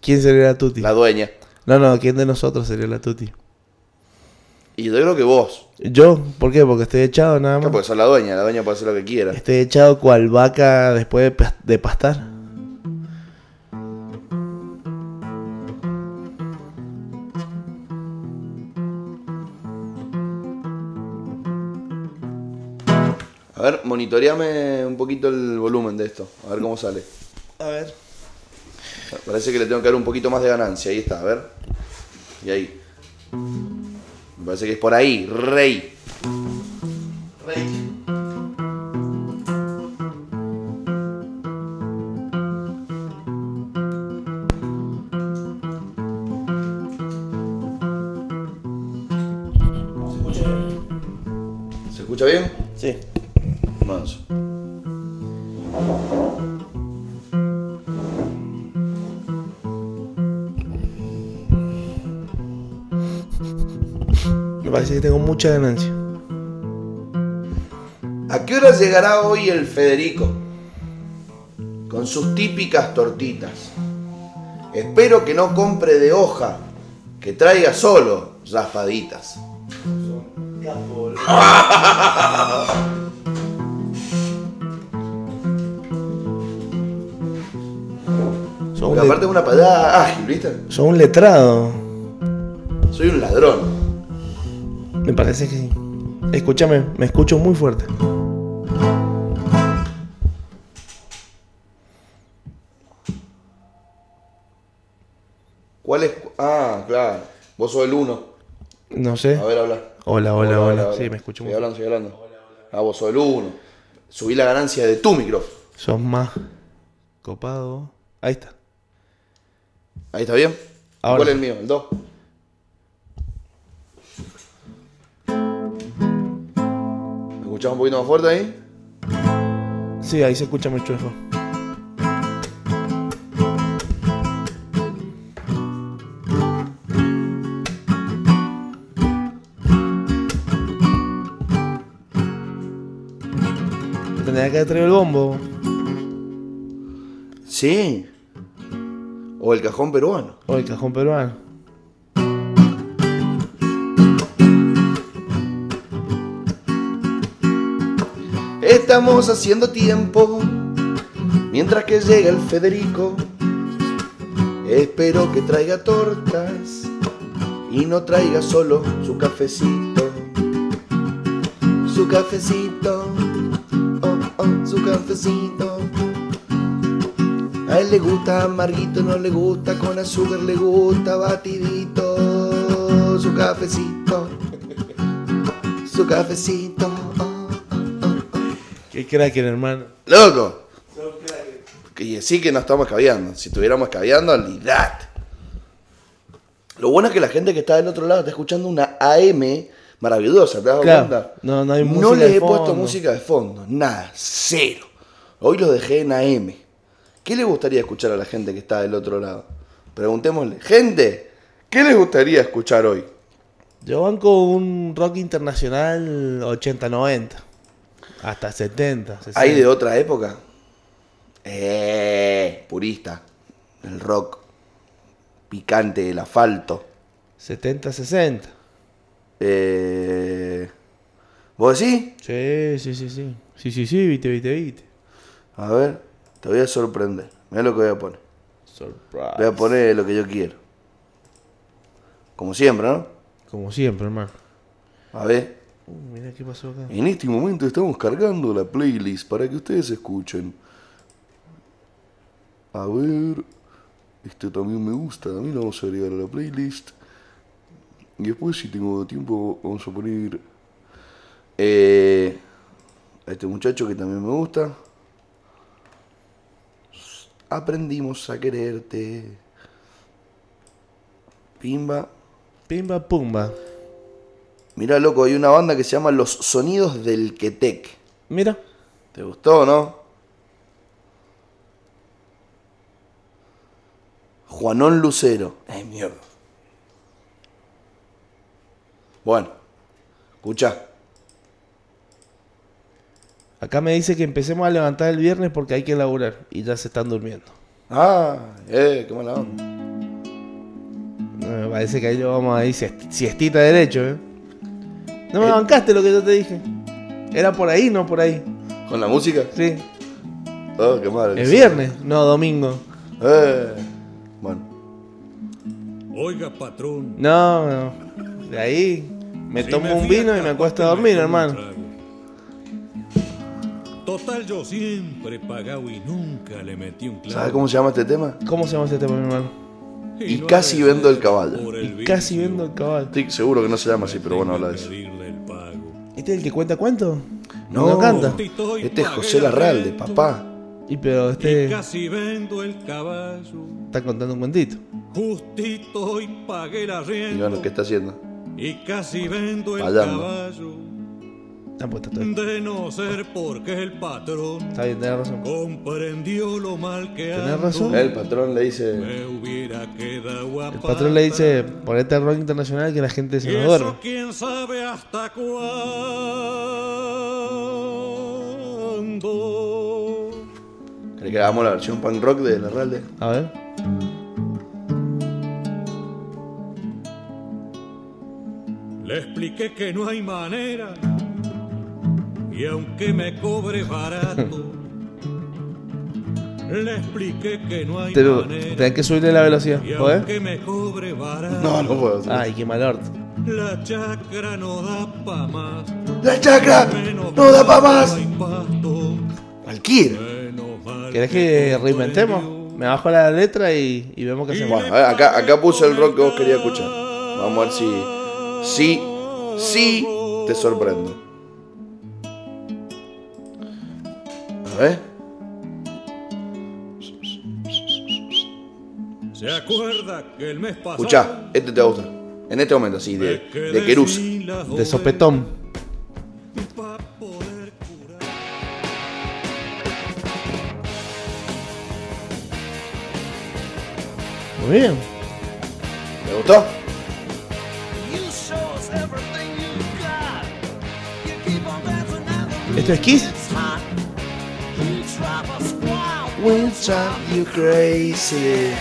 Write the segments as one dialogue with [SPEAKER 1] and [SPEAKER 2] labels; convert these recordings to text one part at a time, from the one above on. [SPEAKER 1] ¿Quién sería la Tuti?
[SPEAKER 2] La dueña.
[SPEAKER 1] No, no, ¿quién de nosotros sería la Tuti?
[SPEAKER 2] Y yo creo que vos.
[SPEAKER 1] ¿Yo? ¿Por qué? Porque estoy echado nada
[SPEAKER 2] Claro,
[SPEAKER 1] más.
[SPEAKER 2] porque sos la dueña. La dueña puede hacer lo que quiera.
[SPEAKER 1] Estoy echado cual vaca después de, pas- de pastar.
[SPEAKER 2] A ver, monitoreame un poquito el volumen de esto. A ver cómo sale.
[SPEAKER 1] A ver.
[SPEAKER 2] Parece que le tengo que dar un poquito más de ganancia. Ahí está, a ver. Y ahí. Me parece que es por ahí. Rey. Rey. ¿Se escucha bien?
[SPEAKER 1] Sí.
[SPEAKER 2] Manso.
[SPEAKER 1] Me parece que tengo mucha ganancia.
[SPEAKER 2] ¿A qué hora llegará hoy el Federico? Con sus típicas tortitas. Espero que no compre de hoja, que traiga solo raspaditas.
[SPEAKER 1] Son
[SPEAKER 2] Porque
[SPEAKER 1] un, le-
[SPEAKER 2] aparte es una payada ágil, ¿viste?
[SPEAKER 1] son un letrado.
[SPEAKER 2] Soy un ladrón.
[SPEAKER 1] Me parece que sí. Escúchame, me escucho muy fuerte.
[SPEAKER 2] ¿Cuál es? cu- Ah, claro. Vos sos el uno.
[SPEAKER 1] No sé.
[SPEAKER 2] A ver, habla.
[SPEAKER 1] Hola, hola, hola. Sí, me escucho
[SPEAKER 2] Estoy
[SPEAKER 1] muy
[SPEAKER 2] hablando, estoy hablando. Ah, vos sos el uno. Subí la ganancia de tu micrófono.
[SPEAKER 1] Sos más copado. Ahí está.
[SPEAKER 2] Ahí está bien.
[SPEAKER 1] Ahora.
[SPEAKER 2] ¿Cuál es el mío? El 2. ¿Me escuchás un poquito más fuerte ahí?
[SPEAKER 1] Sí, ahí se escucha mi chuefa. Tendría que haber traído el bombo.
[SPEAKER 2] Sí. O el cajón peruano.
[SPEAKER 1] O el cajón peruano.
[SPEAKER 2] Estamos haciendo tiempo mientras que llega el Federico. Espero que traiga tortas y no traiga solo su cafecito. Su cafecito, oh, oh, su cafecito. A él le gusta amarguito, no le gusta con azúcar, le gusta batidito. Su cafecito, su cafecito. oh, oh, oh.
[SPEAKER 1] Qué cracker, hermano.
[SPEAKER 2] Loco. Y sí que no estamos escabeando. Si estuviéramos escabeando, olvidate. Lo bueno es que la gente que está del otro lado está escuchando una AM maravillosa, ¿te has dado
[SPEAKER 1] Claro.
[SPEAKER 2] cuenta?
[SPEAKER 1] No, no hay
[SPEAKER 2] No
[SPEAKER 1] música
[SPEAKER 2] le
[SPEAKER 1] de
[SPEAKER 2] he
[SPEAKER 1] fondo.
[SPEAKER 2] puesto música de fondo, nada, cero. Hoy lo dejé en AM. ¿Qué le gustaría escuchar a la gente que está del otro lado? Preguntémosle, gente, ¿qué les gustaría escuchar hoy?
[SPEAKER 1] Yo banco un rock internacional 80-90. Hasta 70. 60.
[SPEAKER 2] ¿Hay de otra época? Eh, purista. El rock. Picante, el asfalto.
[SPEAKER 1] 70-60.
[SPEAKER 2] Eh, ¿Vos decís?
[SPEAKER 1] Sí, sí, sí, sí. Sí, sí, sí, viste, viste, viste.
[SPEAKER 2] A ver, te voy a sorprender. Mira lo que voy a poner.
[SPEAKER 1] Surprise.
[SPEAKER 2] Voy a poner lo que yo quiero. Como siempre, ¿no?
[SPEAKER 1] Como siempre, hermano.
[SPEAKER 2] A ver.
[SPEAKER 1] Uh, mira qué pasó acá.
[SPEAKER 2] En este momento estamos cargando la playlist para que ustedes escuchen. A ver. Este también me gusta. También lo vamos a agregar a la playlist. Y después, si tengo tiempo, vamos a poner. eh, a este muchacho que también me gusta. Aprendimos a quererte. Pimba.
[SPEAKER 1] Pimba pumba.
[SPEAKER 2] Mirá, loco, hay una banda que se llama Los Sonidos del Quetec.
[SPEAKER 1] Mira.
[SPEAKER 2] ¿Te gustó o no? Juanón Lucero. Ay, mierda. Bueno, escucha.
[SPEAKER 1] Acá me dice que empecemos a levantar el viernes porque hay que laburar. Y ya se están durmiendo.
[SPEAKER 2] Ah, eh, qué mala onda.
[SPEAKER 1] No, me parece que ahí lo vamos a ir siest- siestita derecho, ¿eh? No me bancaste lo que yo te dije. Era por ahí, no por ahí.
[SPEAKER 2] ¿Con la música?
[SPEAKER 1] Sí.
[SPEAKER 2] Oh, qué mal.
[SPEAKER 1] Es viernes, no domingo.
[SPEAKER 2] Eh, Bueno,
[SPEAKER 3] Oiga, patrón.
[SPEAKER 1] No, no. De ahí me
[SPEAKER 3] si
[SPEAKER 1] tomo un
[SPEAKER 3] fía
[SPEAKER 1] vino y me
[SPEAKER 3] capaz
[SPEAKER 1] acuesto a
[SPEAKER 3] que
[SPEAKER 1] dormir,
[SPEAKER 3] tomo un
[SPEAKER 1] hermano.
[SPEAKER 3] trago. Total, yo siempre pagado y nunca le metí un clavo.
[SPEAKER 2] ¿sabes cómo se llama este tema?
[SPEAKER 1] ¿Cómo se llama ese tema, mi hermano?
[SPEAKER 2] Y casi vendo el caballo.
[SPEAKER 3] por el
[SPEAKER 1] Y casi
[SPEAKER 3] vicio,
[SPEAKER 1] vendo el caballo.
[SPEAKER 2] Estoy seguro que no se llama así, pero bueno,
[SPEAKER 3] tengo
[SPEAKER 2] habla de
[SPEAKER 3] que
[SPEAKER 2] eso.
[SPEAKER 3] pedirle el pago.
[SPEAKER 1] ¿Este es el que cuenta cuentos?
[SPEAKER 2] No.
[SPEAKER 1] canta.
[SPEAKER 2] Este es José Larralde, papá.
[SPEAKER 1] Y pero
[SPEAKER 3] Y
[SPEAKER 1] este
[SPEAKER 3] casi vendo el caballo.
[SPEAKER 1] está contando un cuentito.
[SPEAKER 3] Justito hoy pagué la
[SPEAKER 2] Y
[SPEAKER 3] rienda.
[SPEAKER 2] bueno, ¿qué está haciendo?
[SPEAKER 3] Y casi vendo el
[SPEAKER 2] Fallando.
[SPEAKER 3] caballo.
[SPEAKER 1] Ah, pues Está puesto todo.
[SPEAKER 3] De no ser porque el patrón
[SPEAKER 1] Está bien, tenés razón.
[SPEAKER 3] comprendió lo mal que
[SPEAKER 1] Tenés
[SPEAKER 3] ando,
[SPEAKER 1] razón.
[SPEAKER 2] El patrón le dice,
[SPEAKER 3] Me hubiera quedado a
[SPEAKER 1] El patrón le dice, ponete el rock internacional que la gente se
[SPEAKER 3] Y
[SPEAKER 1] nos
[SPEAKER 3] eso
[SPEAKER 1] duerme.
[SPEAKER 3] quién sabe hasta cuándo.
[SPEAKER 2] ¿cree que hagamos la versión punk rock de Larralde?
[SPEAKER 1] A ver.
[SPEAKER 3] Le expliqué que no hay manera. Y aunque me cobre barato. le expliqué que no hay
[SPEAKER 1] Te-
[SPEAKER 3] manera.
[SPEAKER 1] Tenés que subirle la velocidad,
[SPEAKER 3] Y
[SPEAKER 1] ¿podés?
[SPEAKER 3] aunque me cobre barato.
[SPEAKER 2] No, no puedo hacer.
[SPEAKER 1] Ay, qué mal orto.
[SPEAKER 3] La chacra no da pa' más.
[SPEAKER 2] ¡La chacra!
[SPEAKER 3] Menos
[SPEAKER 2] ¡No da pa'
[SPEAKER 3] mal
[SPEAKER 2] más!
[SPEAKER 3] no hay pasto,
[SPEAKER 2] ¡Cualquiera!
[SPEAKER 3] menos mal
[SPEAKER 1] ¿Querés que reinventemos? Me bajo la letra y, y vemos qué hacemos.
[SPEAKER 2] Bueno, a ver, acá, acá puse el rock que vos querías escuchar. Vamos a ver si. Sí, sí, te sorprendo. A ver.
[SPEAKER 3] ¿Se acuerda que el mes pasado?
[SPEAKER 2] Escuchá, este te va a gustar. En este momento, así, de,
[SPEAKER 3] me quedé
[SPEAKER 2] de querusa.
[SPEAKER 3] sin la joven
[SPEAKER 1] De sopetón.
[SPEAKER 3] pa' poder curar?
[SPEAKER 1] Muy bien.
[SPEAKER 2] ¿Te gustó?
[SPEAKER 1] ¿Esto es Kiss?
[SPEAKER 2] We'll drive you crazy.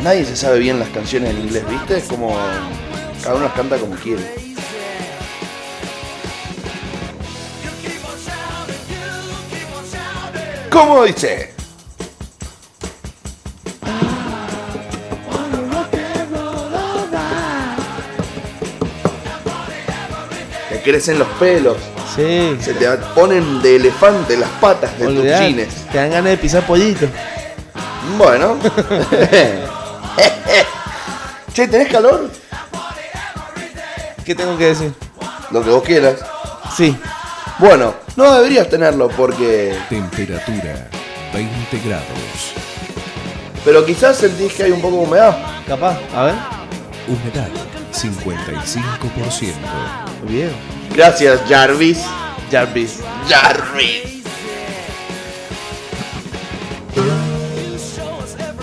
[SPEAKER 2] Nadie se sabe bien las canciones en inglés, ¿viste? Es como. Cada uno las canta como quiere. ¿Cómo dice? Te crecen los pelos,
[SPEAKER 1] Sí.
[SPEAKER 2] se te ponen de elefante las patas de
[SPEAKER 1] Olvidá,
[SPEAKER 2] tus jeans.
[SPEAKER 1] Te dan ganas de pisar pollito.
[SPEAKER 2] Bueno. che, ¿tenés calor?
[SPEAKER 1] ¿Qué tengo que decir?
[SPEAKER 2] Lo que vos quieras.
[SPEAKER 1] Sí.
[SPEAKER 2] Bueno, no deberías tenerlo porque...
[SPEAKER 4] Temperatura 20 grados.
[SPEAKER 2] Pero quizás sentís que hay un poco de humedad.
[SPEAKER 1] Capaz. A ver.
[SPEAKER 4] Humedad 55%.
[SPEAKER 1] Muy bien.
[SPEAKER 2] Gracias, Jarvis.
[SPEAKER 1] Jarvis.
[SPEAKER 2] Jarvis.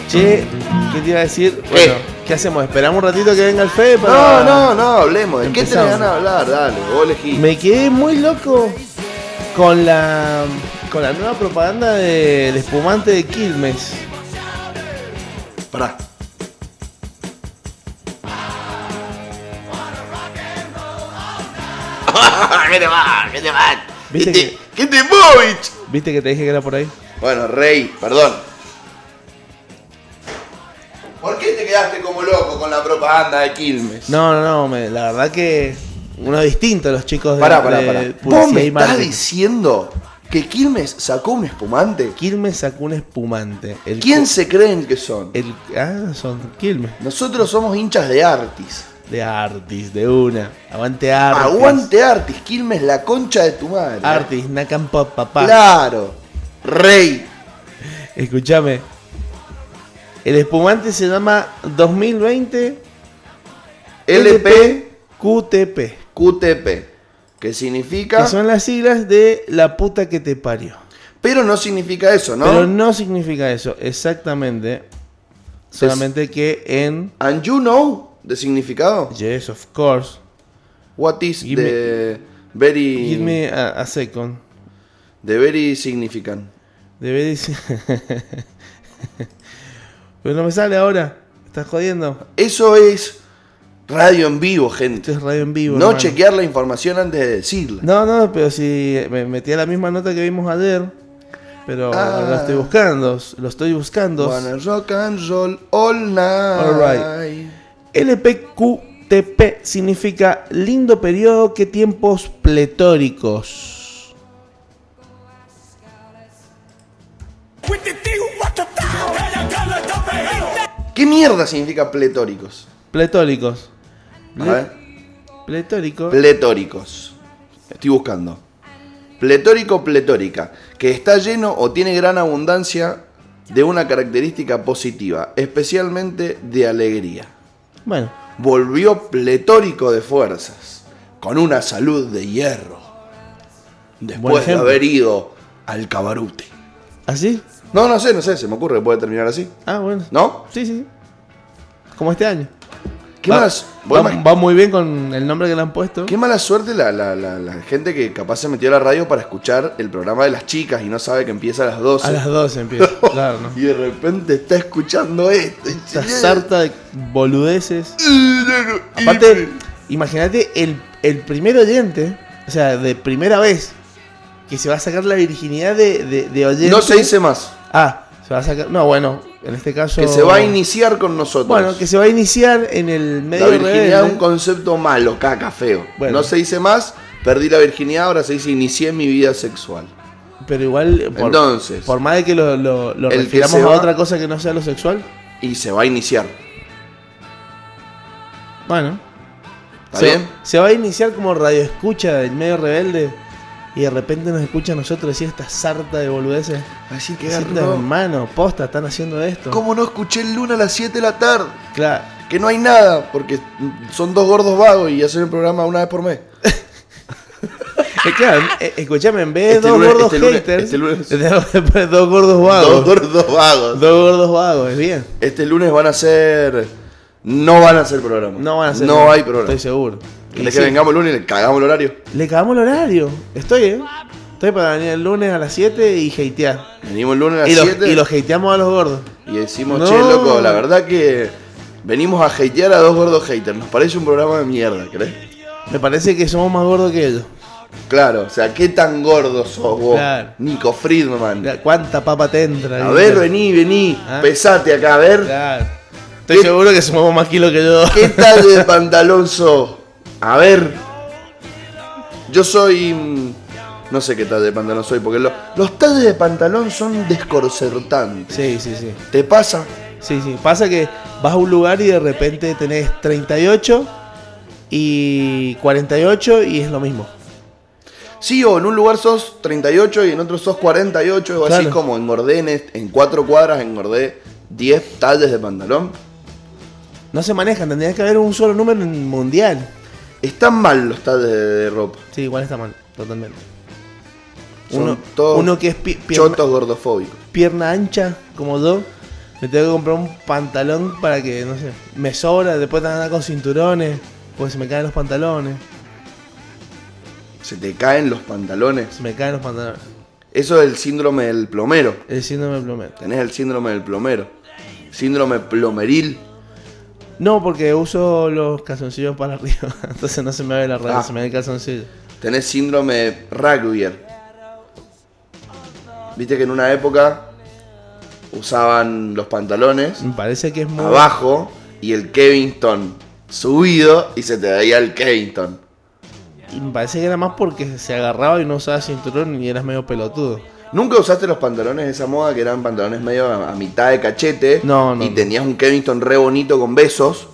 [SPEAKER 1] Che, ¿qué te iba a decir? Bueno, ¿qué hacemos? ¿Esperamos un ratito que venga el Fede
[SPEAKER 2] Eh. No,
[SPEAKER 1] para.?
[SPEAKER 2] no, no, hablemos. ¿De qué tenés
[SPEAKER 1] Empezamos.
[SPEAKER 2] ganas de hablar? Dale, vos elegís.
[SPEAKER 1] Me quedé muy loco con la. con la nueva propaganda del espumante de Quilmes.
[SPEAKER 2] Pará. ¿Qué te va? ¿Qué te va?
[SPEAKER 1] ¿Viste
[SPEAKER 2] ¿Qué te-
[SPEAKER 1] que-
[SPEAKER 2] ¿Qué te movich?
[SPEAKER 1] ¿Viste que te dije que era por ahí?
[SPEAKER 2] Bueno, Rey, perdón. ¿Por qué te quedaste como loco con la propaganda de Quilmes?
[SPEAKER 1] No, no, no, me- la verdad que. Uno distinto los chicos de,
[SPEAKER 2] Pará, pará,
[SPEAKER 1] de
[SPEAKER 2] pará.
[SPEAKER 1] publicidad
[SPEAKER 2] ¿Vos me
[SPEAKER 1] y
[SPEAKER 2] estás
[SPEAKER 1] marketing.
[SPEAKER 2] diciendo que Quilmes sacó un espumante?
[SPEAKER 1] Quilmes sacó un espumante. El
[SPEAKER 2] ¿Quién
[SPEAKER 1] cu-
[SPEAKER 2] se creen que son?
[SPEAKER 1] el- ah, son Quilmes.
[SPEAKER 2] Nosotros somos hinchas de Artis.
[SPEAKER 1] De Artis, de una. Aguante Artis.
[SPEAKER 2] Aguante Artis, Quilmes, la concha de tu madre.
[SPEAKER 1] Artis, Nakan Pop, papá.
[SPEAKER 2] Claro. Rey.
[SPEAKER 1] Escúchame. El espumante se llama 2020
[SPEAKER 2] LP
[SPEAKER 1] QTP.
[SPEAKER 2] QTP. Que significa.
[SPEAKER 1] Que son las siglas de la puta que te parió.
[SPEAKER 2] Pero no significa eso, ¿no?
[SPEAKER 1] Pero no significa eso, exactamente. Solamente que en
[SPEAKER 2] And you know the significado.
[SPEAKER 1] Yes, of course.
[SPEAKER 2] What is
[SPEAKER 1] Give
[SPEAKER 2] the very
[SPEAKER 1] Give me a, a second.
[SPEAKER 2] Deber y significan.
[SPEAKER 1] Debe decir. Pero no me sale ahora. Estás jodiendo.
[SPEAKER 2] Eso es radio en vivo, gente.
[SPEAKER 1] Esto es radio en vivo.
[SPEAKER 2] no
[SPEAKER 1] hermano.
[SPEAKER 2] chequear la información antes de decirla.
[SPEAKER 1] No, no, pero si me metí a la misma nota que vimos ayer. Pero
[SPEAKER 2] Ah.
[SPEAKER 1] lo estoy buscando. Lo estoy buscando.
[SPEAKER 2] Wanna rock and roll all night.
[SPEAKER 1] All LPQTP significa lindo periodo que tiempos pletóricos.
[SPEAKER 2] ¿Qué mierda significa pletóricos?
[SPEAKER 1] Pletóricos.
[SPEAKER 2] A
[SPEAKER 1] Ple-
[SPEAKER 2] ver.
[SPEAKER 1] Pletórico.
[SPEAKER 2] Pletóricos. Estoy buscando. Pletórico, pletórica. Que está lleno o tiene gran abundancia de una característica positiva, especialmente de alegría.
[SPEAKER 1] bueno,
[SPEAKER 2] Volvió pletórico de fuerzas, con una salud de hierro.
[SPEAKER 1] Buen
[SPEAKER 2] Después de
[SPEAKER 1] ejemplo.
[SPEAKER 2] haber ido al cabarute.
[SPEAKER 1] ¿así?
[SPEAKER 2] No, no sé, no sé, se me ocurre que puede terminar así.
[SPEAKER 1] Ah, bueno.
[SPEAKER 2] ¿No?
[SPEAKER 1] Sí, sí. Como este año.
[SPEAKER 2] ¿Qué,
[SPEAKER 1] va,
[SPEAKER 2] malas-
[SPEAKER 1] va-
[SPEAKER 2] bueno,
[SPEAKER 1] va muy bien con el nombre que le han puesto.
[SPEAKER 2] qué mala suerte la, la- la- la gente que capaz se metió a la radio para escuchar el programa de las chicas y no sabe que empieza a las 12.
[SPEAKER 1] A las 12 empieza. claro, ¿no?
[SPEAKER 2] Y de repente está escuchando este, esto. y
[SPEAKER 1] Esta
[SPEAKER 2] dice,
[SPEAKER 1] sarta de boludeces.
[SPEAKER 2] "Eh, eh,
[SPEAKER 1] Aparte, imagínate el, el primer oyente, o sea, de primera vez, que se va a sacar la virginidad de, de, de oyente.
[SPEAKER 2] No se dice más.
[SPEAKER 1] Ah, se va a sacar. No, bueno, en este caso.
[SPEAKER 2] Que se va a iniciar con nosotros.
[SPEAKER 1] Bueno, que se va a iniciar en el medio
[SPEAKER 2] la virginidad es
[SPEAKER 1] rebelde.
[SPEAKER 2] un concepto malo, caca, feo.
[SPEAKER 1] Bueno.
[SPEAKER 2] No se dice más, perdí la virginidad, ahora se dice inicié mi vida sexual.
[SPEAKER 1] Pero igual, por,
[SPEAKER 2] Entonces.
[SPEAKER 1] por más de que lo, lo, lo
[SPEAKER 2] El que
[SPEAKER 1] refiramos
[SPEAKER 2] se
[SPEAKER 1] a
[SPEAKER 2] va-
[SPEAKER 1] otra cosa que no sea lo sexual,
[SPEAKER 2] Y se va a iniciar.
[SPEAKER 1] bueno.
[SPEAKER 2] ¿Está
[SPEAKER 1] se,
[SPEAKER 2] bien?
[SPEAKER 1] se va a iniciar como radioescucha del medio rebelde y de repente nos escucha a nosotros y esta sarta de boludeces.
[SPEAKER 2] Así que
[SPEAKER 1] Diciendo,
[SPEAKER 2] agarró.
[SPEAKER 1] hermano, posta, están haciendo esto.
[SPEAKER 2] ¿Cómo no escuché el luna a las 7 de la tarde?
[SPEAKER 1] Claro.
[SPEAKER 2] Que no hay nada, porque son dos gordos vagos y hacen el programa una vez por mes.
[SPEAKER 1] Eh, claro, eh, escuchame, en vez de
[SPEAKER 2] Este
[SPEAKER 1] dos
[SPEAKER 2] lunes-
[SPEAKER 1] gordos
[SPEAKER 2] este lunes-
[SPEAKER 1] haters,
[SPEAKER 2] este lunes-
[SPEAKER 1] de- dos gordos
[SPEAKER 2] Dos
[SPEAKER 1] vagos. Dos,
[SPEAKER 2] gordos vagos.
[SPEAKER 1] gordos vagos, es bien.
[SPEAKER 2] Este lunes van a ser. No van a hacer programa.
[SPEAKER 1] No van a ser.
[SPEAKER 2] No hay programa.
[SPEAKER 1] Estoy seguro. Y
[SPEAKER 2] ¿Querés
[SPEAKER 1] sí,
[SPEAKER 2] que vengamos el lunes y le cagamos el horario?
[SPEAKER 1] le cagamos el horario. Estoy, eh. Estoy para venir el lunes a las 7 y hatear.
[SPEAKER 2] Venimos el lunes a las
[SPEAKER 1] Y los,
[SPEAKER 2] 7
[SPEAKER 1] y los hateamos a los gordos.
[SPEAKER 2] y decimos,
[SPEAKER 1] No.
[SPEAKER 2] che, loco, la verdad que venimos a hatear a dos gordos haters. Nos parece un programa de mierda, ¿crees?
[SPEAKER 1] Me parece que somos más gordos que ellos.
[SPEAKER 2] Claro, o sea, ¿qué tan gordo sos vos?
[SPEAKER 1] Claro.
[SPEAKER 2] Nico Friedman.
[SPEAKER 1] Mirá, ¿Cuánta papa te entra?
[SPEAKER 2] A
[SPEAKER 1] ahí,
[SPEAKER 2] ver,
[SPEAKER 1] claro.
[SPEAKER 2] vení, vení,
[SPEAKER 1] Ah.
[SPEAKER 2] pesate acá, a ver.
[SPEAKER 1] Claro. Estoy
[SPEAKER 2] ¿Qué-
[SPEAKER 1] seguro que somos más kilos que yo.
[SPEAKER 2] ¿Qué tal de pantalón sos? A ver. Yo soy. mm, No sé qué tal de pantalón soy, porque lo- los talles de pantalón son desconcertantes.
[SPEAKER 1] Sí, sí, sí.
[SPEAKER 2] ¿Te pasa?
[SPEAKER 1] Sí, sí. Pasa que vas a un lugar y de repente tenés 38 y 48 y es lo mismo.
[SPEAKER 2] Sí, o en un lugar sos 38 y en otro sos 48, o así
[SPEAKER 1] Claro.
[SPEAKER 2] como engordé en, est- en cuatro cuadras, engordé 10 talles de pantalón.
[SPEAKER 1] No se manejan, tendría que haber un solo número en el mundial.
[SPEAKER 2] Están mal los talles de, de ropa.
[SPEAKER 1] Sí, igual está mal, totalmente.
[SPEAKER 2] Son
[SPEAKER 1] Uno,
[SPEAKER 2] todos
[SPEAKER 1] uno que es pi- pierna,
[SPEAKER 2] Chotos gordofóbicos.
[SPEAKER 1] pierna ancha, como yo, me tengo que comprar un pantalón para que, no sé, me sobra, después tengo que andar con cinturones, porque se me caen los pantalones,
[SPEAKER 2] Se te caen los pantalones.
[SPEAKER 1] se me caen los pantalones.
[SPEAKER 2] Eso es el síndrome del plomero.
[SPEAKER 1] El síndrome del plomero.
[SPEAKER 2] Tenés el síndrome del plomero. Síndrome plomeril.
[SPEAKER 1] No, porque uso los calzoncillos para arriba, entonces no se me ve la red,
[SPEAKER 2] Ah.
[SPEAKER 1] se me ve el calzoncillo.
[SPEAKER 2] Tenés síndrome rugbyer. Viste que en una época usaban los pantalones
[SPEAKER 1] Me parece que es muy.
[SPEAKER 2] abajo y el Kevington subido y se te veía el Kevington.
[SPEAKER 1] y Me parece que era más porque se agarraba y no usaba cinturón y eras medio pelotudo.
[SPEAKER 2] ¿Nunca usaste los pantalones de esa moda que eran pantalones medio a, a mitad de cachete?
[SPEAKER 1] No, no,
[SPEAKER 2] Y
[SPEAKER 1] no.
[SPEAKER 2] tenías un Kevington re bonito con besos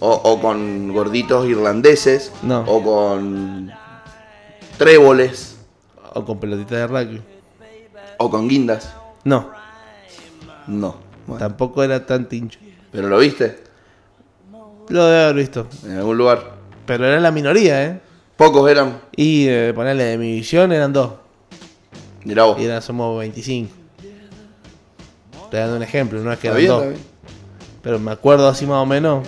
[SPEAKER 2] o, o con gorditos irlandeses
[SPEAKER 1] No.
[SPEAKER 2] o con tréboles
[SPEAKER 1] O con pelotita de rugby.
[SPEAKER 2] o con guindas.
[SPEAKER 1] No,
[SPEAKER 2] No. Bueno,
[SPEAKER 1] tampoco era tan tincho.
[SPEAKER 2] pero lo viste
[SPEAKER 1] Lo debo haber visto.
[SPEAKER 2] en algún lugar.
[SPEAKER 1] Pero era la minoría, ¿eh?
[SPEAKER 2] Pocos eran.
[SPEAKER 1] Y eh, ponele de mi visión eran dos.
[SPEAKER 2] Mirá vos.
[SPEAKER 1] Y ahora somos 25. Estoy dando un ejemplo, no es que
[SPEAKER 2] Está
[SPEAKER 1] eran
[SPEAKER 2] bien,
[SPEAKER 1] dos.
[SPEAKER 2] está bien.
[SPEAKER 1] Pero me acuerdo así más o menos.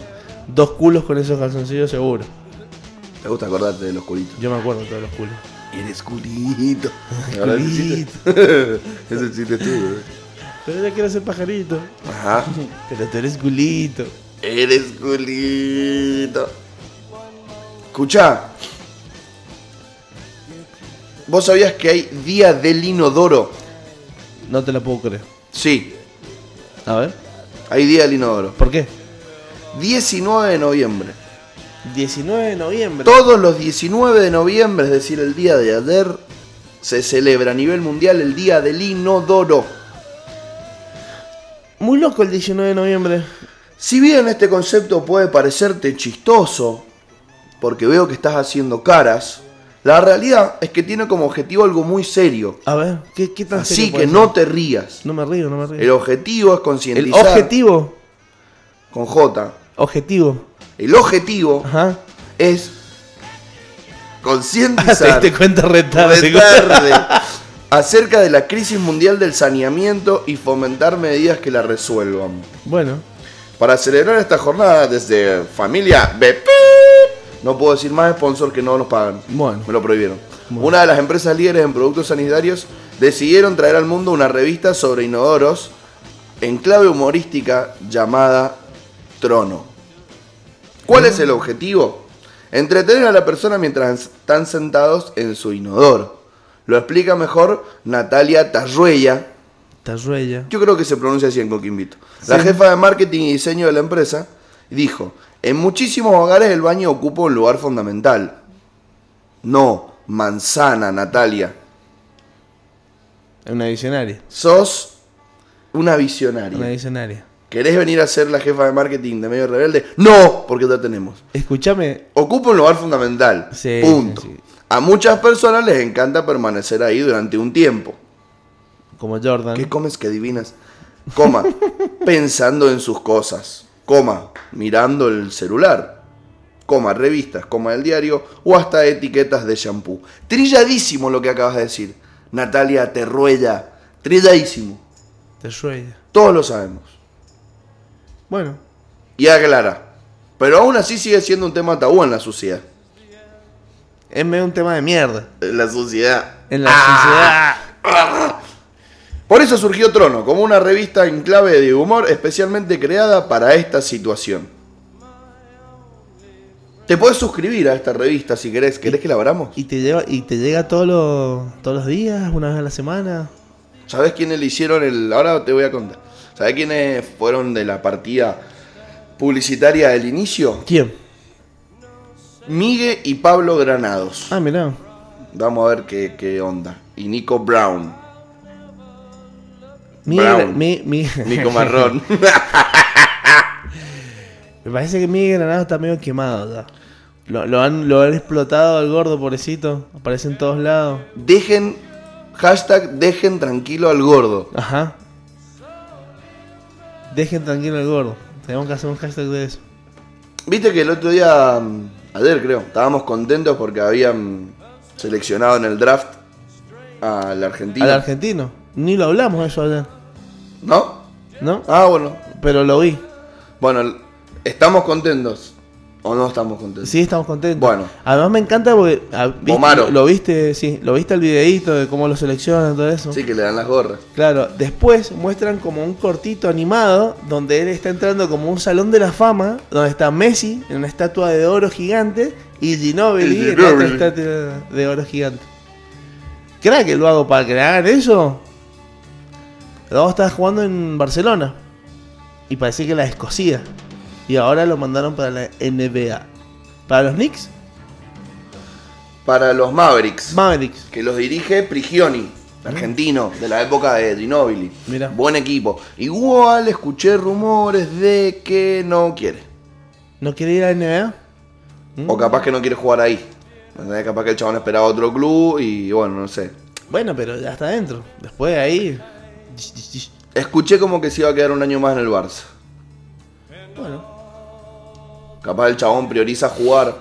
[SPEAKER 1] Dos culos con esos calzoncillos seguro.
[SPEAKER 2] Te gusta acordarte de los culitos.
[SPEAKER 1] Yo me acuerdo de todos los culos.
[SPEAKER 2] Y Eres culito. Ahora es el
[SPEAKER 1] Culito.
[SPEAKER 2] chiste. es el chiste tuyo. ¿eh?
[SPEAKER 1] Pero yo quiero ser pajarito.
[SPEAKER 2] Ajá.
[SPEAKER 1] Pero tú eres culito.
[SPEAKER 2] Eres culito. Escucha. ¿Vos sabías que hay Día del Inodoro?
[SPEAKER 1] No te la puedo creer.
[SPEAKER 2] Sí,
[SPEAKER 1] A ver,
[SPEAKER 2] hay Día del Inodoro.
[SPEAKER 1] ¿por qué?
[SPEAKER 2] 19 de noviembre.
[SPEAKER 1] 19 de noviembre.
[SPEAKER 2] Todos los 19 de noviembre, es decir, el día de ayer, se celebra a nivel mundial el Día del Inodoro.
[SPEAKER 1] Muy loco el 19 de noviembre.
[SPEAKER 2] Si bien este concepto puede parecerte chistoso, porque veo que estás haciendo caras, la realidad es que tiene como objetivo algo muy serio.
[SPEAKER 1] A ver, ¿qué, qué tan
[SPEAKER 2] Así
[SPEAKER 1] serio puede
[SPEAKER 2] que no
[SPEAKER 1] ser?
[SPEAKER 2] te rías.
[SPEAKER 1] No me río, no me
[SPEAKER 2] El
[SPEAKER 1] río.
[SPEAKER 2] objetivo es
[SPEAKER 1] El,
[SPEAKER 2] concientizar.
[SPEAKER 1] objetivo.
[SPEAKER 2] Con J.
[SPEAKER 1] Objetivo.
[SPEAKER 2] El objetivo
[SPEAKER 1] Ajá.
[SPEAKER 2] es
[SPEAKER 1] Ah, te
[SPEAKER 2] concientizar
[SPEAKER 1] diste cuenta re tarde.
[SPEAKER 2] de tarde acerca de la crisis mundial del saneamiento y fomentar medidas que la resuelvan.
[SPEAKER 1] Bueno,
[SPEAKER 2] Para celebrar esta jornada desde familia BP, no puedo decir más sponsor que no nos pagan.
[SPEAKER 1] Bueno.
[SPEAKER 2] Me lo prohibieron.
[SPEAKER 1] Bueno.
[SPEAKER 2] Una de las empresas líderes en productos sanitarios decidieron traer al mundo una revista sobre inodoros en clave humorística llamada Trono. ¿Cuál es el objetivo? Entretener a la persona mientras están sentados en su inodoro. Lo explica mejor Natalia Tarruella,
[SPEAKER 1] Tarruella.
[SPEAKER 2] yo creo que se pronuncia así en Coquimbito. La
[SPEAKER 1] Sí.
[SPEAKER 2] jefa de marketing y diseño de la empresa dijo, en muchísimos hogares el baño ocupa un lugar fundamental. No, manzana, Natalia.
[SPEAKER 1] Una visionaria.
[SPEAKER 2] Sos una visionaria.
[SPEAKER 1] Una visionaria.
[SPEAKER 2] ¿Querés venir a ser la jefa de marketing de Medio Rebelde? No, porque ya tenemos.
[SPEAKER 1] Escúchame.
[SPEAKER 2] Ocupa un lugar fundamental.
[SPEAKER 1] Sí,
[SPEAKER 2] punto.
[SPEAKER 1] sí, sí.
[SPEAKER 2] A muchas personas les encanta permanecer ahí durante un tiempo.
[SPEAKER 1] Como Jordan.
[SPEAKER 2] ¿Qué comes que adivinas? Coma, pensando en sus cosas. Coma, mirando el celular. Coma, revistas, coma el diario o hasta etiquetas de shampoo. Trilladísimo lo que acabas de decir. Natalia Terruella. Trilladísimo.
[SPEAKER 1] Tarruella.
[SPEAKER 2] Todos lo sabemos.
[SPEAKER 1] Bueno.
[SPEAKER 2] Y aclara. Pero aún así sigue siendo un tema tabú en la sociedad.
[SPEAKER 1] Es medio un tema de mierda. Ah.
[SPEAKER 2] En la sociedad.
[SPEAKER 1] En la sociedad.
[SPEAKER 2] Por eso surgió Trono, como una revista en clave de humor especialmente creada para esta situación. Te puedes suscribir a esta revista si querés. ¿Querés que la abramos?
[SPEAKER 1] Y te, lleva, y te llega todos los, todos los días, una vez a la semana.
[SPEAKER 2] ¿Sabés quiénes le hicieron el.? Ahora te voy a contar. ¿Sabés quiénes fueron de la partida publicitaria del inicio?
[SPEAKER 1] ¿Quién?
[SPEAKER 2] Migue y Pablo Granados.
[SPEAKER 1] Ah, mirá.
[SPEAKER 2] Vamos a ver qué, qué onda. Y Nico Brown.
[SPEAKER 1] Mi,
[SPEAKER 2] Brown.
[SPEAKER 1] mi, mi-
[SPEAKER 2] Nico Marrón.
[SPEAKER 1] Me parece que Miguel Granado está medio quemado ya. Lo, lo han, lo han explotado al gordo, pobrecito. Aparece en todos lados.
[SPEAKER 2] dejen. Hashtag dejen tranquilo al gordo.
[SPEAKER 1] Ajá. Dejen tranquilo al gordo. Tenemos que hacer un hashtag de eso.
[SPEAKER 2] Viste que el otro día, mm, ayer creo, estábamos contentos porque habían seleccionado en el draft al argentino.
[SPEAKER 1] Al argentino. Ni lo hablamos eso ayer.
[SPEAKER 2] ¿No?
[SPEAKER 1] ¿No?
[SPEAKER 2] Ah, bueno.
[SPEAKER 1] Pero lo vi.
[SPEAKER 2] Bueno, l- ¿estamos contentos? ¿O no estamos contentos?
[SPEAKER 1] Sí, estamos contentos.
[SPEAKER 2] Bueno.
[SPEAKER 1] Además me encanta porque... ah, viste-
[SPEAKER 2] Omaro.
[SPEAKER 1] Lo viste, sí. Lo viste el videíto de cómo lo seleccionan y todo eso.
[SPEAKER 2] Sí, que le dan las gorras.
[SPEAKER 1] Claro, después muestran como un cortito animado donde él está entrando como un salón de la fama, donde está Messi en una estatua de oro gigante y
[SPEAKER 2] Y
[SPEAKER 1] Ginobili en otra
[SPEAKER 2] Ginóbili.
[SPEAKER 1] estatua de oro gigante. ¿Crees que lo hago para que le hagan eso? Luego estaba jugando en Barcelona y parecía que la escocía. Y ahora lo mandaron para la NBA. ¿Para los Knicks?
[SPEAKER 2] Para los Mavericks,
[SPEAKER 1] Mavericks.
[SPEAKER 2] que los dirige Prigioni, argentino, de la época de Ginobili.
[SPEAKER 1] Mirá.
[SPEAKER 2] Buen equipo. Igual escuché rumores de que no quiere.
[SPEAKER 1] ¿No quiere ir a la NBA?
[SPEAKER 2] O
[SPEAKER 1] Mm.
[SPEAKER 2] capaz que no quiere jugar ahí. ¿Entendés? Capaz que el chabón esperaba otro club y bueno, no sé.
[SPEAKER 1] Bueno, pero ya está adentro. Después de ahí...
[SPEAKER 2] Escuché como que se iba a quedar un año más en el Barça.
[SPEAKER 1] Bueno.
[SPEAKER 2] Capaz el chabón prioriza jugar.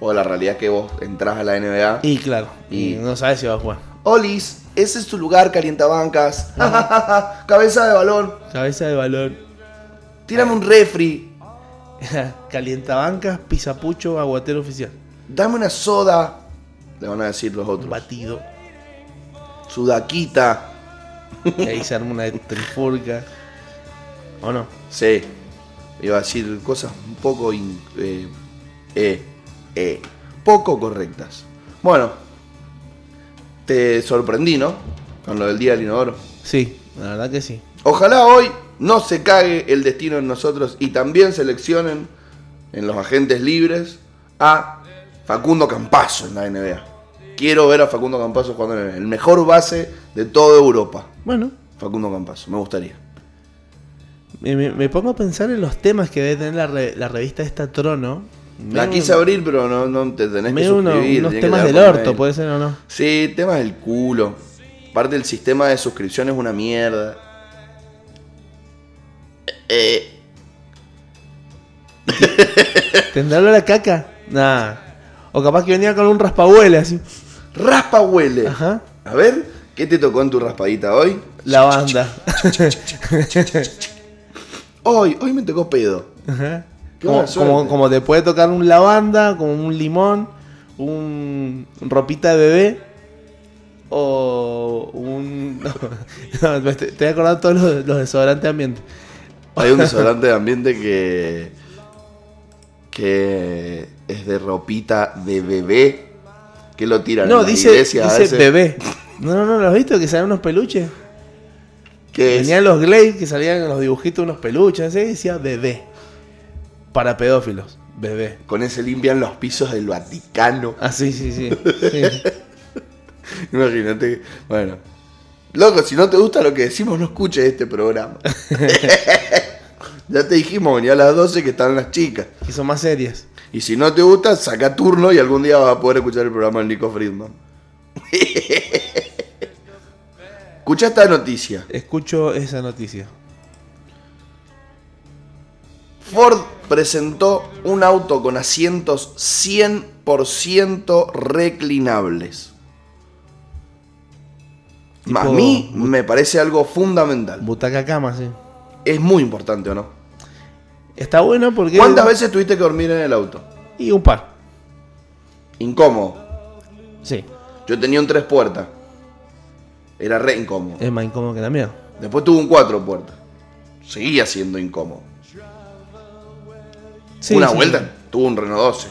[SPEAKER 2] O la realidad es que vos entras a la NBA.
[SPEAKER 1] Y claro,
[SPEAKER 2] Y-
[SPEAKER 1] y no sabes si va a jugar.
[SPEAKER 2] Olis, ese es tu lugar, calientabancas. Cabeza de balón.
[SPEAKER 1] Cabeza de balón,
[SPEAKER 2] Tírame un refri.
[SPEAKER 1] calientabancas, pisapucho, aguatero oficial.
[SPEAKER 2] Dame una soda. Le van a decir los otros.
[SPEAKER 1] batido.
[SPEAKER 2] Sudaquita.
[SPEAKER 1] Y ahí se arma una trifulca. ¿O no?
[SPEAKER 2] Sí. Iba a decir cosas un poco. in- eh, eh, eh, poco correctas. Bueno. Te sorprendí, ¿no? Con lo del día del inodoro.
[SPEAKER 1] Sí, la verdad que sí.
[SPEAKER 2] Ojalá hoy no se cague el destino en nosotros y también seleccionen en los agentes libres a Facundo Campazo en la NBA. Quiero ver a Facundo Campazo jugando en la NBA. El mejor base de toda Europa.
[SPEAKER 1] Bueno,
[SPEAKER 2] Facundo Campazo, me gustaría.
[SPEAKER 1] me, me- me pongo a pensar en los temas que debe tener la, re- la revista esta Trono.
[SPEAKER 2] La
[SPEAKER 1] Medio-
[SPEAKER 2] quise abrir, pero no, no te tenés que
[SPEAKER 1] medio uno-
[SPEAKER 2] suscribir.
[SPEAKER 1] unos
[SPEAKER 2] tenés que
[SPEAKER 1] temas
[SPEAKER 2] dar
[SPEAKER 1] del
[SPEAKER 2] por
[SPEAKER 1] orto, pues.
[SPEAKER 2] mail.
[SPEAKER 1] puede ser o no.
[SPEAKER 2] Sí, temas del culo. Aparte, el sistema de suscripción es una mierda. Eh,
[SPEAKER 1] ¿Tendrá olor a caca? Nah. O capaz que venía con un raspabuela así.
[SPEAKER 2] raspa huele.
[SPEAKER 1] Ajá.
[SPEAKER 2] A ver, ¿qué te tocó en tu raspadita hoy?
[SPEAKER 1] La banda.
[SPEAKER 2] Hoy, hoy me tocó pedo.
[SPEAKER 1] Ajá.
[SPEAKER 2] Qué
[SPEAKER 1] Como,
[SPEAKER 2] buena suerte.
[SPEAKER 1] como, como te puede tocar un lavanda, como un limón, un ropita de bebé o un... No, me estoy, estoy acordando todos los, los desodorantes de ambiente.
[SPEAKER 2] Hay un desodorante de ambiente que. que es de ropita de bebé. Que lo tiran en
[SPEAKER 1] No,
[SPEAKER 2] las
[SPEAKER 1] dice,
[SPEAKER 2] iglesias a
[SPEAKER 1] dice
[SPEAKER 2] veces.
[SPEAKER 1] bebé. No, no, no, ¿lo has visto? Que salían unos peluches.
[SPEAKER 2] Que es-
[SPEAKER 1] Venían los Glade que salían en los dibujitos unos peluches, así, y decía bebé. Para pedófilos, bebé.
[SPEAKER 2] con ese limpian los pisos del Vaticano.
[SPEAKER 1] Ah, sí, sí, sí. sí.
[SPEAKER 2] Imagínate. Bueno. Loco, si no te gusta lo que decimos, no escuches este programa. ya te dijimos, venía a las 12 que están las chicas.
[SPEAKER 1] que son más serias.
[SPEAKER 2] Y si no te gusta, saca turno y algún día vas a poder escuchar el programa del Nico Friedman. Escucha esta noticia.
[SPEAKER 1] Escucho esa noticia.
[SPEAKER 2] Ford presentó un auto con asientos 100% reclinables.
[SPEAKER 1] Tipo-
[SPEAKER 2] a mí me parece algo fundamental.
[SPEAKER 1] Butaca cama, sí.
[SPEAKER 2] Es muy importante, ¿o no?
[SPEAKER 1] Está bueno porque.
[SPEAKER 2] ¿Cuántas veces tuviste que dormir en el auto?
[SPEAKER 1] Y un par.
[SPEAKER 2] Incómodo.
[SPEAKER 1] Sí.
[SPEAKER 2] Yo tenía un tres puertas. Era re incómodo.
[SPEAKER 1] Es más incómodo que la mierda.
[SPEAKER 2] Después tuvo un cuatro puertas. Seguía siendo incómodo.
[SPEAKER 1] Sí,
[SPEAKER 2] Una
[SPEAKER 1] sí,
[SPEAKER 2] vuelta
[SPEAKER 1] sí.
[SPEAKER 2] tuvo un Renault 12.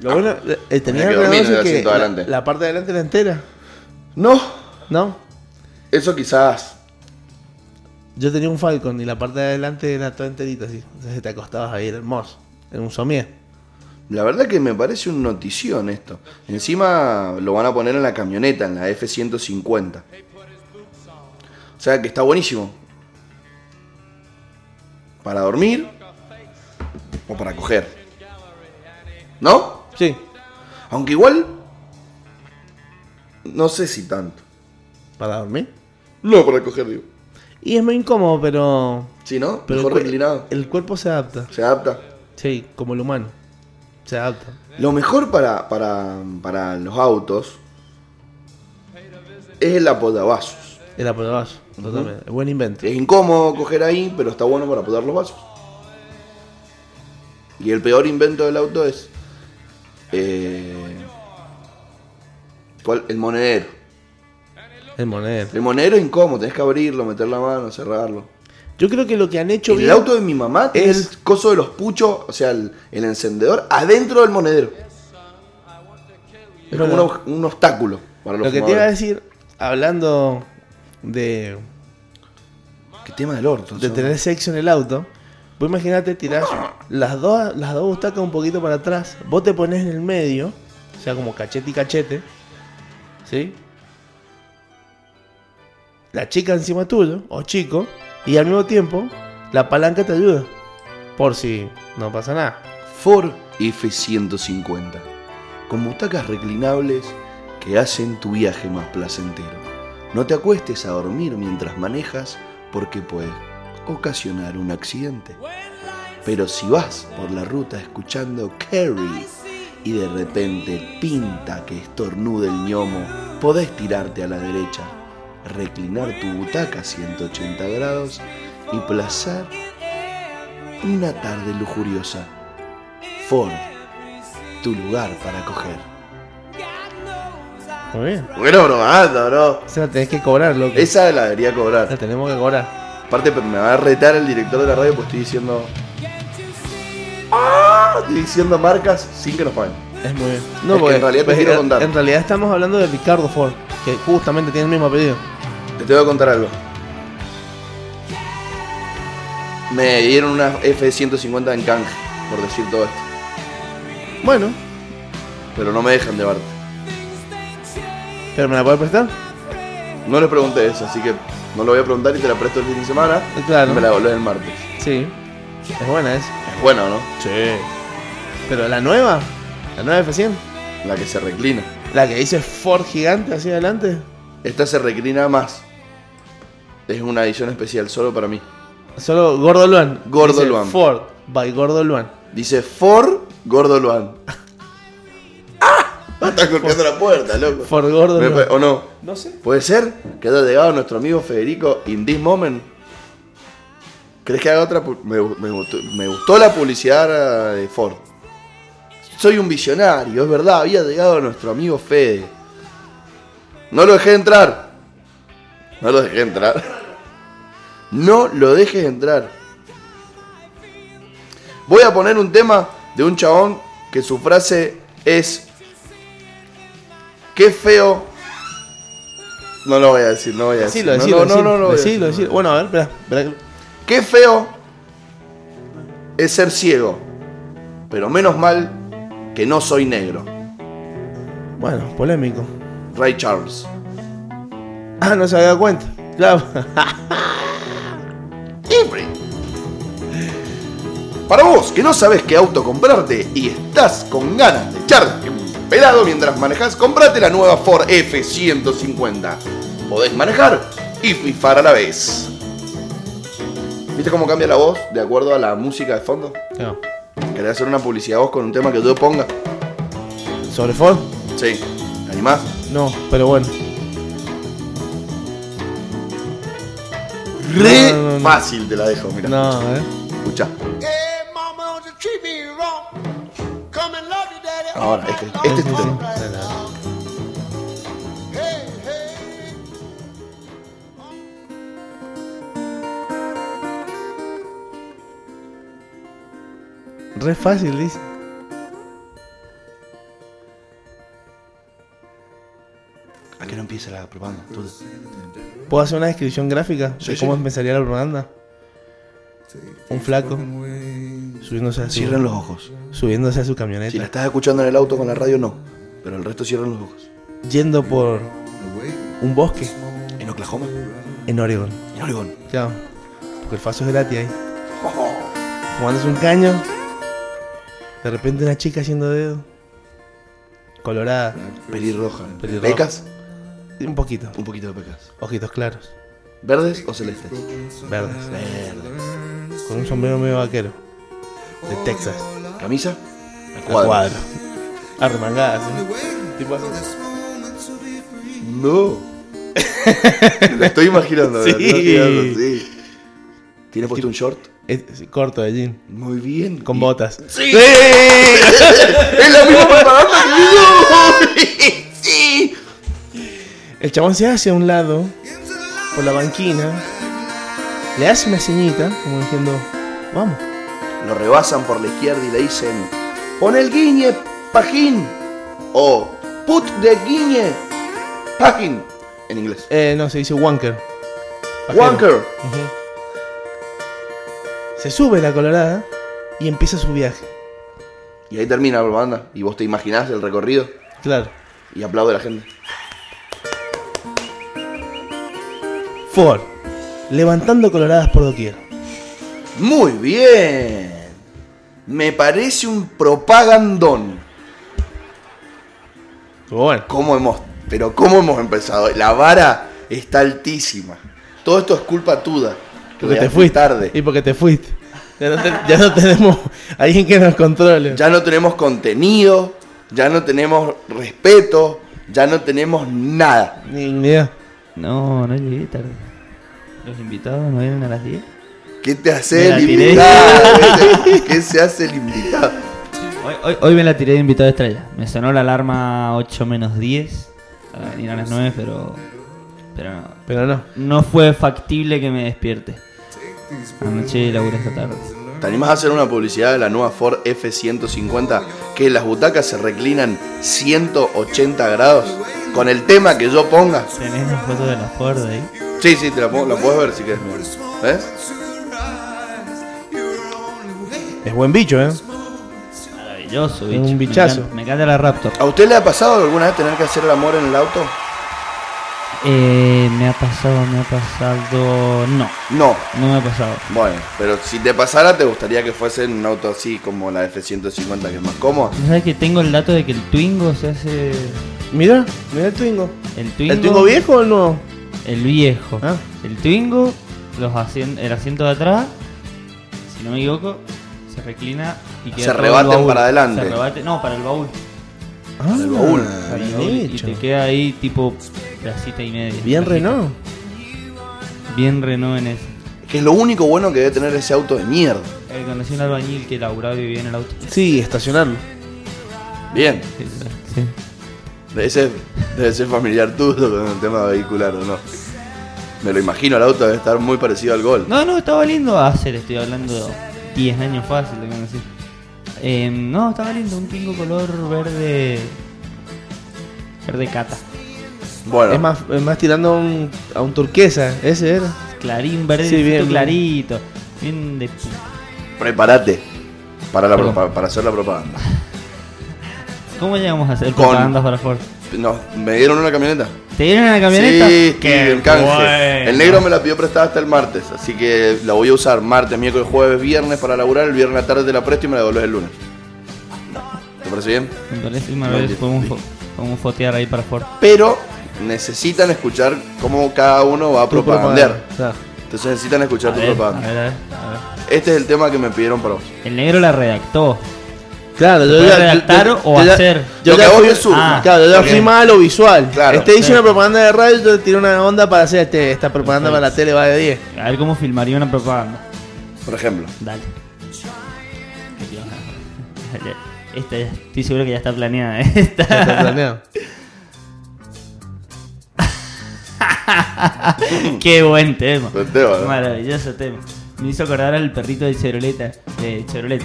[SPEAKER 1] Lo bueno, el
[SPEAKER 2] Tenía
[SPEAKER 1] tenía
[SPEAKER 2] que dormir en el asiento
[SPEAKER 1] la,
[SPEAKER 2] adelante.
[SPEAKER 1] la parte de adelante era entera.
[SPEAKER 2] No,
[SPEAKER 1] ¿No?
[SPEAKER 2] eso quizás.
[SPEAKER 1] Yo tenía un Falcon y la parte de adelante era toda enterita así. Entonces te acostabas ahí, era hermoso. Era un somier.
[SPEAKER 2] La verdad que me parece un notición esto. Encima lo van a poner en la camioneta, en la F-150. O sea que está buenísimo. Para dormir o para coger. ¿No?
[SPEAKER 1] Sí.
[SPEAKER 2] Aunque igual. No sé si tanto.
[SPEAKER 1] Para dormir.
[SPEAKER 2] No, para coger, digo.
[SPEAKER 1] Y es muy incómodo, pero.
[SPEAKER 2] Si no,
[SPEAKER 1] pero el,
[SPEAKER 2] mejor
[SPEAKER 1] cuer-
[SPEAKER 2] reclinado.
[SPEAKER 1] el cuerpo se adapta.
[SPEAKER 2] Se adapta.
[SPEAKER 1] Sí, como el humano. Se adapta.
[SPEAKER 2] Lo mejor para, para, para los autos es el apoyavasos.
[SPEAKER 1] Era por abajo. Totalmente. Buen invento.
[SPEAKER 2] Es incómodo coger ahí, pero está bueno para apoyar los vasos. Y el peor invento del auto es. eh, ¿Cuál? El monedero.
[SPEAKER 1] El monedero.
[SPEAKER 2] El monedero es incómodo, tenés que abrirlo, meter la mano, cerrarlo.
[SPEAKER 1] Yo creo que lo que han hecho
[SPEAKER 2] En el
[SPEAKER 1] bien-
[SPEAKER 2] auto de mi mamá tiene
[SPEAKER 1] es-
[SPEAKER 2] el coso de los puchos, o sea, el, el encendedor adentro del monedero. Es como
[SPEAKER 1] Bueno.
[SPEAKER 2] un, un obstáculo para los
[SPEAKER 1] Lo que te iba a
[SPEAKER 2] fumadores.
[SPEAKER 1] decir, hablando de,
[SPEAKER 2] Qué tema del orto.
[SPEAKER 1] de
[SPEAKER 2] yo.
[SPEAKER 1] tener sexo en el auto, vos imaginate tirás las dos, las dos butacas un poquito para atrás, vos te pones en el medio, o sea, como cachete y cachete, ¿sí? La chica encima tuyo, o chico, y al mismo tiempo, la palanca te ayuda, por si no pasa nada.
[SPEAKER 2] Ford F-150. Con butacas reclinables que hacen tu viaje más placentero. No te acuestes a dormir mientras manejas porque puedes ocasionar un accidente. Pero si vas por la ruta escuchando Carrie y de repente pinta que estornude el ñomo, podés tirarte a la derecha, reclinar tu butaca a 180 grados y plazar una tarde lujuriosa. Ford tu lugar para coger.
[SPEAKER 1] Muy bien.
[SPEAKER 2] Buena bromada, bro.
[SPEAKER 1] O sea, tenés que cobrar, loco.
[SPEAKER 2] Esa la debería
[SPEAKER 1] La
[SPEAKER 2] cobrar.
[SPEAKER 1] tenemos que cobrar.
[SPEAKER 2] Aparte, me va a retar el director de la radio porque estoy diciendo. ¡Ah! Estoy diciendo marcas sin que nos paguen.
[SPEAKER 1] Es muy bien.
[SPEAKER 2] Es que en realidad te quiero
[SPEAKER 1] pues, en-
[SPEAKER 2] contar.
[SPEAKER 1] En realidad estamos hablando de Ricardo Ford, que justamente tiene el mismo apellido.
[SPEAKER 2] Te voy a contar algo. Me dieron una F-150 en canje, por decir todo esto.
[SPEAKER 1] Bueno,
[SPEAKER 2] Pero no me dejan llevarte.
[SPEAKER 1] pero me la puede prestar.
[SPEAKER 2] No les pregunté eso, así que no lo voy a preguntar y te la presto el fin de semana.
[SPEAKER 1] Eh, Claro.
[SPEAKER 2] Y me la devolvés el martes.
[SPEAKER 1] Sí. Es buena esa.
[SPEAKER 2] Es bueno, ¿no?
[SPEAKER 1] Sí. Pero la nueva, la nueva F100,
[SPEAKER 2] La que se reclina.
[SPEAKER 1] la que dice Ford gigante hacia adelante.
[SPEAKER 2] Esta se reclina más. Es una edición especial solo para mí.
[SPEAKER 1] Solo Gordo Luan.
[SPEAKER 2] Gordo
[SPEAKER 1] dice
[SPEAKER 2] Luan.
[SPEAKER 1] Ford by Gordo Luan.
[SPEAKER 2] Dice Ford Gordo Luan. ¡Ah! Está golpeando la puerta, loco.
[SPEAKER 1] Ford Gordo
[SPEAKER 2] Me-
[SPEAKER 1] Luan.
[SPEAKER 2] ¿O no?
[SPEAKER 1] No sé.
[SPEAKER 2] ¿Puede ser que haya llegado nuestro amigo Federico in this moment? ¿Crees que haga otra? pu- Me, gu- me gustó, me gustó la publicidad eh, de Ford. Soy un visionario, es verdad, había llegado nuestro amigo Fede. No lo dejé entrar. No lo dejé entrar. No lo dejes entrar. Voy a poner un tema de un chabón que su frase es... Qué feo. No lo voy a decir, no voy a decir.
[SPEAKER 1] Decilo,
[SPEAKER 2] No,
[SPEAKER 1] decilo,
[SPEAKER 2] no, no, no,
[SPEAKER 1] decilo,
[SPEAKER 2] no voy a
[SPEAKER 1] decilo,
[SPEAKER 2] decir.
[SPEAKER 1] decilo. Bueno, a ver, espera, espera.
[SPEAKER 2] Qué feo es ser ciego, pero menos mal que no soy negro.
[SPEAKER 1] Bueno, polémico.
[SPEAKER 2] Ray Charles.
[SPEAKER 1] Ah, no se había dado cuenta. Claro.
[SPEAKER 2] Siempre. Para vos que no sabes qué auto comprarte y estás con ganas de echarte un pelado mientras manejas, comprate la nueva Ford F-150. Podés manejar y fifar a la vez. ¿Viste cómo cambia la voz de acuerdo a la música de fondo?
[SPEAKER 1] No.
[SPEAKER 2] ¿Querés hacer una publicidad vos con un tema que yo ponga?
[SPEAKER 1] ¿Sobre Ford?
[SPEAKER 2] Sí. ¿Te animás?
[SPEAKER 1] No, pero bueno.
[SPEAKER 2] Re
[SPEAKER 1] No, no, no.
[SPEAKER 2] fácil te la dejo, mira.
[SPEAKER 1] No, eh.
[SPEAKER 2] Escucha.
[SPEAKER 5] Hey, mama, don't you treat me wrong. Come and love you, daddy. Oh, all
[SPEAKER 2] Ahora, este,
[SPEAKER 5] night long,
[SPEAKER 2] este es tu
[SPEAKER 5] all
[SPEAKER 2] tema.
[SPEAKER 5] right now. Hey, hey.
[SPEAKER 1] Re fácil, dice.
[SPEAKER 2] ¿A qué no empieza la propaganda? Tú-
[SPEAKER 1] ¿Puedo hacer una descripción gráfica
[SPEAKER 2] Sí,
[SPEAKER 1] de
[SPEAKER 2] sí.
[SPEAKER 1] cómo empezaría la propaganda? Un flaco subiéndose a
[SPEAKER 2] Cierren
[SPEAKER 1] su,
[SPEAKER 2] los ojos.
[SPEAKER 1] subiéndose a su
[SPEAKER 2] Si la
[SPEAKER 1] camioneta,
[SPEAKER 2] estás escuchando en el auto con la radio, no. Pero el resto cierran los ojos.
[SPEAKER 1] yendo por un bosque
[SPEAKER 2] En Oklahoma,
[SPEAKER 1] en Oregon.
[SPEAKER 2] en Oregón.
[SPEAKER 1] Claro, porque el faso es gratis ahí.
[SPEAKER 2] Oh.
[SPEAKER 1] Fumándose un caño, de repente una chica haciendo dedo, colorada,
[SPEAKER 2] Pelirroja.
[SPEAKER 1] Pelirroja.
[SPEAKER 2] ¿Pecas?
[SPEAKER 1] un poquito,
[SPEAKER 2] Un poquito de pecas.
[SPEAKER 1] ojitos claros,
[SPEAKER 2] ¿Verdes o celestes?
[SPEAKER 1] verdes,
[SPEAKER 2] Verdes. Oh.
[SPEAKER 1] con un sombrero medio vaquero, de Texas,
[SPEAKER 2] ¿Camisa? A
[SPEAKER 1] a ¿eh? cuadro, arremangada, así, tipo así.
[SPEAKER 2] No. Lo estoy imaginando,
[SPEAKER 1] Sí.
[SPEAKER 2] lo estoy imaginando, sí. ¿Tiene puesto un short?
[SPEAKER 1] Es- es corto de jean.
[SPEAKER 2] Muy bien.
[SPEAKER 1] Con
[SPEAKER 2] Y-
[SPEAKER 1] botas.
[SPEAKER 2] ¡Sí! ¡Es la misma propaganda que yo! ¡Sí!
[SPEAKER 1] El chabón se hace a un lado, por la banquina, le hace una ceñita, como diciendo, vamos.
[SPEAKER 2] Lo rebasan por la izquierda y le dicen: Pon el guiñe, pajín. O put the guiñe, pajín. En inglés.
[SPEAKER 1] Eh, no, se dice wanker. Pajero.
[SPEAKER 2] Wanker.
[SPEAKER 1] Ujú. Se sube la colorada y empieza su viaje.
[SPEAKER 2] Y ahí termina la propaganda. Y vos te imaginás el recorrido.
[SPEAKER 1] Claro.
[SPEAKER 2] Y aplaude la gente.
[SPEAKER 1] Ford, levantando coloradas por doquier.
[SPEAKER 2] Muy bien. Me parece un propagandón.
[SPEAKER 1] Bueno.
[SPEAKER 2] ¿Cómo hemos, pero cómo hemos empezado? La vara está altísima. Todo esto es culpa tuya. que
[SPEAKER 1] Porque te
[SPEAKER 2] llegaste
[SPEAKER 1] fuiste.
[SPEAKER 2] tarde.
[SPEAKER 1] Y porque te fuiste. Ya no, te- ya no tenemos alguien que nos controle.
[SPEAKER 2] Ya no tenemos contenido, ya no tenemos respeto, ya no tenemos nada.
[SPEAKER 1] Ni idea.
[SPEAKER 6] No, no llegué tarde. Los invitados no vienen a las 10.
[SPEAKER 2] ¿Qué te hace
[SPEAKER 6] Me la
[SPEAKER 2] el
[SPEAKER 6] tiré.
[SPEAKER 2] invitado? ¿Qué se hace el invitado?
[SPEAKER 6] Hoy, hoy- hoy me la tiré de invitado estrella. Me sonó la alarma 8 menos 10.
[SPEAKER 1] Ah,
[SPEAKER 6] Para venir a las 9, pero. Pero no.
[SPEAKER 1] Pero no.
[SPEAKER 6] No fue factible que me despierte. Anoche laburé esta tarde.
[SPEAKER 2] ¿Te animás a hacer una publicidad de la nueva Ford F-150? Que las butacas se reclinan 180 grados con el tema que yo ponga.
[SPEAKER 6] ¿Tenés las fotos de la Ford ahí?
[SPEAKER 2] Sí, sí, te la, pongo, la puedes ver si ¿Eh? quieres. mira. ¿Ves?
[SPEAKER 1] Es buen bicho, ¿eh?
[SPEAKER 6] Maravilloso,
[SPEAKER 1] Es
[SPEAKER 6] bicho.
[SPEAKER 1] un
[SPEAKER 6] Me
[SPEAKER 1] bichazo.
[SPEAKER 6] encanta- Me encanta la Raptor.
[SPEAKER 2] ¿A usted le ha pasado alguna vez tener que hacer el amor en el auto?
[SPEAKER 6] Eh, me ha pasado, me ha pasado. No,
[SPEAKER 2] No.
[SPEAKER 6] no me ha pasado.
[SPEAKER 2] Bueno, pero si te pasara, ¿te gustaría que fuese en un auto así como la F-150 que es más cómodo?
[SPEAKER 6] ¿No sabes que tengo el dato de que el Twingo se hace.
[SPEAKER 1] Mira, mira el Twingo.
[SPEAKER 6] El Twingo.
[SPEAKER 1] ¿El Twingo viejo o el nuevo?
[SPEAKER 6] El viejo.
[SPEAKER 1] Ah.
[SPEAKER 6] El Twingo, los asien- el asiento de atrás, si no me equivoco, se reclina y queda.
[SPEAKER 2] Se
[SPEAKER 6] todo el
[SPEAKER 2] rebaten
[SPEAKER 6] baúl.
[SPEAKER 2] para adelante.
[SPEAKER 6] Se rebate, no, para el baúl.
[SPEAKER 1] Ah,
[SPEAKER 2] el baúl.
[SPEAKER 6] Para el
[SPEAKER 1] bien
[SPEAKER 6] baúl, y
[SPEAKER 1] hecho.
[SPEAKER 6] te queda ahí tipo placita y media.
[SPEAKER 1] Bien
[SPEAKER 6] Placita.
[SPEAKER 1] Renault.
[SPEAKER 6] Bien Renault en ese.
[SPEAKER 2] Que es lo único bueno que debe tener ese auto de mierda.
[SPEAKER 6] Eh, conocí un albañil que laburaba y vivía en el auto.
[SPEAKER 1] Sí, estacionarlo.
[SPEAKER 2] Bien.
[SPEAKER 6] Sí.
[SPEAKER 2] Debe ser, debe ser familiar tuyo con el tema vehicular o no. Me lo imagino, el auto debe estar muy parecido al gol.
[SPEAKER 6] No, no, estaba lindo. Hace, le estoy hablando 10 años fácil de conocer. Eh, no, estaba lindo, un pingo color verde. Verde cata.
[SPEAKER 2] Bueno,
[SPEAKER 1] Es más, es más tirando a un, a un turquesa. Ese era.
[SPEAKER 6] Clarín, verde
[SPEAKER 1] Sí, bien, bien.
[SPEAKER 6] clarito. Bien de. pu-
[SPEAKER 2] prepárate para, la, pro-
[SPEAKER 6] Perdón.
[SPEAKER 2] para, para hacer la propaganda.
[SPEAKER 6] ¿Cómo llegamos a hacer
[SPEAKER 2] Con-
[SPEAKER 6] propagandas para Ford?
[SPEAKER 2] No, ¿Me dieron una camioneta?
[SPEAKER 6] ¿Te dieron una camioneta?
[SPEAKER 2] Sí, Steven, canje.
[SPEAKER 6] bueno.
[SPEAKER 2] El negro me la pidió prestada hasta el martes, así que la voy a usar martes, miércoles, jueves, viernes para laburar. El viernes a la tarde te la presto y me la devolves el lunes. ¿Te parece bien?
[SPEAKER 6] Me parece maravilloso. Podemos, fo- podemos fotear ahí para Ford.
[SPEAKER 2] Pero necesitan escuchar cómo cada uno va a
[SPEAKER 1] Tu
[SPEAKER 2] propagandar.
[SPEAKER 1] propaganda.
[SPEAKER 2] Entonces necesitan
[SPEAKER 6] A
[SPEAKER 2] escuchar tu
[SPEAKER 6] ver, a ver,
[SPEAKER 2] propaganda.
[SPEAKER 6] a ver, a ver.
[SPEAKER 2] Este es el tema que me pidieron para vos.
[SPEAKER 6] El negro la redactó.
[SPEAKER 1] Claro, yo
[SPEAKER 6] puede
[SPEAKER 1] ya.
[SPEAKER 6] redactar
[SPEAKER 1] yo-
[SPEAKER 6] o
[SPEAKER 1] yo ya-
[SPEAKER 6] hacer.
[SPEAKER 1] Yo
[SPEAKER 2] Lo
[SPEAKER 1] ya
[SPEAKER 2] que a vos
[SPEAKER 1] fui-
[SPEAKER 2] te surja.
[SPEAKER 6] Ah.
[SPEAKER 1] Claro, yo ya
[SPEAKER 6] Ok.
[SPEAKER 1] fui más a lo visual.
[SPEAKER 2] Claro.
[SPEAKER 1] Este hizo
[SPEAKER 6] Sí.
[SPEAKER 1] una propaganda de radio, yo tiré una onda para hacer este, esta propaganda para la tele va de 10.
[SPEAKER 6] A ver cómo filmaría una propaganda.
[SPEAKER 2] Por ejemplo.
[SPEAKER 6] Dale. Esta ya- Este, estoy seguro que ya está planeada. ¿eh?
[SPEAKER 1] Ya está
[SPEAKER 6] Esta.
[SPEAKER 1] planeado.
[SPEAKER 6] Qué buen tema.
[SPEAKER 2] Buen tema, ¿no?
[SPEAKER 6] Maravilloso tema. Me hizo acordar al perrito de Chevrolet. De Chevrolet.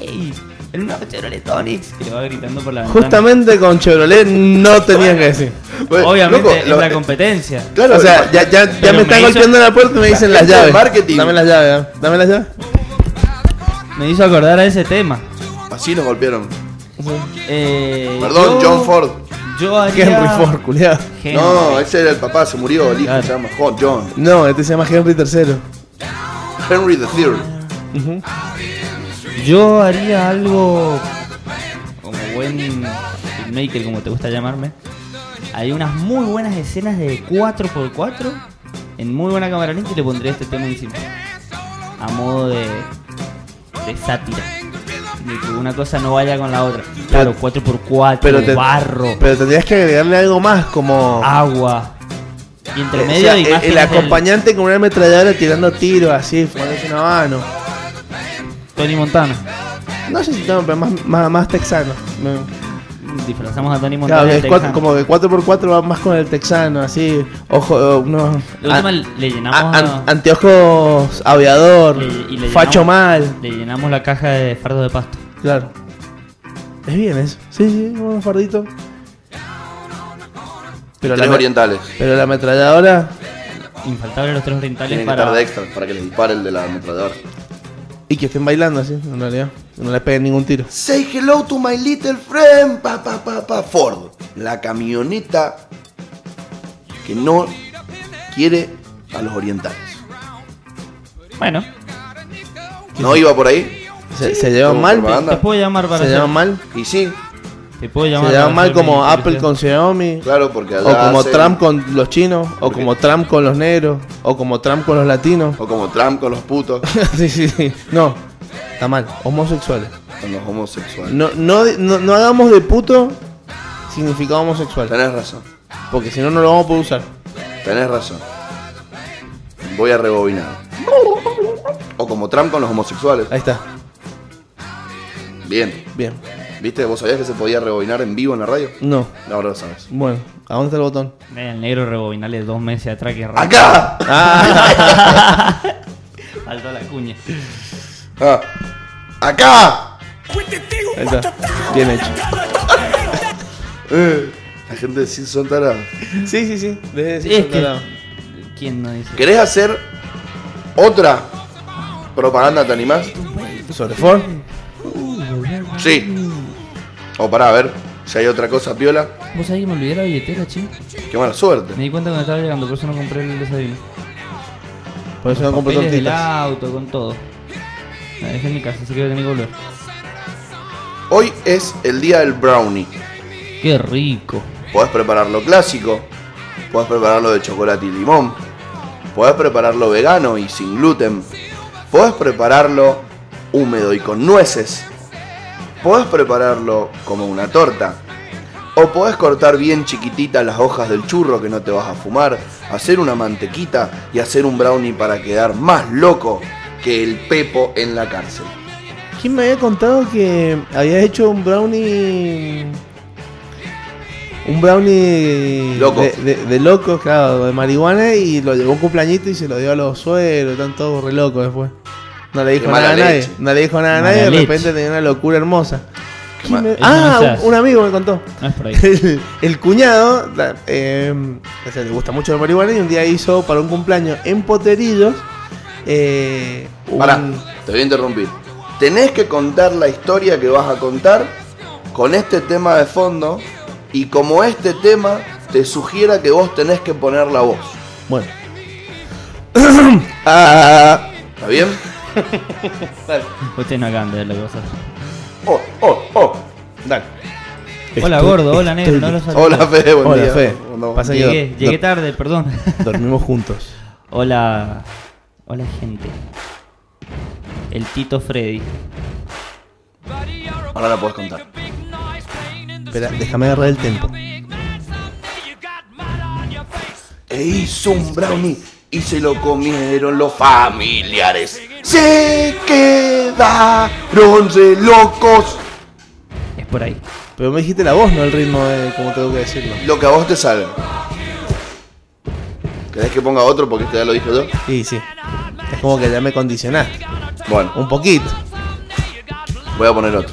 [SPEAKER 6] ¡Ey! El nuevo Chevrolet Onix que le va gritando por la ventana.
[SPEAKER 1] Justamente con Chevrolet no tenías que decir.
[SPEAKER 2] Bueno,
[SPEAKER 6] Obviamente
[SPEAKER 2] loco,
[SPEAKER 6] es
[SPEAKER 2] lo- eh,
[SPEAKER 6] la competencia.
[SPEAKER 2] Claro,
[SPEAKER 1] o sea, ya, ya, ya
[SPEAKER 6] Pero
[SPEAKER 1] me
[SPEAKER 6] me
[SPEAKER 1] están
[SPEAKER 6] hizo-
[SPEAKER 1] golpeando la puerta y me dicen las
[SPEAKER 2] Esto es
[SPEAKER 1] llaves.
[SPEAKER 2] marketing.
[SPEAKER 1] Dame las llaves, ¿eh? dame las llaves.
[SPEAKER 6] Me hizo acordar a ese tema.
[SPEAKER 2] así nos golpearon.
[SPEAKER 6] Eh,
[SPEAKER 2] Perdón,
[SPEAKER 6] yo-
[SPEAKER 2] John Ford.
[SPEAKER 6] Yo haría.
[SPEAKER 1] Henry Ford, culiado.
[SPEAKER 6] Henry.
[SPEAKER 2] No, ese era el papá, se murió, el hijo
[SPEAKER 6] Claro.
[SPEAKER 2] se llama Hot John.
[SPEAKER 1] No, este se llama Henry III.
[SPEAKER 2] Henry the Third.
[SPEAKER 1] Ujú.
[SPEAKER 6] Yo haría algo como buen filmmaker, como te gusta llamarme. Hay unas muy buenas escenas de 4x4 en muy buena cámara lenta y le pondría este tema encima. A modo de, de sátira. De que una cosa no vaya con la otra. Claro, 4x4,
[SPEAKER 1] Pero te-
[SPEAKER 6] barro,
[SPEAKER 1] Pero tendrías que agregarle algo más, como.
[SPEAKER 6] agua. Y
[SPEAKER 1] O
[SPEAKER 6] Ah, entre
[SPEAKER 1] sea,
[SPEAKER 6] medio de
[SPEAKER 1] el, el
[SPEAKER 6] imágenes del
[SPEAKER 1] acompañante con una ametralladora tirando tiros así, poniéndose una mano.
[SPEAKER 6] Tony Montana.
[SPEAKER 1] No sé si tengo, pero más, más, más texano. No.
[SPEAKER 6] Disfrazamos a Tony Montana.
[SPEAKER 1] Claro,
[SPEAKER 6] de
[SPEAKER 1] que es cuatro-
[SPEAKER 6] texano.
[SPEAKER 1] como que 4x4 va más con el texano, así. Ojo, unos.
[SPEAKER 6] De última le llenamos
[SPEAKER 1] a- an-
[SPEAKER 6] a-
[SPEAKER 1] anteojos aviador,
[SPEAKER 6] Le- y le
[SPEAKER 1] facho
[SPEAKER 6] llenamos-
[SPEAKER 1] mal.
[SPEAKER 6] Le llenamos la caja de fardo de pasto.
[SPEAKER 1] Claro. Es bien eso. Sí, sí, unos farditos. Pero la,
[SPEAKER 2] Tres
[SPEAKER 1] me-
[SPEAKER 2] orientales.
[SPEAKER 1] pero la ametralladora.
[SPEAKER 6] Infaltable los tres orientales
[SPEAKER 2] Tienen que estar
[SPEAKER 6] para.
[SPEAKER 2] de extra para que les dispare el de la ametralladora.
[SPEAKER 1] Y que estén bailando así, en realidad. Que No le peguen ningún tiro.
[SPEAKER 2] Say hello to my little friend, pa pa pa pa Ford. La camioneta que no quiere a los orientales.
[SPEAKER 6] Bueno,
[SPEAKER 2] ¿No iba por ahí?
[SPEAKER 1] Se, se llevan
[SPEAKER 2] como
[SPEAKER 1] mal.
[SPEAKER 2] propaganda.
[SPEAKER 6] te puedo llamar para.
[SPEAKER 1] Se
[SPEAKER 6] hacer-
[SPEAKER 1] llevan mal.
[SPEAKER 2] Y sí,
[SPEAKER 6] Te puedo
[SPEAKER 1] Se
[SPEAKER 6] llamar para
[SPEAKER 1] llevan mal
[SPEAKER 6] hacer
[SPEAKER 1] como
[SPEAKER 6] mi
[SPEAKER 1] Apple
[SPEAKER 6] publicidad.
[SPEAKER 1] con Xiaomi.
[SPEAKER 2] claro, porque
[SPEAKER 1] O
[SPEAKER 2] allá
[SPEAKER 1] como
[SPEAKER 2] hacen-
[SPEAKER 1] Trump con los chinos, o
[SPEAKER 2] qué?
[SPEAKER 1] como Trump con los negros, o como Trump con los latinos.
[SPEAKER 2] O como Trump con los putos,
[SPEAKER 1] sí, sí, sí. No, está mal. Homosexuales.
[SPEAKER 2] con los homosexuales.
[SPEAKER 1] No, no, no, no hagamos de puto significado homosexual.
[SPEAKER 2] Tenés razón,
[SPEAKER 1] Porque si no, no lo vamos a poder usar.
[SPEAKER 2] tenés razón. Voy a rebobinar. O como Trump con los homosexuales.
[SPEAKER 1] Ahí está.
[SPEAKER 2] Bien.
[SPEAKER 1] Bien.
[SPEAKER 2] ¿Viste? ¿Vos sabías que se podía rebobinar en vivo en la radio?
[SPEAKER 1] No.
[SPEAKER 2] No, ahora lo sabes.
[SPEAKER 1] Bueno, ¿a dónde está el botón?
[SPEAKER 6] Mira, El negro rebobinale dos meses atrás que arranca.
[SPEAKER 2] ¡Acá!
[SPEAKER 1] Ah.
[SPEAKER 6] Faltó la cuña.
[SPEAKER 2] Ah. ¡Acá!
[SPEAKER 1] Ahí está. Bien hecho.
[SPEAKER 2] Eh, La gente de Sin son tarados.
[SPEAKER 1] Sí, sí, sí. Desde
[SPEAKER 6] Sí,
[SPEAKER 1] ese
[SPEAKER 6] es que...
[SPEAKER 1] lado.
[SPEAKER 6] ¿Quién no dice?
[SPEAKER 2] ¿Querés hacer otra propaganda? ¿Te animás?
[SPEAKER 1] Sobre Ford.
[SPEAKER 2] Sí. O pará, a ver si hay otra cosa piola.
[SPEAKER 6] ¿Vos sabés que me olvidé la billetera, chico?
[SPEAKER 2] Qué mala suerte.
[SPEAKER 6] Me di cuenta cuando estaba llegando, por eso no compré el desayuno.
[SPEAKER 1] Por eso no
[SPEAKER 6] Con
[SPEAKER 1] compré
[SPEAKER 6] papeles del
[SPEAKER 1] tortitas.
[SPEAKER 6] auto, con todo. La dejé en mi casa, así que voy a tener que volver.
[SPEAKER 2] Hoy es el día del brownie.
[SPEAKER 6] Qué rico.
[SPEAKER 2] Podés prepararlo clásico, podés prepararlo de chocolate y limón, podés prepararlo vegano y sin gluten, podés prepararlo húmedo y con nueces, podés prepararlo como una torta, o podés cortar bien chiquititas las hojas del churro que no te vas a fumar, hacer una mantequita y hacer un brownie para quedar más loco que el Pepo en la cárcel.
[SPEAKER 1] ¿Quién me había contado que había hecho un brownie. Un brownie.
[SPEAKER 2] Loco.
[SPEAKER 1] De, de- de locos, claro, de marihuana y lo llevó a un cumpleañito y se lo dio a los suegros. Están todos re locos después. No le dijo
[SPEAKER 2] Qué
[SPEAKER 1] nada a
[SPEAKER 2] mala
[SPEAKER 1] nadie.
[SPEAKER 2] leche.
[SPEAKER 1] No le dijo nada a
[SPEAKER 6] Mala
[SPEAKER 1] nadie. De
[SPEAKER 6] leche.
[SPEAKER 1] repente tenía una locura hermosa.
[SPEAKER 2] Qué
[SPEAKER 1] ¿Quién
[SPEAKER 2] ma-
[SPEAKER 1] me-
[SPEAKER 6] Eso no
[SPEAKER 1] Ah,
[SPEAKER 6] se hace.
[SPEAKER 1] un amigo me contó.
[SPEAKER 6] No es por ahí.
[SPEAKER 1] el, el cuñado, la- eh, o sea, le gusta mucho la marihuana y un día hizo para un cumpleaños en Poterillos. eh, un-
[SPEAKER 2] Pará, te voy a interrumpir. Tenés que contar la historia que vas a contar con este tema de fondo y como este tema te sugiera que vos tenés que poner la voz.
[SPEAKER 1] Bueno,
[SPEAKER 2] Ah, ¿Está bien?
[SPEAKER 6] Ustedes no acaban de ver la cosa.
[SPEAKER 2] Oh, oh, oh.
[SPEAKER 1] dale.
[SPEAKER 6] Hola,
[SPEAKER 1] Estoy-
[SPEAKER 6] gordo. Hola, negro. No
[SPEAKER 1] estoy-
[SPEAKER 6] lo sabía.
[SPEAKER 2] Hola Fede, buen
[SPEAKER 1] Hola,
[SPEAKER 2] día.
[SPEAKER 1] Fede.
[SPEAKER 2] No,
[SPEAKER 1] Pasa-
[SPEAKER 6] Llegué,
[SPEAKER 1] señor.
[SPEAKER 6] llegué
[SPEAKER 1] No.
[SPEAKER 6] tarde, perdón.
[SPEAKER 1] Dormimos juntos.
[SPEAKER 6] Hola. Hola, gente. El Tito Freddy.
[SPEAKER 2] Ahora la podés contar.
[SPEAKER 1] Espera, déjame agarrar el tiempo.
[SPEAKER 2] E hizo un brownie y se lo comieron los familiares. Se quedaron re locos.
[SPEAKER 6] Es por ahí.
[SPEAKER 1] Pero me dijiste la voz, no el ritmo de cómo tengo que decirlo.
[SPEAKER 2] Lo que a vos te salga. ¿Querés que ponga otro porque este ya lo dije yo?
[SPEAKER 1] Sí, sí. Es como que ya me condicionaste.
[SPEAKER 2] Bueno,
[SPEAKER 1] Un poquito.
[SPEAKER 2] voy a poner otro.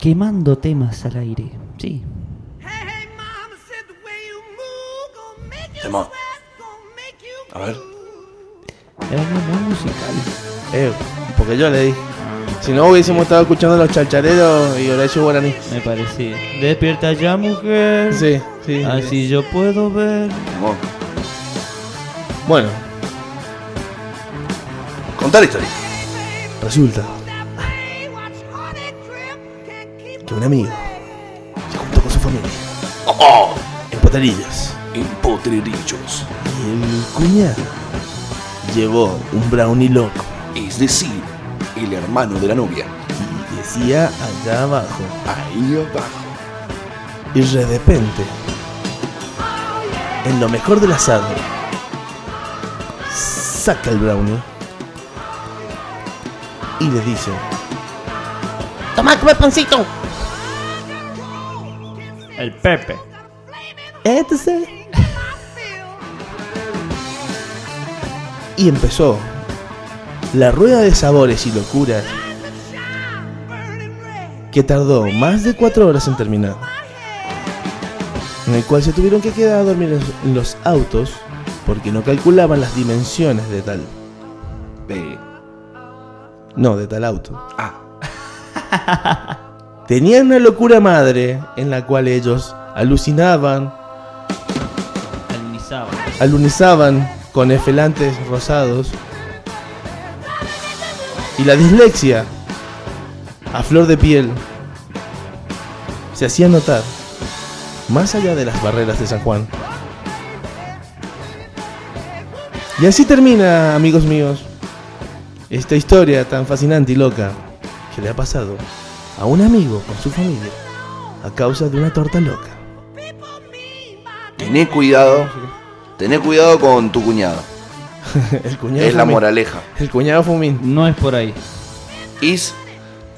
[SPEAKER 6] Quemando temas al aire. Sí.
[SPEAKER 2] Temón. A ver.
[SPEAKER 6] Era muy musical.
[SPEAKER 1] Eh, porque yo le dije. Si no hubiésemos estado escuchando los chalchareros y Horacio Guaraní.
[SPEAKER 6] Me parecía. Despierta ya, mujer.
[SPEAKER 1] Sí, sí.
[SPEAKER 6] Así yo puedo ver.
[SPEAKER 2] Temón.
[SPEAKER 1] Bueno,
[SPEAKER 2] Contar historia.
[SPEAKER 1] resulta que un amigo se juntó con su familia en Poterillos.
[SPEAKER 2] Oh, En potrerillos.
[SPEAKER 1] Y el cuñado llevó un brownie loco
[SPEAKER 2] Es decir, el hermano de la novia.
[SPEAKER 1] y decía allá abajo.
[SPEAKER 2] Ahí abajo.
[SPEAKER 1] Y de repente, en lo mejor del asado, saca el brownie y le dice: Tomá, come pancito.
[SPEAKER 6] El Pepe.
[SPEAKER 1] Entonces. Y empezó la rueda de sabores y locuras que tardó más de cuatro horas en terminar. En el cual se tuvieron que quedar a dormir en los- en los autos porque no calculaban las dimensiones de tal.
[SPEAKER 2] B.
[SPEAKER 1] No, de tal auto.
[SPEAKER 2] A.
[SPEAKER 1] Tenían una locura madre en la cual ellos alucinaban,
[SPEAKER 6] Alunizaba.
[SPEAKER 1] alunizaban con esfelantes rosados y la dislexia a flor de piel se hacía notar más allá de las barreras de San Juan. Y así termina, amigos míos, esta historia tan fascinante y loca que le ha pasado a un amigo con su familia a causa de una torta loca.
[SPEAKER 2] Tené cuidado Tené cuidado con tu cuñado.
[SPEAKER 1] El cuñado
[SPEAKER 2] Es la
[SPEAKER 1] Fumín.
[SPEAKER 2] moraleja.
[SPEAKER 1] El cuñado Fumín.
[SPEAKER 6] No es por ahí.
[SPEAKER 2] Is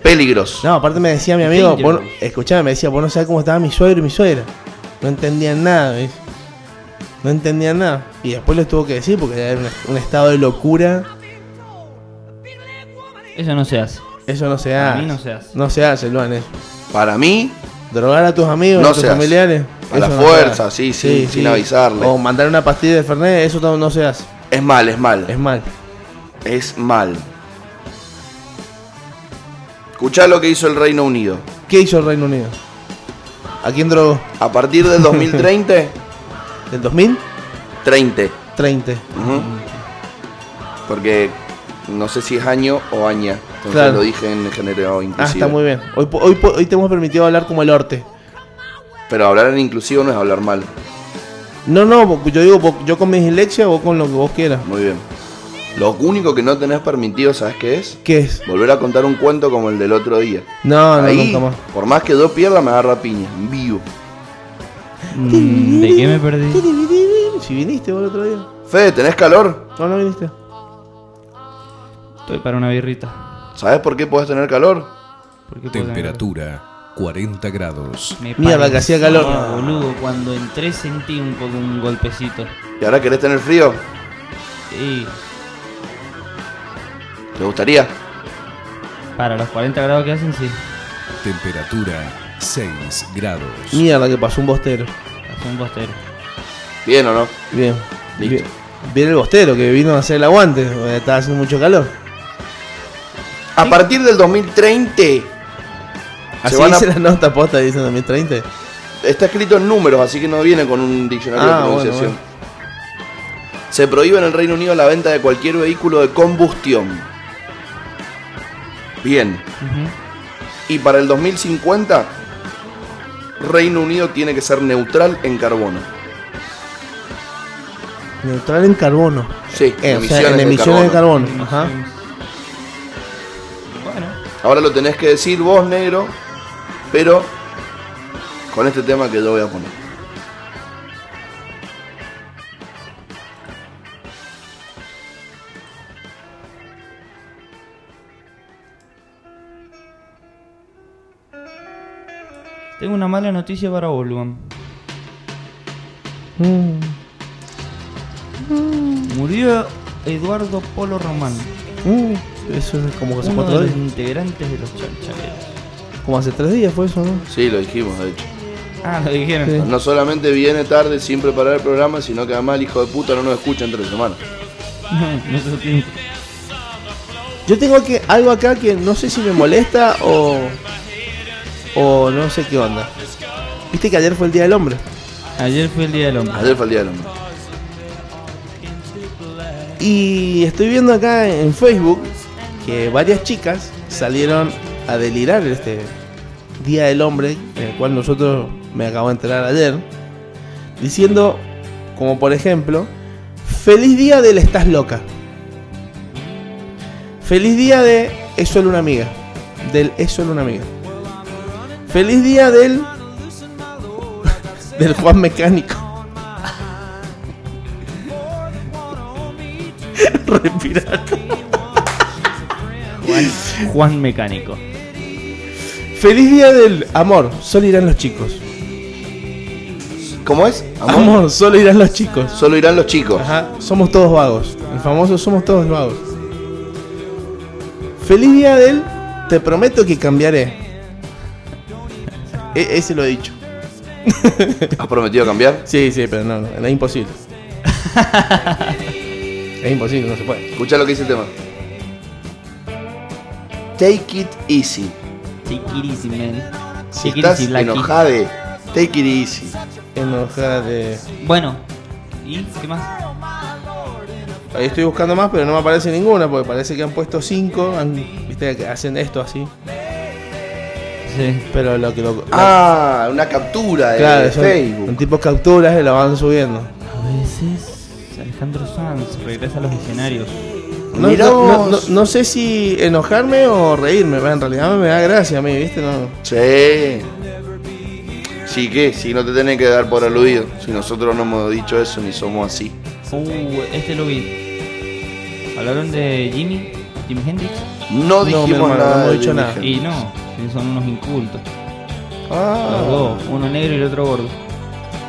[SPEAKER 2] peligroso.
[SPEAKER 1] No, aparte me decía mi amigo,
[SPEAKER 6] Dangerous.
[SPEAKER 1] vos no- escuchame, me decía, vos no sabés cómo estaba mi suegro y mi suegra. No entendían nada, ¿ves? No entendían nada. Y después les tuvo que decir porque era un, un estado de locura.
[SPEAKER 6] Eso no se hace.
[SPEAKER 1] Eso no se
[SPEAKER 6] Para
[SPEAKER 1] hace.
[SPEAKER 6] mí no se hace.
[SPEAKER 1] No se hace, Luan, eso.
[SPEAKER 2] Para mí,
[SPEAKER 1] Drogar a tus amigos,
[SPEAKER 2] No
[SPEAKER 1] a tus
[SPEAKER 2] se hace.
[SPEAKER 1] familiares.
[SPEAKER 2] A la
[SPEAKER 1] eso
[SPEAKER 2] fuerza,
[SPEAKER 1] se hace.
[SPEAKER 2] sí, sí, sin avisarle.
[SPEAKER 1] O mandar una pastilla de Fernet, eso todo no se hace.
[SPEAKER 2] es mal, es mal.
[SPEAKER 1] Es mal.
[SPEAKER 2] Es mal. Escuchá lo que hizo el Reino Unido.
[SPEAKER 1] ¿Qué hizo el Reino Unido? ¿A quién drogó?
[SPEAKER 2] A partir del 2030,
[SPEAKER 1] ¿Del 2000?
[SPEAKER 2] 30.
[SPEAKER 1] 30.
[SPEAKER 2] Ujú. Porque no sé si es año o aña. Entonces
[SPEAKER 1] Claro.
[SPEAKER 2] lo dije en género inclusivo.
[SPEAKER 1] Ah, está muy bien. Hoy, po- hoy, po- hoy te hemos permitido hablar como el orte.
[SPEAKER 2] Pero hablar en inclusivo no es hablar mal.
[SPEAKER 1] No, no, porque yo digo, vos- yo con mi dislexia, vos con lo que vos quieras.
[SPEAKER 2] Muy bien. Lo único que no tenés permitido, ¿sabes qué es?
[SPEAKER 1] ¿Qué es?
[SPEAKER 2] Volver a contar un cuento como el del otro día.
[SPEAKER 1] No, no,
[SPEAKER 2] Ahí,
[SPEAKER 1] nunca más.
[SPEAKER 2] por más que dos pierdas, me agarra piña. En vivo.
[SPEAKER 6] Mm, ¿De qué me perdí?
[SPEAKER 1] Si viniste vos el otro día.
[SPEAKER 2] Fede, ¿tenés calor?
[SPEAKER 1] No, no viniste.
[SPEAKER 6] Estoy para una birrita.
[SPEAKER 2] ¿Sabes por qué podés tener calor?
[SPEAKER 6] ¿Por qué puedo tener-
[SPEAKER 4] Temperatura 40 grados.
[SPEAKER 6] Me
[SPEAKER 1] Mierda,
[SPEAKER 6] parecía,
[SPEAKER 1] que hacía calor.
[SPEAKER 6] boludo, cuando entré sentí un poco un golpecito.
[SPEAKER 2] ¿Y ahora querés tener frío?
[SPEAKER 6] Y
[SPEAKER 2] ¿Te gustaría?
[SPEAKER 6] para los 40 grados que hacen, sí.
[SPEAKER 4] Temperatura 6 grados.
[SPEAKER 1] Mierda, que pasó un bostero.
[SPEAKER 6] Hace un bostero.
[SPEAKER 2] ¿Bien o no?
[SPEAKER 1] Bien.
[SPEAKER 2] Listo.
[SPEAKER 1] Bien. Viene el bostero que vino a hacer el aguante. eh, Estaba haciendo mucho calor.
[SPEAKER 2] A partir del 2030
[SPEAKER 1] Así
[SPEAKER 2] Se van a-
[SPEAKER 1] dice la nota posta, dice en 2030.
[SPEAKER 2] Está escrito en números, así que no viene con un diccionario
[SPEAKER 1] Ah,
[SPEAKER 2] de
[SPEAKER 1] bueno,
[SPEAKER 2] pronunciación. Se prohíbe en el Reino Unido la venta de cualquier vehículo de combustión. Bien.
[SPEAKER 6] Ujú.
[SPEAKER 2] Y para el 2050, Reino Unido tiene que ser neutral en carbono.
[SPEAKER 1] Neutral en carbono.
[SPEAKER 2] Sí,
[SPEAKER 1] Eh, o
[SPEAKER 2] emisiones,
[SPEAKER 1] sea, en
[SPEAKER 2] de
[SPEAKER 1] emisiones de
[SPEAKER 2] carbono.
[SPEAKER 1] carbono. Ajá.
[SPEAKER 6] Bueno,
[SPEAKER 2] Ahora lo tenés que decir vos, negro, pero con este tema que yo voy a poner.
[SPEAKER 6] tengo una mala noticia para vos, Luan.
[SPEAKER 2] Mm.
[SPEAKER 6] Murió Eduardo Polo Román,
[SPEAKER 1] Mm, eso es como hace
[SPEAKER 6] uno
[SPEAKER 1] cuatro
[SPEAKER 2] Mm.
[SPEAKER 6] de los
[SPEAKER 1] días.
[SPEAKER 6] integrantes de los chanchaleros.
[SPEAKER 1] Como hace tres días fue eso, ¿no?
[SPEAKER 2] Sí, lo dijimos, de hecho.
[SPEAKER 6] Ah, lo dijeron.
[SPEAKER 1] Sí.
[SPEAKER 2] No solamente viene tarde sin preparar el programa, sino que además el hijo de puta no nos escucha entre semanas.
[SPEAKER 6] no se tiene-
[SPEAKER 1] Yo tengo que, algo acá que no sé si me molesta o. o no sé qué onda. Viste que ayer fue el Día del Hombre.
[SPEAKER 6] Ayer fue el Día del Hombre.
[SPEAKER 2] Ayer fue el día del hombre.
[SPEAKER 1] Y estoy viendo acá en Facebook que varias chicas salieron a delirar este Día del Hombre, el cual nosotros me acabo de enterar ayer, diciendo, como por ejemplo, feliz día del estás loca. Feliz día de es solo una amiga. Del es solo una amiga. Feliz día del del Juan Mecánico. Respirar.
[SPEAKER 6] Juan Mecánico.
[SPEAKER 1] Feliz día del amor, solo irán los chicos.
[SPEAKER 2] ¿Cómo es?
[SPEAKER 1] Amor, solo irán los chicos.
[SPEAKER 2] Solo irán los chicos.
[SPEAKER 1] Ajá, somos todos vagos. El famoso somos todos vagos. Feliz día del te prometo que cambiaré. E- ese lo he dicho.
[SPEAKER 2] ¿Has prometido cambiar?
[SPEAKER 1] Sí, sí, pero no, no, es imposible. es imposible, no se puede.
[SPEAKER 2] Escucha lo que dice el tema. Take it easy.
[SPEAKER 6] Chiquirisi, man.
[SPEAKER 2] Si
[SPEAKER 6] Take it
[SPEAKER 2] estás
[SPEAKER 6] easy, Blacky.
[SPEAKER 2] enojade, take it easy.
[SPEAKER 1] Enojada de.
[SPEAKER 6] Bueno, ¿y qué más?
[SPEAKER 1] Ahí estoy buscando más, pero no me aparece ninguna porque parece que han puesto cinco. han- Viste que hacen esto así.
[SPEAKER 6] Sí.
[SPEAKER 1] Pero lo que lo.
[SPEAKER 2] Ah, una captura de
[SPEAKER 1] Claro, son, son
[SPEAKER 2] Facebook.
[SPEAKER 1] tipos capturas y la van subiendo.
[SPEAKER 6] A veces Alejandro Sanz regresa a los escenarios.
[SPEAKER 1] No,
[SPEAKER 2] Mirá
[SPEAKER 1] no- no-
[SPEAKER 2] vos.
[SPEAKER 1] no- no sé si enojarme o reírme, pero en realidad me da gracia a mí, ¿viste? No.
[SPEAKER 2] Sí. Así que si no te tenés que dar por aludido, si nosotros no hemos dicho eso ni somos así.
[SPEAKER 6] Uh, este lo vi. Hablaron de Jimmy, Jimi Hendrix.
[SPEAKER 2] No
[SPEAKER 1] mi
[SPEAKER 2] dijimos
[SPEAKER 1] hermano,
[SPEAKER 2] nada.
[SPEAKER 1] no hemos
[SPEAKER 2] de
[SPEAKER 1] dicho
[SPEAKER 2] Jimi
[SPEAKER 1] nada.
[SPEAKER 2] Hendrix.
[SPEAKER 6] Y no, son unos incultos. Los
[SPEAKER 2] Ah,
[SPEAKER 6] dos, uno negro y el otro gordo.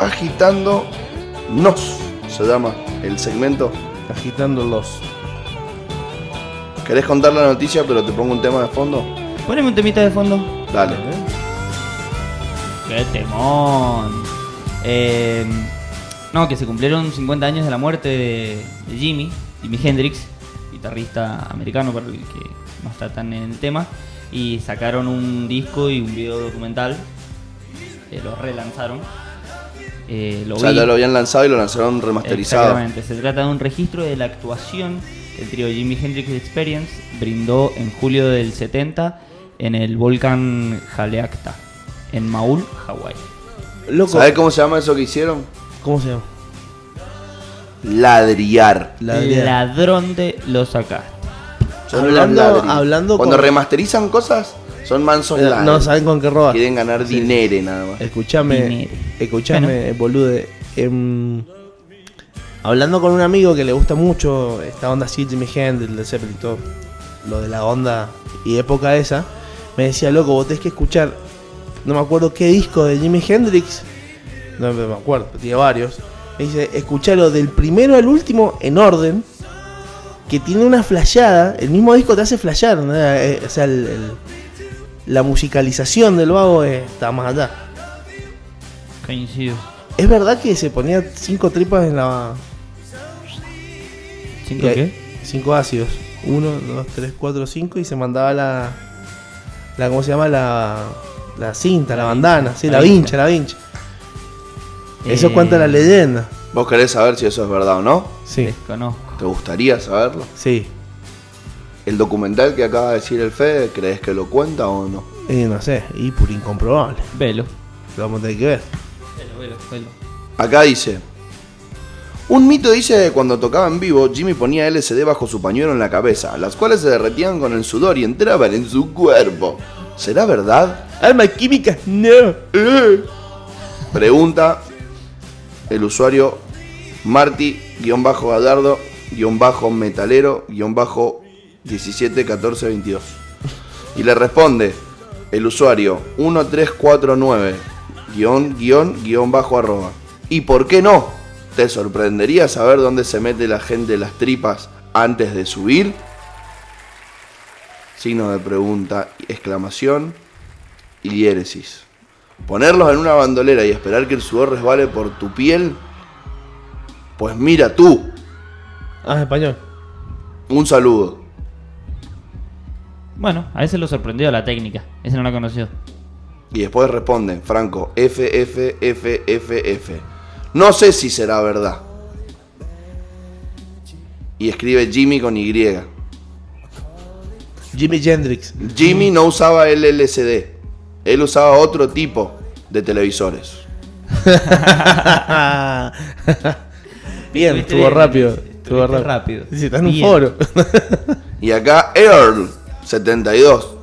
[SPEAKER 2] agitando nos se llama el segmento.
[SPEAKER 1] Agitándolos.
[SPEAKER 2] ¿Querés contar la noticia pero te pongo un tema de fondo?
[SPEAKER 6] Poneme un temita de fondo.
[SPEAKER 2] Dale.
[SPEAKER 1] ¿eh?
[SPEAKER 6] ¡Qué temón! Eh, no, que se cumplieron 50 años de la muerte de, de Jimmy, Jimi Hendrix, guitarrista americano para el que no está tan en el tema, y sacaron un disco y un video documental, eh, lo relanzaron. Eh, lo
[SPEAKER 2] o sea,
[SPEAKER 6] vi.
[SPEAKER 2] ya lo habían lanzado y lo lanzaron remasterizado.
[SPEAKER 6] Exactamente, se trata de un registro de la actuación que el trío Jimi Hendrix Experience brindó en julio del 70 en el volcán Haleakta, en Maul, Hawái.
[SPEAKER 1] Loco.
[SPEAKER 2] ¿Sabés cómo se llama eso que hicieron?
[SPEAKER 1] ¿Cómo se llama?
[SPEAKER 2] Ladrillar.
[SPEAKER 1] Ladriar.
[SPEAKER 6] Ladrón de lo sacaste.
[SPEAKER 2] Son
[SPEAKER 1] Hablando-
[SPEAKER 2] unos ladrillos.
[SPEAKER 1] hablando
[SPEAKER 2] Cuando
[SPEAKER 1] con-
[SPEAKER 2] remasterizan cosas, son mansos
[SPEAKER 1] Eh, No
[SPEAKER 2] ladrillos.
[SPEAKER 1] saben con qué robar.
[SPEAKER 2] Quieren ganar dinero nada más.
[SPEAKER 1] Eh. Escuchame,
[SPEAKER 6] Dinero.
[SPEAKER 1] escuchame,
[SPEAKER 6] Bueno.
[SPEAKER 1] bolude. em, hablando con un amigo que le gusta mucho esta onda así, Jimi Hendrix, Led Zeppelin, todo lo de la onda y época esa, me decía, loco, vos tenés que escuchar, no me acuerdo qué disco de Jimi Hendrix, no me acuerdo, tiene varios. Me dice, escuchalo del primero al último en orden, que tiene una flasheada, el mismo disco te hace flashear, ¿no? Eh, o sea, el- el- la musicalización del vago eh, está más allá.
[SPEAKER 6] Coincido.
[SPEAKER 1] ¿Es verdad que se ponía cinco tripas en la.
[SPEAKER 6] ¿Cinco
[SPEAKER 1] y-
[SPEAKER 6] qué?
[SPEAKER 1] Cinco ácidos. Uno, dos, tres, cuatro, cinco y se mandaba la. la ¿Cómo se llama? La. La cinta, la, bandana, sí, la,
[SPEAKER 6] la
[SPEAKER 1] vincha,
[SPEAKER 6] vincha.
[SPEAKER 1] la vincha. Eso
[SPEAKER 6] Eh,
[SPEAKER 1] cuenta la leyenda.
[SPEAKER 2] ¿Vos querés saber si eso es verdad o no?
[SPEAKER 1] Sí,
[SPEAKER 6] Desconozco.
[SPEAKER 2] ¿Te gustaría saberlo?
[SPEAKER 1] sí.
[SPEAKER 2] ¿El documental que acaba de decir el Fede, crees que lo cuenta o no?
[SPEAKER 1] Y Eh, no sé, y por incomprobable.
[SPEAKER 6] Velo.
[SPEAKER 1] Lo vamos a tener que ver.
[SPEAKER 6] Velo, velo, velo.
[SPEAKER 2] Acá dice. Un mito dice que cuando tocaba en vivo, Jimmy ponía LSD bajo su pañuelo en la cabeza, las cuales se derretían con el sudor y entraban en su cuerpo. ¿Será verdad?
[SPEAKER 1] Alma química, no. Eh.
[SPEAKER 2] Pregunta el usuario Marty-Gadardo-Metalero-171422. Y le responde el usuario 1349-arroba. ¿Y por qué no? ¿Te sorprendería saber dónde se mete la gente las tripas antes de subir? Signo de pregunta, exclamación y diéresis. Ponerlos en una bandolera y esperar que el sudor resbale por tu piel. Pues mira tú.
[SPEAKER 1] Ah, es español.
[SPEAKER 2] Un saludo.
[SPEAKER 6] Bueno, a ese lo sorprendió la técnica. Ese no la conoció.
[SPEAKER 2] Y después responden, Franco, F, F, F, F, F. No sé si será verdad. Y escribe Jimmy con Y.
[SPEAKER 1] Jimi Hendrix.
[SPEAKER 2] Jimmy no usaba LCD. Él usaba otro tipo de televisores.
[SPEAKER 1] bien,
[SPEAKER 6] Estuviste
[SPEAKER 1] estuvo
[SPEAKER 6] bien,
[SPEAKER 1] rápido.
[SPEAKER 6] estuviste
[SPEAKER 1] Estuvo rápido.
[SPEAKER 6] rápido.
[SPEAKER 1] Sí, está en un
[SPEAKER 6] Bien.
[SPEAKER 1] foro.
[SPEAKER 2] Y acá Earl, 72.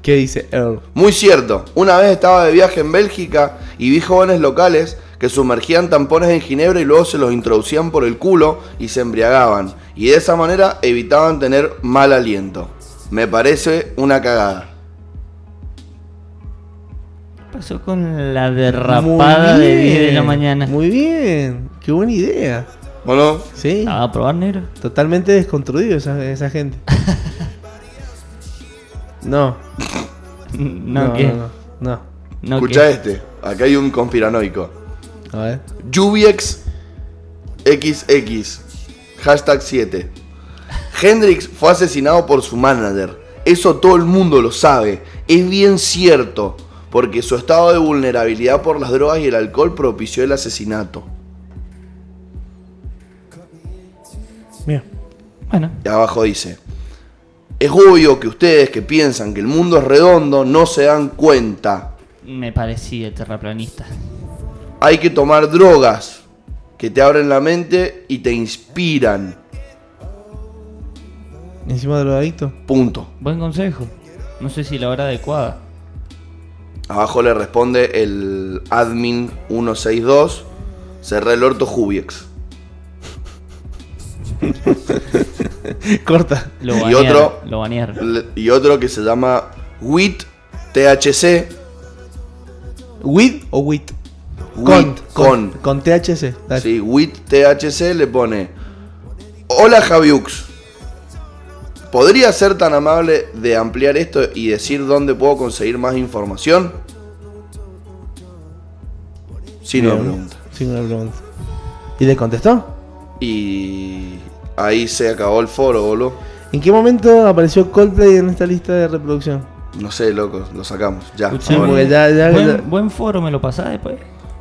[SPEAKER 1] ¿Qué dice Earl?
[SPEAKER 2] Muy cierto, una vez estaba de viaje en Bélgica y vi jóvenes locales que sumergían tampones en ginebra y luego se los introducían por el culo y se embriagaban. Y de esa manera evitaban tener mal aliento. Me parece una cagada.
[SPEAKER 6] ¿Qué pasó con la derrapada de 10 de la mañana?
[SPEAKER 1] Muy bien, qué buena idea.
[SPEAKER 2] Bueno,
[SPEAKER 1] Sí,
[SPEAKER 6] ¿La va a probar, negro?
[SPEAKER 1] totalmente desconstruido esa, esa gente. No,
[SPEAKER 6] No,
[SPEAKER 1] no,
[SPEAKER 6] ¿qué?
[SPEAKER 1] no, no, no.
[SPEAKER 6] No,
[SPEAKER 2] escucha
[SPEAKER 6] ¿qué?
[SPEAKER 2] este. Acá hay un conspiranoico.
[SPEAKER 1] A ver.
[SPEAKER 2] Juviex XX. Hashtag 7. Hendrix fue asesinado por su manager. Eso todo el mundo lo sabe. Es bien cierto. Porque su estado de vulnerabilidad por las drogas y el alcohol propició el asesinato.
[SPEAKER 1] Mira.
[SPEAKER 6] Bueno,
[SPEAKER 2] Y abajo dice. Es obvio que ustedes que piensan que el mundo es redondo no se dan cuenta.
[SPEAKER 6] me parecía terraplanista.
[SPEAKER 2] Hay que tomar drogas que te abren la mente y te inspiran.
[SPEAKER 1] Encima de los adictos.
[SPEAKER 2] Punto.
[SPEAKER 6] Buen consejo. No sé si la hora adecuada.
[SPEAKER 2] Abajo le responde el admin 162. Cerré el orto Jubiex.
[SPEAKER 1] Corta.
[SPEAKER 6] Lo
[SPEAKER 2] Y
[SPEAKER 6] banearon,
[SPEAKER 2] otro-
[SPEAKER 6] Lo
[SPEAKER 1] Ah,
[SPEAKER 6] banearon.
[SPEAKER 2] Le- Y otro que se llama WIT THC.
[SPEAKER 1] ¿With o wit?
[SPEAKER 2] WIT,
[SPEAKER 1] Con.
[SPEAKER 2] con.
[SPEAKER 1] Con THC. Dale.
[SPEAKER 2] Sí, WIT THC le pone. Hola Javiux. ¿Podría ser tan amable de ampliar esto y decir dónde puedo conseguir más información? Sí, no
[SPEAKER 1] Bien.
[SPEAKER 2] pregunta.
[SPEAKER 1] Sin una pregunta. ¿Y le contestó?
[SPEAKER 2] Y ahí se acabó el foro, boludo.
[SPEAKER 1] ¿En qué momento apareció Coldplay en esta lista de reproducción?
[SPEAKER 2] No sé, loco, lo sacamos. Ya.
[SPEAKER 6] Escuchame,
[SPEAKER 2] ahora.
[SPEAKER 1] porque ya- ya-
[SPEAKER 6] buen,
[SPEAKER 1] ya-
[SPEAKER 6] buen foro, me lo pasás después.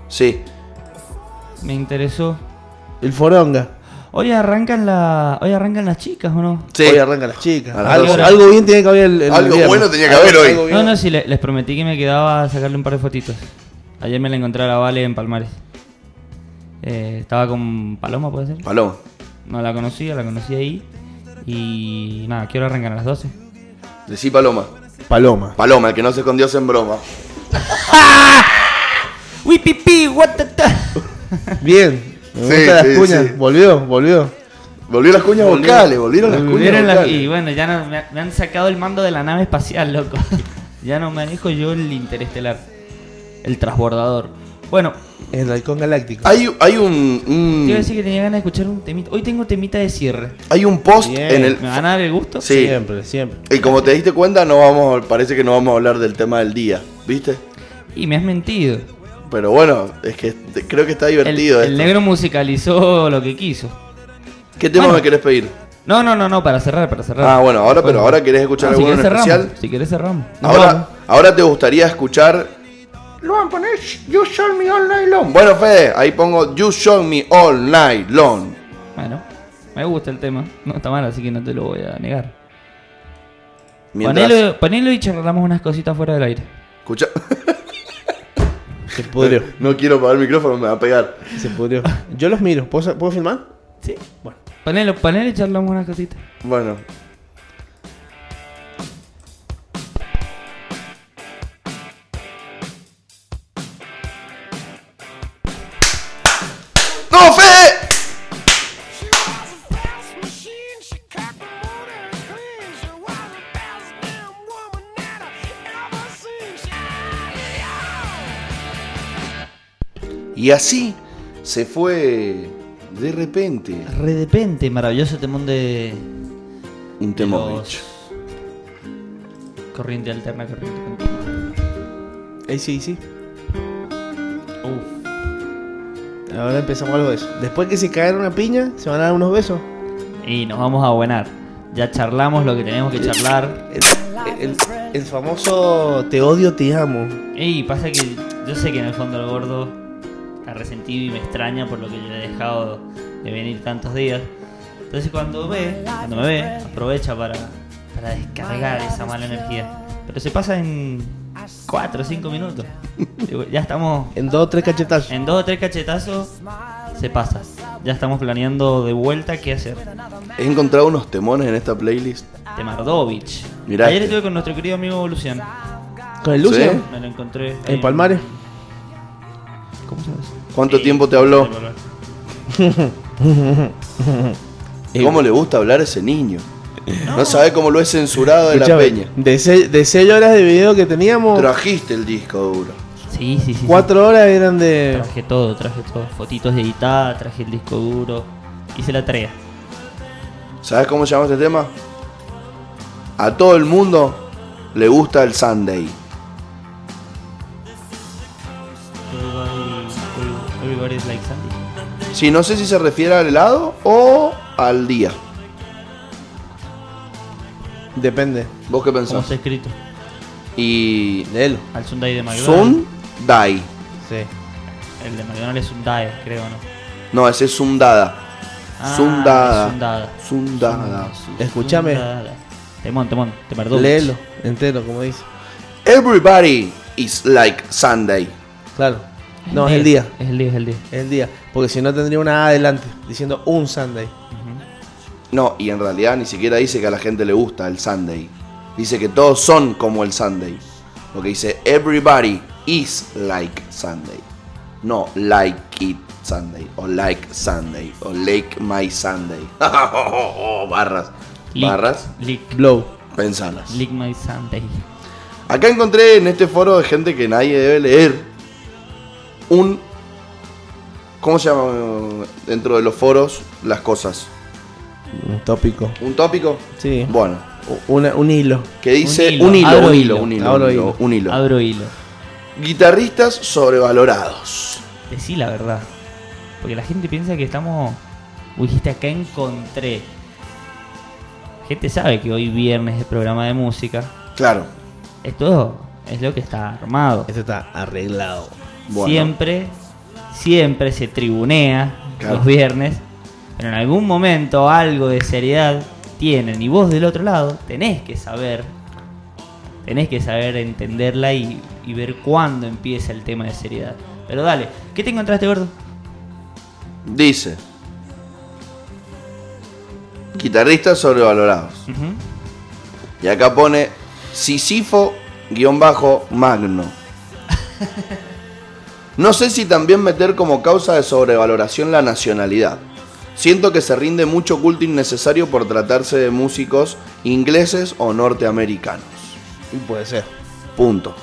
[SPEAKER 2] Sí.
[SPEAKER 6] Me interesó.
[SPEAKER 1] El Foronga.
[SPEAKER 6] Hoy arrancan, la, hoy arrancan las chicas, ¿o no?
[SPEAKER 2] Sí.
[SPEAKER 1] Hoy arrancan las chicas.
[SPEAKER 2] A las
[SPEAKER 1] Algo,
[SPEAKER 6] doce.
[SPEAKER 1] algo bien tiene que haber el, el
[SPEAKER 2] Algo
[SPEAKER 1] viernes.
[SPEAKER 2] bueno tenía que haber hoy.
[SPEAKER 1] algo bien.
[SPEAKER 6] No, no, sí, le- les prometí que me quedaba a sacarle un par de fotitos. Ayer me la encontré a la Vale en Palmares. Eh, estaba con Paloma, ¿puede ser?
[SPEAKER 2] Paloma.
[SPEAKER 6] No la conocía, la conocí ahí. Y nada, quiero arrancar a las 12.
[SPEAKER 2] Decí Paloma.
[SPEAKER 1] Paloma.
[SPEAKER 2] Paloma, el que no se escondió se en broma.
[SPEAKER 6] ¡Uy, pipí! ¡What the ta-
[SPEAKER 1] Bien. Me
[SPEAKER 2] Sí,
[SPEAKER 1] gustan las
[SPEAKER 2] sí,
[SPEAKER 1] cuñas.
[SPEAKER 2] sí.
[SPEAKER 1] Volvió, volvió.
[SPEAKER 2] Volvió las cuñas
[SPEAKER 1] Volvió.
[SPEAKER 2] vocales, volvieron las cuñas
[SPEAKER 6] Volvieron las-
[SPEAKER 2] vocales.
[SPEAKER 6] Y bueno, ya no- me, me han sacado el mando de la nave espacial, loco. ya no manejo yo el interestelar. El transbordador. Bueno,
[SPEAKER 1] El halcón galáctico.
[SPEAKER 2] Hay, hay un, un-
[SPEAKER 6] te iba a decir que tenía ganas de escuchar un temita. Hoy tengo temita de cierre. Eh,
[SPEAKER 2] hay un post
[SPEAKER 1] Bien,
[SPEAKER 2] en
[SPEAKER 6] ¿Me
[SPEAKER 2] el
[SPEAKER 6] van a dar el gusto?
[SPEAKER 2] sí.
[SPEAKER 1] Siempre, siempre.
[SPEAKER 2] Y como te diste cuenta, no vamos, parece que no vamos a hablar del tema del día, ¿viste?
[SPEAKER 6] Y me has mentido.
[SPEAKER 2] Pero bueno, es que te- creo que está
[SPEAKER 6] El,
[SPEAKER 2] divertido
[SPEAKER 6] el
[SPEAKER 2] esto.
[SPEAKER 6] negro musicalizó lo que quiso.
[SPEAKER 2] ¿Qué tema
[SPEAKER 6] Bueno.
[SPEAKER 2] me querés pedir?
[SPEAKER 6] No, no, no, no, para cerrar, para cerrar.
[SPEAKER 2] Ah, bueno, ahora,
[SPEAKER 6] Después-
[SPEAKER 2] pero ahora querés escuchar
[SPEAKER 6] No, si
[SPEAKER 2] alguno
[SPEAKER 6] querés
[SPEAKER 2] en
[SPEAKER 6] cerramos.
[SPEAKER 2] especial.
[SPEAKER 6] Si querés cerramos. Nos vamos.
[SPEAKER 2] Ahora, ahora te gustaría escuchar.
[SPEAKER 5] Lo van a poner You Show Me All Night Long.
[SPEAKER 2] Bueno, Fede, ahí pongo You Show Me All Night Long.
[SPEAKER 6] Bueno, me gusta el tema. No está mal, así que no te lo voy a negar.
[SPEAKER 2] Mientras
[SPEAKER 6] Ponelo, ponelo y charlamos unas cositas fuera del aire.
[SPEAKER 2] escucha,
[SPEAKER 1] Se pudrió.
[SPEAKER 2] no quiero apagar el micrófono, me va a pegar.
[SPEAKER 1] Se pudrió. Yo los miro. ¿Puedo, ¿puedo filmar?
[SPEAKER 6] Sí.
[SPEAKER 1] Bueno.
[SPEAKER 6] Ponelo, ponelo y charlamos unas cositas.
[SPEAKER 2] Bueno, ¡No, Fede!
[SPEAKER 5] She was a fast machine. She kept the motor clean. She was the best damn woman that I ever seen. She-
[SPEAKER 2] Y así se fue de repente
[SPEAKER 6] De repente, maravilloso temón de.
[SPEAKER 2] un Temovich.
[SPEAKER 6] Corriente alterna, corriente continua.
[SPEAKER 1] Ahí sí, ahí sí.
[SPEAKER 6] Uf.
[SPEAKER 1] Ahora empezamos algo de eso. Después que se cagaron una piña, se van a dar unos besos.
[SPEAKER 6] Y nos vamos a abonar. Ya charlamos lo que teníamos que charlar.
[SPEAKER 1] El, el- el famoso te odio, te amo.
[SPEAKER 6] Ey, pasa que yo sé que en el fondo el gordo está resentido y me extraña por lo que yo he dejado de venir tantos días. Entonces cuando ve, cuando me ve, aprovecha para, para descargar esa mala energía. Pero se pasa en 4 o 5 minutos. Digo, Ya estamos
[SPEAKER 1] En dos o tres cachetazos.
[SPEAKER 6] en dos o tres cachetazos, se pasa. Ya estamos planeando de vuelta qué hacer.
[SPEAKER 2] He encontrado unos temones en esta playlist.
[SPEAKER 6] De Mardovich.
[SPEAKER 2] Mirá.
[SPEAKER 1] este.
[SPEAKER 6] Ayer estuve con nuestro querido amigo Luciano.
[SPEAKER 1] Con el Lucio.
[SPEAKER 2] Sí.
[SPEAKER 6] Me lo encontré. ahí
[SPEAKER 1] En Palmares.
[SPEAKER 6] ¿Cómo sabes?
[SPEAKER 2] ¿Cuánto
[SPEAKER 6] Sí,
[SPEAKER 2] tiempo te habló?
[SPEAKER 6] de Palmares.
[SPEAKER 2] ¿Cómo le gusta hablar a ese niño? No sabe cómo lo he censurado de la
[SPEAKER 1] Escuchame,
[SPEAKER 2] peña.
[SPEAKER 1] De 6 horas de video que teníamos,
[SPEAKER 2] Trajiste el disco duro.
[SPEAKER 6] Sí, sí, sí.
[SPEAKER 1] 4 horas eran de.
[SPEAKER 6] Traje todo, traje todo. Fotitos de editada, traje el disco duro. Hice la tarea.
[SPEAKER 2] ¿Sabes cómo se llama este tema? A todo el mundo le gusta el Sunday.
[SPEAKER 6] Everybody, everybody is like Sandy.
[SPEAKER 2] Sí, no sé si se refiere al helado o al día.
[SPEAKER 1] Depende.
[SPEAKER 2] ¿Vos qué
[SPEAKER 6] ¿Cómo
[SPEAKER 2] pensás?
[SPEAKER 6] está escrito?
[SPEAKER 2] Y
[SPEAKER 1] Léelo.
[SPEAKER 6] Al Sunday de McDonald's.
[SPEAKER 2] Sunday.
[SPEAKER 1] Sí.
[SPEAKER 6] El de McDonald's es Sunday, creo, ¿no?
[SPEAKER 2] No, ese es Sundada. Sundada.
[SPEAKER 6] Sundada. Ah, Sundada.
[SPEAKER 2] Sundada.
[SPEAKER 1] Escúchame.
[SPEAKER 6] Sundada. Temón, temón, te perdón.
[SPEAKER 1] Léelo. Entero, como dice.
[SPEAKER 2] Everybody is like Sunday.
[SPEAKER 1] Claro. No, es el día.
[SPEAKER 6] Es el día, es el día.
[SPEAKER 1] Es el día. Porque si no tendría una A adelante. Diciendo un Sunday.
[SPEAKER 2] No, y en realidad ni siquiera dice que a la gente le gusta el Sunday. Dice que todos son como el Sunday. Porque dice, everybody is like Sunday. No, like it Sunday. O like Sunday. O like my Sunday. Oh, barras.
[SPEAKER 6] Lick,
[SPEAKER 2] Barras.
[SPEAKER 6] Lick,
[SPEAKER 1] Blow.
[SPEAKER 2] Pensalas.
[SPEAKER 6] lick my Sunday.
[SPEAKER 2] Acá encontré en este foro de gente que nadie debe leer un... ¿Cómo se llama eh, dentro de los foros las cosas?
[SPEAKER 1] Un tópico.
[SPEAKER 2] ¿Un tópico?
[SPEAKER 1] Sí.
[SPEAKER 2] Bueno,
[SPEAKER 1] U- una- un hilo.
[SPEAKER 2] que dice
[SPEAKER 6] hilo,
[SPEAKER 2] un hilo,
[SPEAKER 6] abro
[SPEAKER 2] un hilo,
[SPEAKER 6] hilo,
[SPEAKER 2] un hilo,
[SPEAKER 1] abro
[SPEAKER 2] un hilo,
[SPEAKER 1] hilo.
[SPEAKER 2] un hilo.
[SPEAKER 6] Abro hilo.
[SPEAKER 2] Guitarristas sobrevalorados.
[SPEAKER 6] Decí la verdad. Porque la gente piensa que estamos. Uy, dijiste acá encontré. Gente sabe que hoy viernes es programa de música.
[SPEAKER 2] Claro.
[SPEAKER 6] Esto es lo que está armado.
[SPEAKER 1] Este está arreglado.
[SPEAKER 2] Bueno.
[SPEAKER 6] Siempre, siempre se tribunea
[SPEAKER 2] Claro.
[SPEAKER 6] los viernes. Pero en algún momento algo de seriedad tienen. Y vos del otro lado tenés que saber. Tenés que saber entenderla y, y ver cuándo empieza el tema de seriedad. Pero dale, ¿qué te encontraste, gordo?
[SPEAKER 2] Dice. Guitarristas sobrevalorados.
[SPEAKER 6] Ujú.
[SPEAKER 2] Y acá pone Sisifo guión bajo Magno. No sé si también meter como causa de sobrevaloración la nacionalidad. Siento que se rinde mucho culto innecesario por tratarse de músicos ingleses o norteamericanos.
[SPEAKER 1] Y puede ser.
[SPEAKER 2] Punto.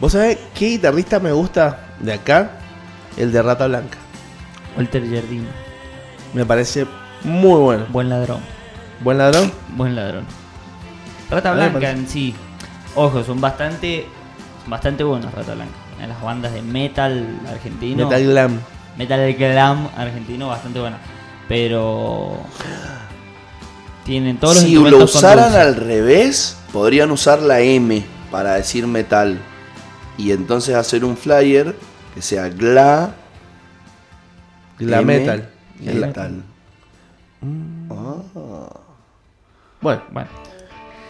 [SPEAKER 1] ¿Vos sabés qué guitarrista me gusta de acá? El de Rata Blanca.
[SPEAKER 6] Walter Jardín,
[SPEAKER 1] Me parece muy bueno.
[SPEAKER 6] buen ladrón,
[SPEAKER 1] Buen ladrón.
[SPEAKER 6] buen ladrón. Rata
[SPEAKER 1] A ver,
[SPEAKER 6] Blanca
[SPEAKER 1] parece-
[SPEAKER 6] en sí, ojo, son bastante, son bastante buenos Rata Blanca. Una de las bandas de metal argentino,
[SPEAKER 1] Metal Glam.
[SPEAKER 6] metal glam argentino, bastante buena. Pero tienen todos los
[SPEAKER 2] si lo
[SPEAKER 6] instrumentos con
[SPEAKER 2] usaran
[SPEAKER 6] dulce.
[SPEAKER 2] al revés, podrían usar la M para decir metal. Y entonces hacer un flyer que sea gla.
[SPEAKER 1] Glam
[SPEAKER 2] M,
[SPEAKER 1] Metal.
[SPEAKER 2] Glam metal.
[SPEAKER 1] Bueno,
[SPEAKER 6] Bueno,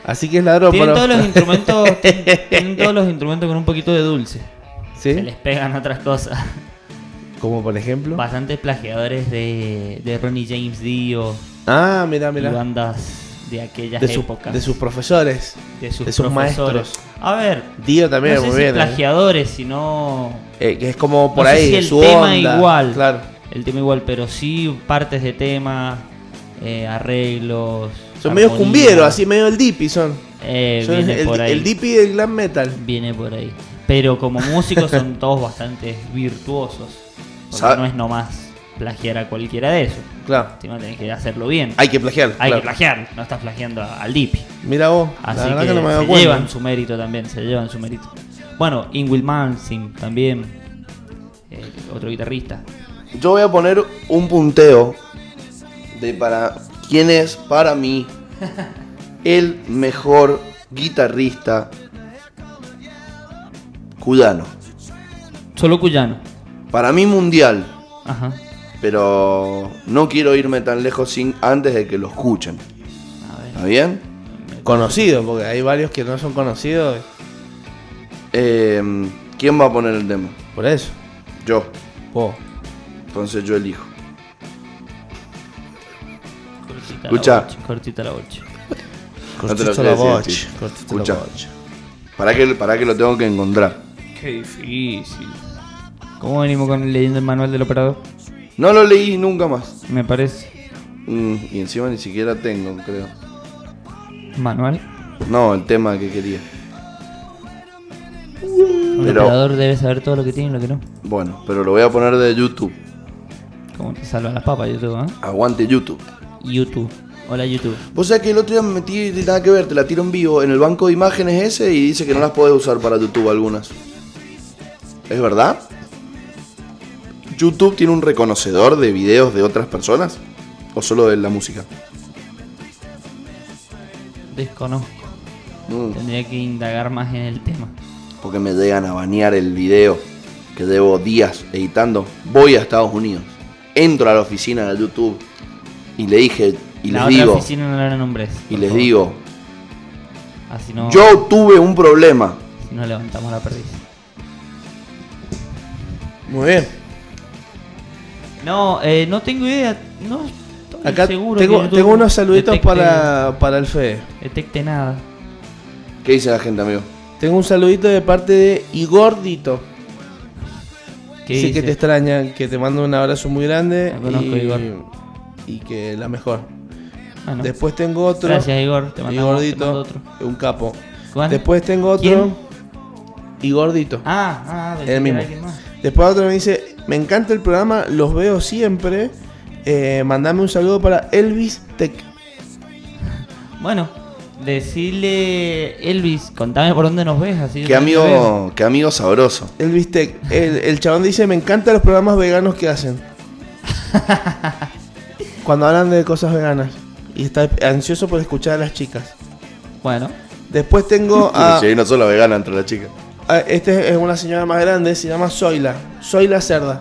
[SPEAKER 1] así que es ladrón.
[SPEAKER 6] tienen
[SPEAKER 1] pero-
[SPEAKER 6] todos los instrumentos, tienen, tienen todos los instrumentos con un poquito de dulce. Se les
[SPEAKER 1] ¿Sí?
[SPEAKER 6] pegan otras cosas.
[SPEAKER 1] Como por ejemplo.
[SPEAKER 6] Bastantes plagiadores de, de Ronnie James Dio.
[SPEAKER 1] Ah, mirá,
[SPEAKER 6] y
[SPEAKER 1] mirá.
[SPEAKER 6] bandas de aquellas
[SPEAKER 1] De, su-
[SPEAKER 6] épocas.
[SPEAKER 1] de sus profesores.
[SPEAKER 6] de sus,
[SPEAKER 1] de sus
[SPEAKER 6] profesores.
[SPEAKER 1] maestros.
[SPEAKER 6] A ver,
[SPEAKER 1] Dio también,
[SPEAKER 6] no sé
[SPEAKER 1] muy
[SPEAKER 6] si
[SPEAKER 1] bien. ¿eh?
[SPEAKER 6] plagiadores, sino
[SPEAKER 1] Eh, que es como por
[SPEAKER 6] No sé
[SPEAKER 1] ahí.
[SPEAKER 6] si el
[SPEAKER 1] su
[SPEAKER 6] tema
[SPEAKER 1] onda.
[SPEAKER 6] igual.
[SPEAKER 1] Claro.
[SPEAKER 6] el tema igual, pero sí partes de temas, eh, arreglos.
[SPEAKER 1] Son medio
[SPEAKER 6] armonías.
[SPEAKER 1] cumbieros, así medio el dipi son.
[SPEAKER 6] Eh,
[SPEAKER 1] Son
[SPEAKER 6] viene
[SPEAKER 1] el,
[SPEAKER 6] por ahí.
[SPEAKER 1] el dipi del glam metal.
[SPEAKER 6] Viene por ahí. Pero como músicos son todos bastante virtuosos. Porque
[SPEAKER 2] Sabe-
[SPEAKER 6] no es nomás plagiar a cualquiera de esos.
[SPEAKER 1] Claro.
[SPEAKER 6] Encima tenés que hacerlo bien. Hay,
[SPEAKER 1] Hay que plagiar.
[SPEAKER 6] que plagiar, no estás plagiando a- al Dipi.
[SPEAKER 1] Mira vos. la
[SPEAKER 6] Así
[SPEAKER 1] verdad
[SPEAKER 6] que,
[SPEAKER 1] que no me
[SPEAKER 6] se
[SPEAKER 1] doy cuenta.
[SPEAKER 6] llevan su mérito también, se llevan su mérito. Bueno, Ingrid Mansing también, eh, otro guitarrista.
[SPEAKER 2] Yo voy a poner un punteo de para quién es para mí el mejor guitarrista cudano.
[SPEAKER 6] Solo Cuyano.
[SPEAKER 2] Para mí mundial,
[SPEAKER 6] Ajá.
[SPEAKER 2] pero no quiero irme tan lejos sin antes de que lo escuchen.
[SPEAKER 6] A ver.
[SPEAKER 2] ¿Está bien?
[SPEAKER 1] Conocido, porque hay varios que no son conocidos.
[SPEAKER 2] Eh, ¿Quién va a poner el tema?
[SPEAKER 1] Por eso.
[SPEAKER 2] Yo.
[SPEAKER 1] Vos.
[SPEAKER 2] Entonces yo elijo.
[SPEAKER 6] Cortita
[SPEAKER 2] Escucha.
[SPEAKER 6] la bocha, cortita la bocha.
[SPEAKER 2] No te
[SPEAKER 1] Cortito
[SPEAKER 2] lo quiero
[SPEAKER 1] la
[SPEAKER 2] decir,
[SPEAKER 1] bocha,
[SPEAKER 2] chico.
[SPEAKER 1] cortito la
[SPEAKER 2] Escucha.
[SPEAKER 1] bocha.
[SPEAKER 2] ¿Para que, para que lo tengo que encontrar.
[SPEAKER 6] Qué difícil. ¿Cómo venimos con leyendo el manual del operador?
[SPEAKER 2] No lo leí nunca más.
[SPEAKER 6] Me parece.
[SPEAKER 2] Mm, y encima ni siquiera tengo, creo.
[SPEAKER 6] ¿Manual?
[SPEAKER 2] No, el tema que quería.
[SPEAKER 6] Un
[SPEAKER 2] Pero-
[SPEAKER 6] operador debe saber todo lo que tiene y lo que no.
[SPEAKER 2] Bueno, pero lo voy a poner de YouTube.
[SPEAKER 6] Como te salvan las papas YouTube, ¿eh?
[SPEAKER 2] Aguante YouTube.
[SPEAKER 6] YouTube. Hola YouTube.
[SPEAKER 2] Vos sabés que el otro día me metí y nada que ver, te la tiro en vivo en el banco de imágenes ese y dice que no las podés usar para YouTube algunas. ¿Es verdad? ¿YouTube tiene un reconocedor de videos de otras personas? ¿O solo de la música?
[SPEAKER 6] Desconozco.
[SPEAKER 2] Mm,
[SPEAKER 6] Tendría que indagar más en el tema.
[SPEAKER 2] porque me llegan a banear el video que debo días editando. Voy a Estados Unidos, entro a la oficina de YouTube y le dije, y les
[SPEAKER 6] la otra
[SPEAKER 2] digo,
[SPEAKER 6] oficina no la nombres.
[SPEAKER 2] y
[SPEAKER 6] por
[SPEAKER 2] les
[SPEAKER 6] favor.
[SPEAKER 2] digo,
[SPEAKER 6] Así no,
[SPEAKER 2] yo tuve un problema.
[SPEAKER 6] si no levantamos la perdiz.
[SPEAKER 1] Muy bien.
[SPEAKER 6] No, eh, no tengo idea. No estoy
[SPEAKER 1] Acá
[SPEAKER 6] seguro. que
[SPEAKER 1] tengo,
[SPEAKER 6] YouTube
[SPEAKER 1] tengo unos saluditos
[SPEAKER 6] detecte-
[SPEAKER 1] para, para el Fede.
[SPEAKER 6] Detecte nada.
[SPEAKER 2] ¿Qué dice la gente, amigo?
[SPEAKER 1] Tengo un saludito de parte de Igordito.
[SPEAKER 6] ¿Qué
[SPEAKER 1] Dice que
[SPEAKER 6] dice?
[SPEAKER 1] te extraña, que te mando un abrazo muy grande.
[SPEAKER 6] La conozco,
[SPEAKER 1] y,
[SPEAKER 6] Igor.
[SPEAKER 1] y que la mejor.
[SPEAKER 6] Bueno,
[SPEAKER 1] Después tengo otro.
[SPEAKER 6] Gracias, Igor. Te mandamos, te
[SPEAKER 1] Igordito,
[SPEAKER 6] mando otro.
[SPEAKER 1] un capo.
[SPEAKER 6] ¿Cuál?
[SPEAKER 1] Después tengo otro.
[SPEAKER 6] ¿Quién?
[SPEAKER 1] Igordito.
[SPEAKER 6] Ah, ah, pensé
[SPEAKER 1] el
[SPEAKER 6] que era
[SPEAKER 1] mismo.
[SPEAKER 6] alguien más.
[SPEAKER 1] Después otro me dice, me encanta el programa, los veo siempre. Eh, mandame un saludo para Elvis Tech.
[SPEAKER 6] Bueno, decirle, Elvis, contame por dónde nos ves. Así yo
[SPEAKER 2] Qué
[SPEAKER 6] también te veo.
[SPEAKER 2] amigo, qué amigo sabroso.
[SPEAKER 1] Elvis Tech. El, el chabón dice, me encantan los programas veganos que hacen. Cuando hablan de cosas veganas. Y está ansioso por escuchar a las chicas.
[SPEAKER 6] Bueno,
[SPEAKER 1] Después tengo
[SPEAKER 6] Ah.
[SPEAKER 1] a...
[SPEAKER 2] Si hay una sola vegana entre las chicas.
[SPEAKER 1] a- este es una señora más grande, se llama Zoila. Zoila Cerda.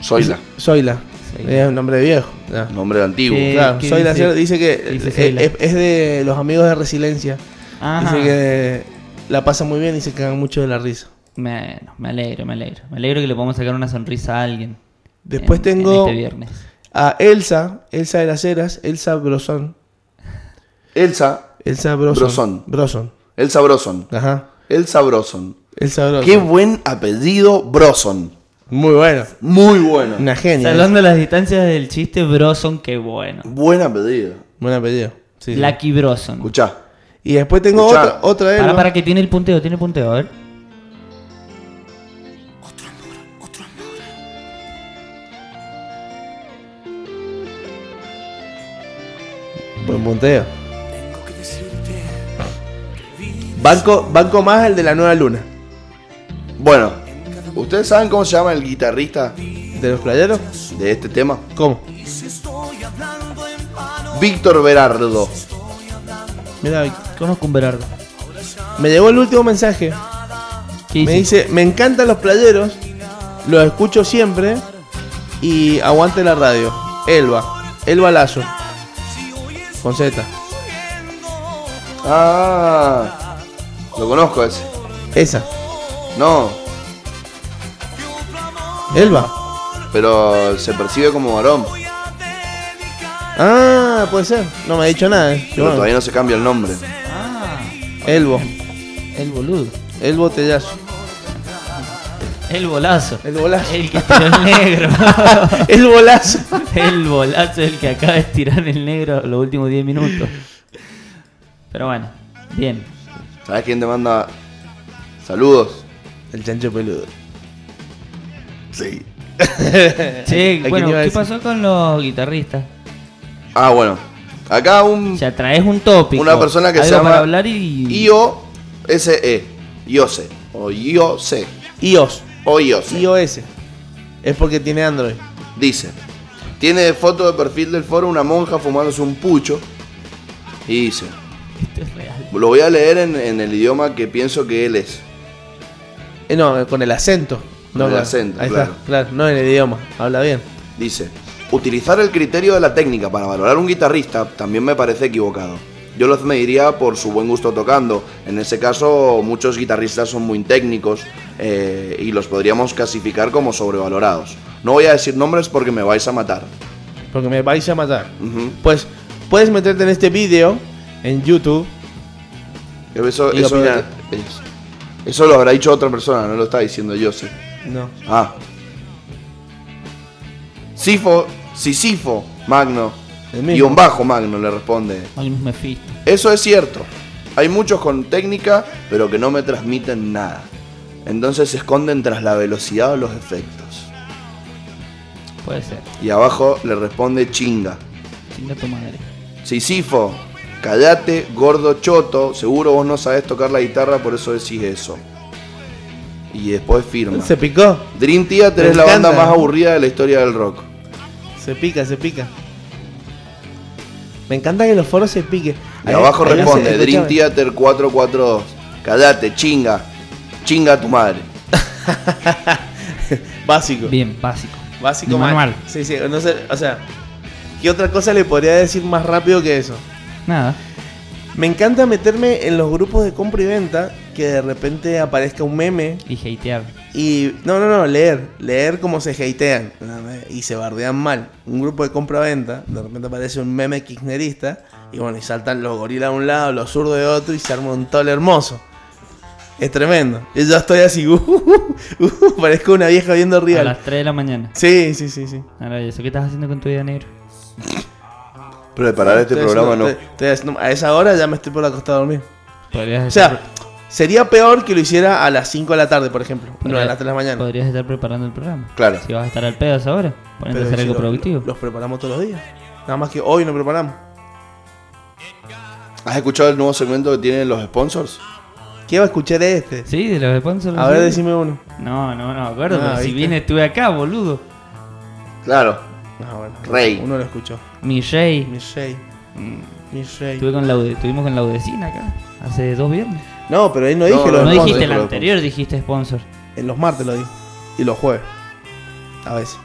[SPEAKER 2] Soyla,
[SPEAKER 1] Zoila.
[SPEAKER 6] Zoila.
[SPEAKER 1] Es un nombre viejo. ya.
[SPEAKER 2] nombre antiguo.
[SPEAKER 6] Sí. Eh,
[SPEAKER 1] Claro,
[SPEAKER 6] ¿qué
[SPEAKER 1] Zoila
[SPEAKER 6] dice?
[SPEAKER 1] Cerda dice que
[SPEAKER 6] Dice
[SPEAKER 1] eh,
[SPEAKER 6] Zoila.
[SPEAKER 1] es- es de los amigos de Resiliencia.
[SPEAKER 6] ajá.
[SPEAKER 1] Dice que la pasa muy bien y se cagan mucho de la risa.
[SPEAKER 6] Bueno, me alegro, me alegro. Me alegro que le podamos sacar una sonrisa a alguien.
[SPEAKER 1] Después
[SPEAKER 6] en-
[SPEAKER 1] tengo-
[SPEAKER 6] en este viernes.
[SPEAKER 1] A Elsa, Elsa de las Heras, Elsa Brosón.
[SPEAKER 2] Elsa,
[SPEAKER 1] Elsa Brosón.
[SPEAKER 2] Brosón.
[SPEAKER 1] Brosón,
[SPEAKER 2] Elsa Broson.
[SPEAKER 1] Ajá.
[SPEAKER 2] Elsa Broson.
[SPEAKER 1] Elsa Brosón.
[SPEAKER 2] Qué buen apellido Broson.
[SPEAKER 1] Muy bueno.
[SPEAKER 2] Muy bueno.
[SPEAKER 1] Una genia. ¿eh?
[SPEAKER 6] Salvando las distancias del chiste, Broson, qué bueno.
[SPEAKER 2] Buen apellido.
[SPEAKER 1] Buen apellido. Sí, sí.
[SPEAKER 6] Lucky Broson.
[SPEAKER 2] Escuchá.
[SPEAKER 1] Y después tengo
[SPEAKER 2] Escuchá.
[SPEAKER 1] otra, otra de él.
[SPEAKER 6] Para,
[SPEAKER 1] ¿no?
[SPEAKER 6] para que tiene el punteo, tiene punteo, a ver.
[SPEAKER 1] Buen punteo. Banco, banco más el de la nueva luna.
[SPEAKER 2] Bueno, ¿ustedes saben cómo se llama el guitarrista
[SPEAKER 1] ¿De los playeros?
[SPEAKER 2] de este tema?
[SPEAKER 1] ¿Cómo?
[SPEAKER 2] Víctor Berardo.
[SPEAKER 1] Mira,
[SPEAKER 6] Conozco un Berardo.
[SPEAKER 1] me llegó el último mensaje.
[SPEAKER 6] ¿Qué
[SPEAKER 1] Me
[SPEAKER 6] dice?
[SPEAKER 1] dice, me encantan los playeros, los escucho siempre y aguante la radio. Elba, Elba Lazo. Con Z.
[SPEAKER 2] Ah, lo conozco ese.
[SPEAKER 1] Esa.
[SPEAKER 2] No,
[SPEAKER 1] Elba.
[SPEAKER 2] pero se percibe como varón.
[SPEAKER 1] Ah, puede ser. No me ha dicho nada. eh.
[SPEAKER 2] Pero
[SPEAKER 1] Bueno,
[SPEAKER 2] todavía no se cambia el nombre.
[SPEAKER 6] Ah,
[SPEAKER 1] Elbo.
[SPEAKER 6] el boludo.
[SPEAKER 1] Elbo Tellazo.
[SPEAKER 6] El bolazo.
[SPEAKER 1] El bolazo.
[SPEAKER 6] El que tiró el negro.
[SPEAKER 1] El bolazo.
[SPEAKER 6] el bolazo es el que acaba de tirar el negro los últimos 10 minutos. Pero bueno, bien.
[SPEAKER 2] ¿Sabes quién te manda saludos?
[SPEAKER 1] El chancho peludo.
[SPEAKER 2] Sí.
[SPEAKER 1] Eh,
[SPEAKER 6] Che,
[SPEAKER 1] quién
[SPEAKER 6] bueno,
[SPEAKER 1] iba a
[SPEAKER 6] ¿qué
[SPEAKER 1] decir?
[SPEAKER 6] pasó con los guitarristas?
[SPEAKER 2] Ah, bueno. Acá un
[SPEAKER 6] Ya traes un tópico.
[SPEAKER 2] Una persona que
[SPEAKER 6] algo
[SPEAKER 2] se llama
[SPEAKER 6] para hablar y.
[SPEAKER 2] IOSE. IOSE. O IOSE.
[SPEAKER 1] iOS.
[SPEAKER 2] O IOSE.
[SPEAKER 1] iOS. Es porque tiene Android.
[SPEAKER 2] Dice, tiene de foto de perfil del foro una monja fumándose un pucho. Y dice,
[SPEAKER 6] Esto es real.
[SPEAKER 2] lo voy a leer en, en el idioma que pienso que él es.
[SPEAKER 1] Eh, no, con el acento.
[SPEAKER 2] Con
[SPEAKER 1] No,
[SPEAKER 2] el
[SPEAKER 1] claro.
[SPEAKER 2] acento,
[SPEAKER 1] Ahí
[SPEAKER 2] claro.
[SPEAKER 1] está, claro. No en el idioma. Habla bien.
[SPEAKER 2] Dice, utilizar el criterio de la técnica para valorar un guitarrista también me parece equivocado. Yo los mediría por su buen gusto tocando. En ese caso, muchos guitarristas son muy técnicos eh, y los podríamos clasificar como sobrevalorados. No voy a decir nombres porque me vais a matar.
[SPEAKER 1] Porque me vais a matar.
[SPEAKER 2] Ujú.
[SPEAKER 1] Pues puedes meterte en este vídeo en YouTube.
[SPEAKER 2] Eso,
[SPEAKER 1] Y
[SPEAKER 2] eso,
[SPEAKER 1] opinar.
[SPEAKER 2] es- eso lo habrá dicho otra persona, no lo está diciendo yo, sí.
[SPEAKER 1] No.
[SPEAKER 2] Ah. Sifo, Sisifo, Magno.
[SPEAKER 1] El mismo.
[SPEAKER 2] Y un bajo Magno le responde.
[SPEAKER 6] Magnus Mephisto.
[SPEAKER 2] Eso es cierto. Hay muchos con técnica, pero que no me transmiten nada. Entonces se esconden tras la velocidad o los efectos.
[SPEAKER 6] Puede ser.
[SPEAKER 2] Y abajo le responde chinga.
[SPEAKER 6] Chinga tu madre.
[SPEAKER 2] Sisifo, callate, gordo choto. Seguro vos no sabés tocar la guitarra, por eso decís eso. Y después firma.
[SPEAKER 1] Se picó.
[SPEAKER 2] Dream Theater
[SPEAKER 1] Me
[SPEAKER 2] es la banda
[SPEAKER 1] encanta.
[SPEAKER 2] más aburrida de la historia del rock.
[SPEAKER 1] Se pica, se pica. Me encanta que los foros se piquen.
[SPEAKER 2] Y abajo
[SPEAKER 1] ahí
[SPEAKER 2] responde
[SPEAKER 1] hace-
[SPEAKER 2] Dream
[SPEAKER 1] escúchame.
[SPEAKER 2] Theater 442. Callate, chinga. Chinga a tu madre.
[SPEAKER 1] Básico.
[SPEAKER 6] Bien, básico.
[SPEAKER 1] Básico
[SPEAKER 6] Ni
[SPEAKER 1] mal.
[SPEAKER 6] manual.
[SPEAKER 1] Sí, sí. No sé, o sea, ¿qué otra cosa le podría decir más rápido que eso?
[SPEAKER 6] Nada.
[SPEAKER 1] Me encanta meterme en los grupos de compra y venta que de repente aparezca un meme
[SPEAKER 6] Y hatear.
[SPEAKER 1] y. No, no, no, leer. Leer cómo se hatean y se bardean mal. Un grupo de compra-venta, de repente aparece un meme kirchnerista Y bueno, y saltan los gorilas de un lado, los zurdos de otro y se arma un tol hermoso. Es tremendo. Y yo estoy así, uh, uh, uh, parezco una vieja viendo
[SPEAKER 6] A
[SPEAKER 1] real.
[SPEAKER 6] las 3 de la mañana.
[SPEAKER 1] Sí, sí, sí, sí.
[SPEAKER 6] Ahora, ¿y eso qué estás haciendo con tu vida negro?
[SPEAKER 2] Pero de parar este
[SPEAKER 1] Estoy
[SPEAKER 2] programa
[SPEAKER 1] haciendo-
[SPEAKER 2] no.
[SPEAKER 1] estoy- estoy haciendo- a esa hora ya me estoy por la costa a dormir.
[SPEAKER 6] Podrías
[SPEAKER 1] O sea, sería peor que lo hiciera a las 5 de la tarde, por ejemplo. No, a
[SPEAKER 6] podrías-
[SPEAKER 1] las 3 de la mañana.
[SPEAKER 6] Podrías estar preparando el programa.
[SPEAKER 2] Claro.
[SPEAKER 6] Si vas a estar al pedo a esa hora, ponete a
[SPEAKER 1] Pero
[SPEAKER 6] hacer
[SPEAKER 1] si
[SPEAKER 6] algo
[SPEAKER 1] lo-
[SPEAKER 6] productivo.
[SPEAKER 1] Los preparamos todos los días. Nada más que hoy no preparamos.
[SPEAKER 2] ¿Has escuchado el nuevo segmento que tienen los sponsors?
[SPEAKER 1] ¿Qué va a escuchar este?
[SPEAKER 6] Sí, de los sponsors.
[SPEAKER 1] A
[SPEAKER 6] sí.
[SPEAKER 1] ver, decime uno.
[SPEAKER 6] No, no, no, me acuerdo.
[SPEAKER 1] Ah,
[SPEAKER 6] pero si
[SPEAKER 1] ¿viste?
[SPEAKER 6] bien estuve acá, boludo.
[SPEAKER 2] Claro.
[SPEAKER 1] Ah, bueno.
[SPEAKER 2] Rey.
[SPEAKER 1] Uno lo escuchó.
[SPEAKER 6] Mi Jay.
[SPEAKER 1] Mi Shay. Mi Shay.
[SPEAKER 6] Estuve con la, Ude- estuvimos con la Udecina acá. Hace dos viernes.
[SPEAKER 1] No, pero ahí no
[SPEAKER 2] No,
[SPEAKER 1] dije los
[SPEAKER 6] no
[SPEAKER 1] sponsors.
[SPEAKER 6] dijiste
[SPEAKER 2] pero
[SPEAKER 6] el
[SPEAKER 2] los
[SPEAKER 6] anterior, dijiste sponsor.
[SPEAKER 1] En los martes lo di. Y los jueves. A veces.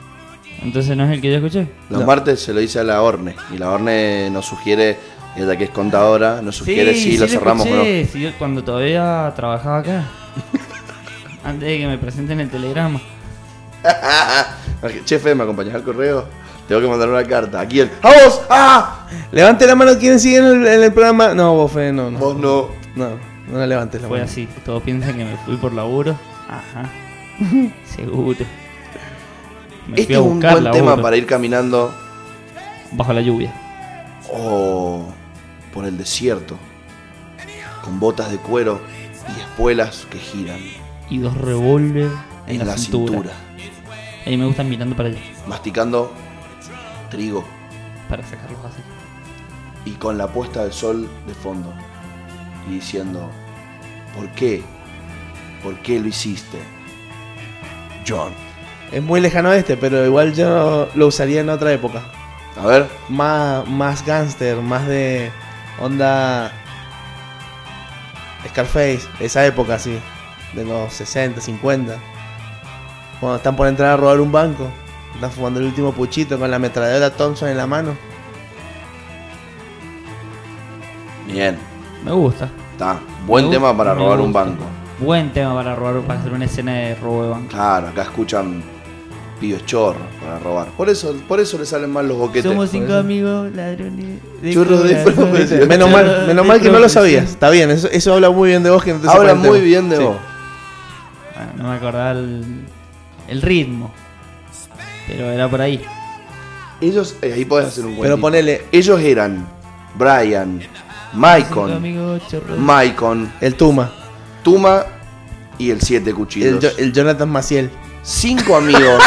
[SPEAKER 6] Entonces no es el que yo escuché.
[SPEAKER 2] Los
[SPEAKER 1] No.
[SPEAKER 2] martes se lo dice a la Orne. Y la Orne nos sugiere, ella que es contadora, nos sugiere si lo cerramos o no.
[SPEAKER 6] escuché, sí, yo cuando todavía trabajaba acá. Antes de que me presenten el telegrama.
[SPEAKER 2] Chefe, ¿me acompañas al correo? Tengo que mandar una carta. ¿A quién? ¡A vos! ¡Ah!
[SPEAKER 1] Levante la mano quienes siguen en el, en el programa. No, vos, Fede, no, no.
[SPEAKER 2] Vos no.
[SPEAKER 1] No, no la levantes la
[SPEAKER 6] Fue
[SPEAKER 1] mano.
[SPEAKER 6] así. Todos piensan que me fui por laburo. Ajá. Seguro. Me
[SPEAKER 2] Este
[SPEAKER 6] fui
[SPEAKER 2] es
[SPEAKER 6] a
[SPEAKER 2] un
[SPEAKER 6] buscar
[SPEAKER 2] buen
[SPEAKER 6] laburo
[SPEAKER 2] tema para ir caminando
[SPEAKER 6] bajo la lluvia.
[SPEAKER 2] o por el desierto con botas de cuero y espuelas que giran
[SPEAKER 6] Y dos revólver
[SPEAKER 2] en,
[SPEAKER 6] en,
[SPEAKER 2] la, cintura.
[SPEAKER 6] A mí me gustan mirando para allá.
[SPEAKER 2] masticando trigo
[SPEAKER 6] Para sacarlos así.
[SPEAKER 2] y con la puesta del sol de fondo y diciendo ¿por qué? ¿por qué lo hiciste? John
[SPEAKER 1] Es muy lejano este, pero igual yo lo usaría en otra época.
[SPEAKER 2] a ver
[SPEAKER 1] Más, más gangster, más de onda Scarface, esa época así, de los 60, 50. Cuando están por entrar a robar un banco, están fumando el último puchito con la ametralladora Thompson en la mano.
[SPEAKER 2] bien
[SPEAKER 6] Me gusta.
[SPEAKER 2] está buen
[SPEAKER 6] Me
[SPEAKER 2] tema
[SPEAKER 6] gusta,
[SPEAKER 2] para
[SPEAKER 6] me
[SPEAKER 2] robar un
[SPEAKER 6] gusta.
[SPEAKER 2] banco
[SPEAKER 6] Buen tema para robar, para hacer una escena de robo de banco.
[SPEAKER 2] claro acá escuchan pibes chorros para robar por eso por eso le salen mal los boquetes
[SPEAKER 6] Somos
[SPEAKER 2] por
[SPEAKER 6] cinco
[SPEAKER 2] eso.
[SPEAKER 6] amigos, ladrones.
[SPEAKER 2] Churros de
[SPEAKER 6] corazón.
[SPEAKER 2] profesión.
[SPEAKER 1] Menos mal,
[SPEAKER 6] Churros
[SPEAKER 1] menos
[SPEAKER 6] de
[SPEAKER 1] mal que no lo
[SPEAKER 6] profesión.
[SPEAKER 1] sabías. Está bien, eso, eso habla muy bien de vos que no te
[SPEAKER 2] habla
[SPEAKER 1] sepas el
[SPEAKER 2] muy
[SPEAKER 1] tema.
[SPEAKER 2] bien de
[SPEAKER 1] Sí.
[SPEAKER 2] vos
[SPEAKER 6] Ah, no me acordaba el, el ritmo. Pero era por ahí.
[SPEAKER 2] Ellos, eh, ahí podés hacer un cuento.
[SPEAKER 1] Pero ponele
[SPEAKER 2] Ellos eran Brian,
[SPEAKER 6] Cinco
[SPEAKER 2] Maicon,
[SPEAKER 6] amigos, chorros.
[SPEAKER 2] Maicon,
[SPEAKER 1] el Tuma,
[SPEAKER 2] Tuma y el Siete
[SPEAKER 1] el,
[SPEAKER 2] Cuchillos.
[SPEAKER 1] Jo- el Jonathan Maciel. Ah,
[SPEAKER 2] Cinco amigos,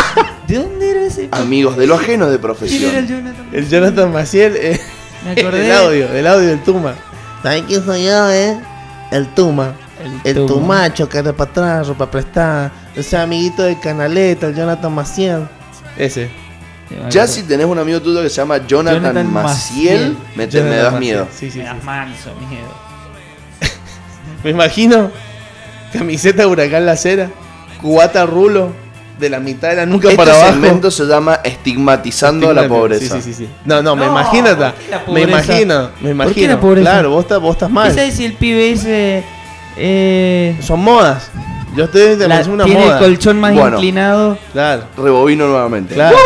[SPEAKER 6] ¿De dónde era ese?
[SPEAKER 2] amigos de lo ajeno de
[SPEAKER 6] ¿Quién era
[SPEAKER 2] profesión.
[SPEAKER 6] el Jonathan?
[SPEAKER 1] El Jonathan Maciel, eh,
[SPEAKER 6] Me acordé.
[SPEAKER 1] el audio, el audio del Tuma. ¿Sabés quién soy yo, eh? El Tuma. El
[SPEAKER 6] Tuma.
[SPEAKER 1] Tumacho, que era para atrás, para prestar. Ese amiguito de Canaleta, el Jonathan Maciel. Ese.
[SPEAKER 6] Sí, me acuerdo.
[SPEAKER 2] Ya si tenés un amigo tuyo que se llama Jonathan,
[SPEAKER 6] Jonathan
[SPEAKER 2] Maciel,
[SPEAKER 6] Maciel.
[SPEAKER 2] me, te- me
[SPEAKER 1] Jonathan
[SPEAKER 2] das
[SPEAKER 1] Maciel.
[SPEAKER 2] miedo.
[SPEAKER 1] Sí, sí,
[SPEAKER 6] Me das
[SPEAKER 1] sí.
[SPEAKER 6] manso miedo.
[SPEAKER 1] Me imagino camiseta de huracán la cera, cubata rulo, de la mitad de la nuca
[SPEAKER 2] Este
[SPEAKER 1] para abajo.
[SPEAKER 2] segmento se llama Estigmatizando a la
[SPEAKER 1] Estigmate-
[SPEAKER 2] Pobreza.
[SPEAKER 1] Sí, sí, sí, sí. No, no, me
[SPEAKER 6] No,
[SPEAKER 1] imagino.
[SPEAKER 6] ¿por
[SPEAKER 1] ta-
[SPEAKER 6] qué la
[SPEAKER 1] Me
[SPEAKER 6] pobreza?
[SPEAKER 1] imagino, me
[SPEAKER 6] ¿Por qué
[SPEAKER 1] imagino.
[SPEAKER 6] la pobreza?
[SPEAKER 1] Claro, vos, estás- vos estás
[SPEAKER 6] ¿Qué
[SPEAKER 1] mal.
[SPEAKER 6] sabes si el pibe ese. Eh,
[SPEAKER 1] Son modas. Yo estoy de
[SPEAKER 6] la-
[SPEAKER 1] una
[SPEAKER 6] tiene
[SPEAKER 1] moda.
[SPEAKER 6] el colchón más
[SPEAKER 2] Bueno.
[SPEAKER 6] inclinado?
[SPEAKER 1] Claro,
[SPEAKER 2] Rebobino nuevamente.
[SPEAKER 1] claro.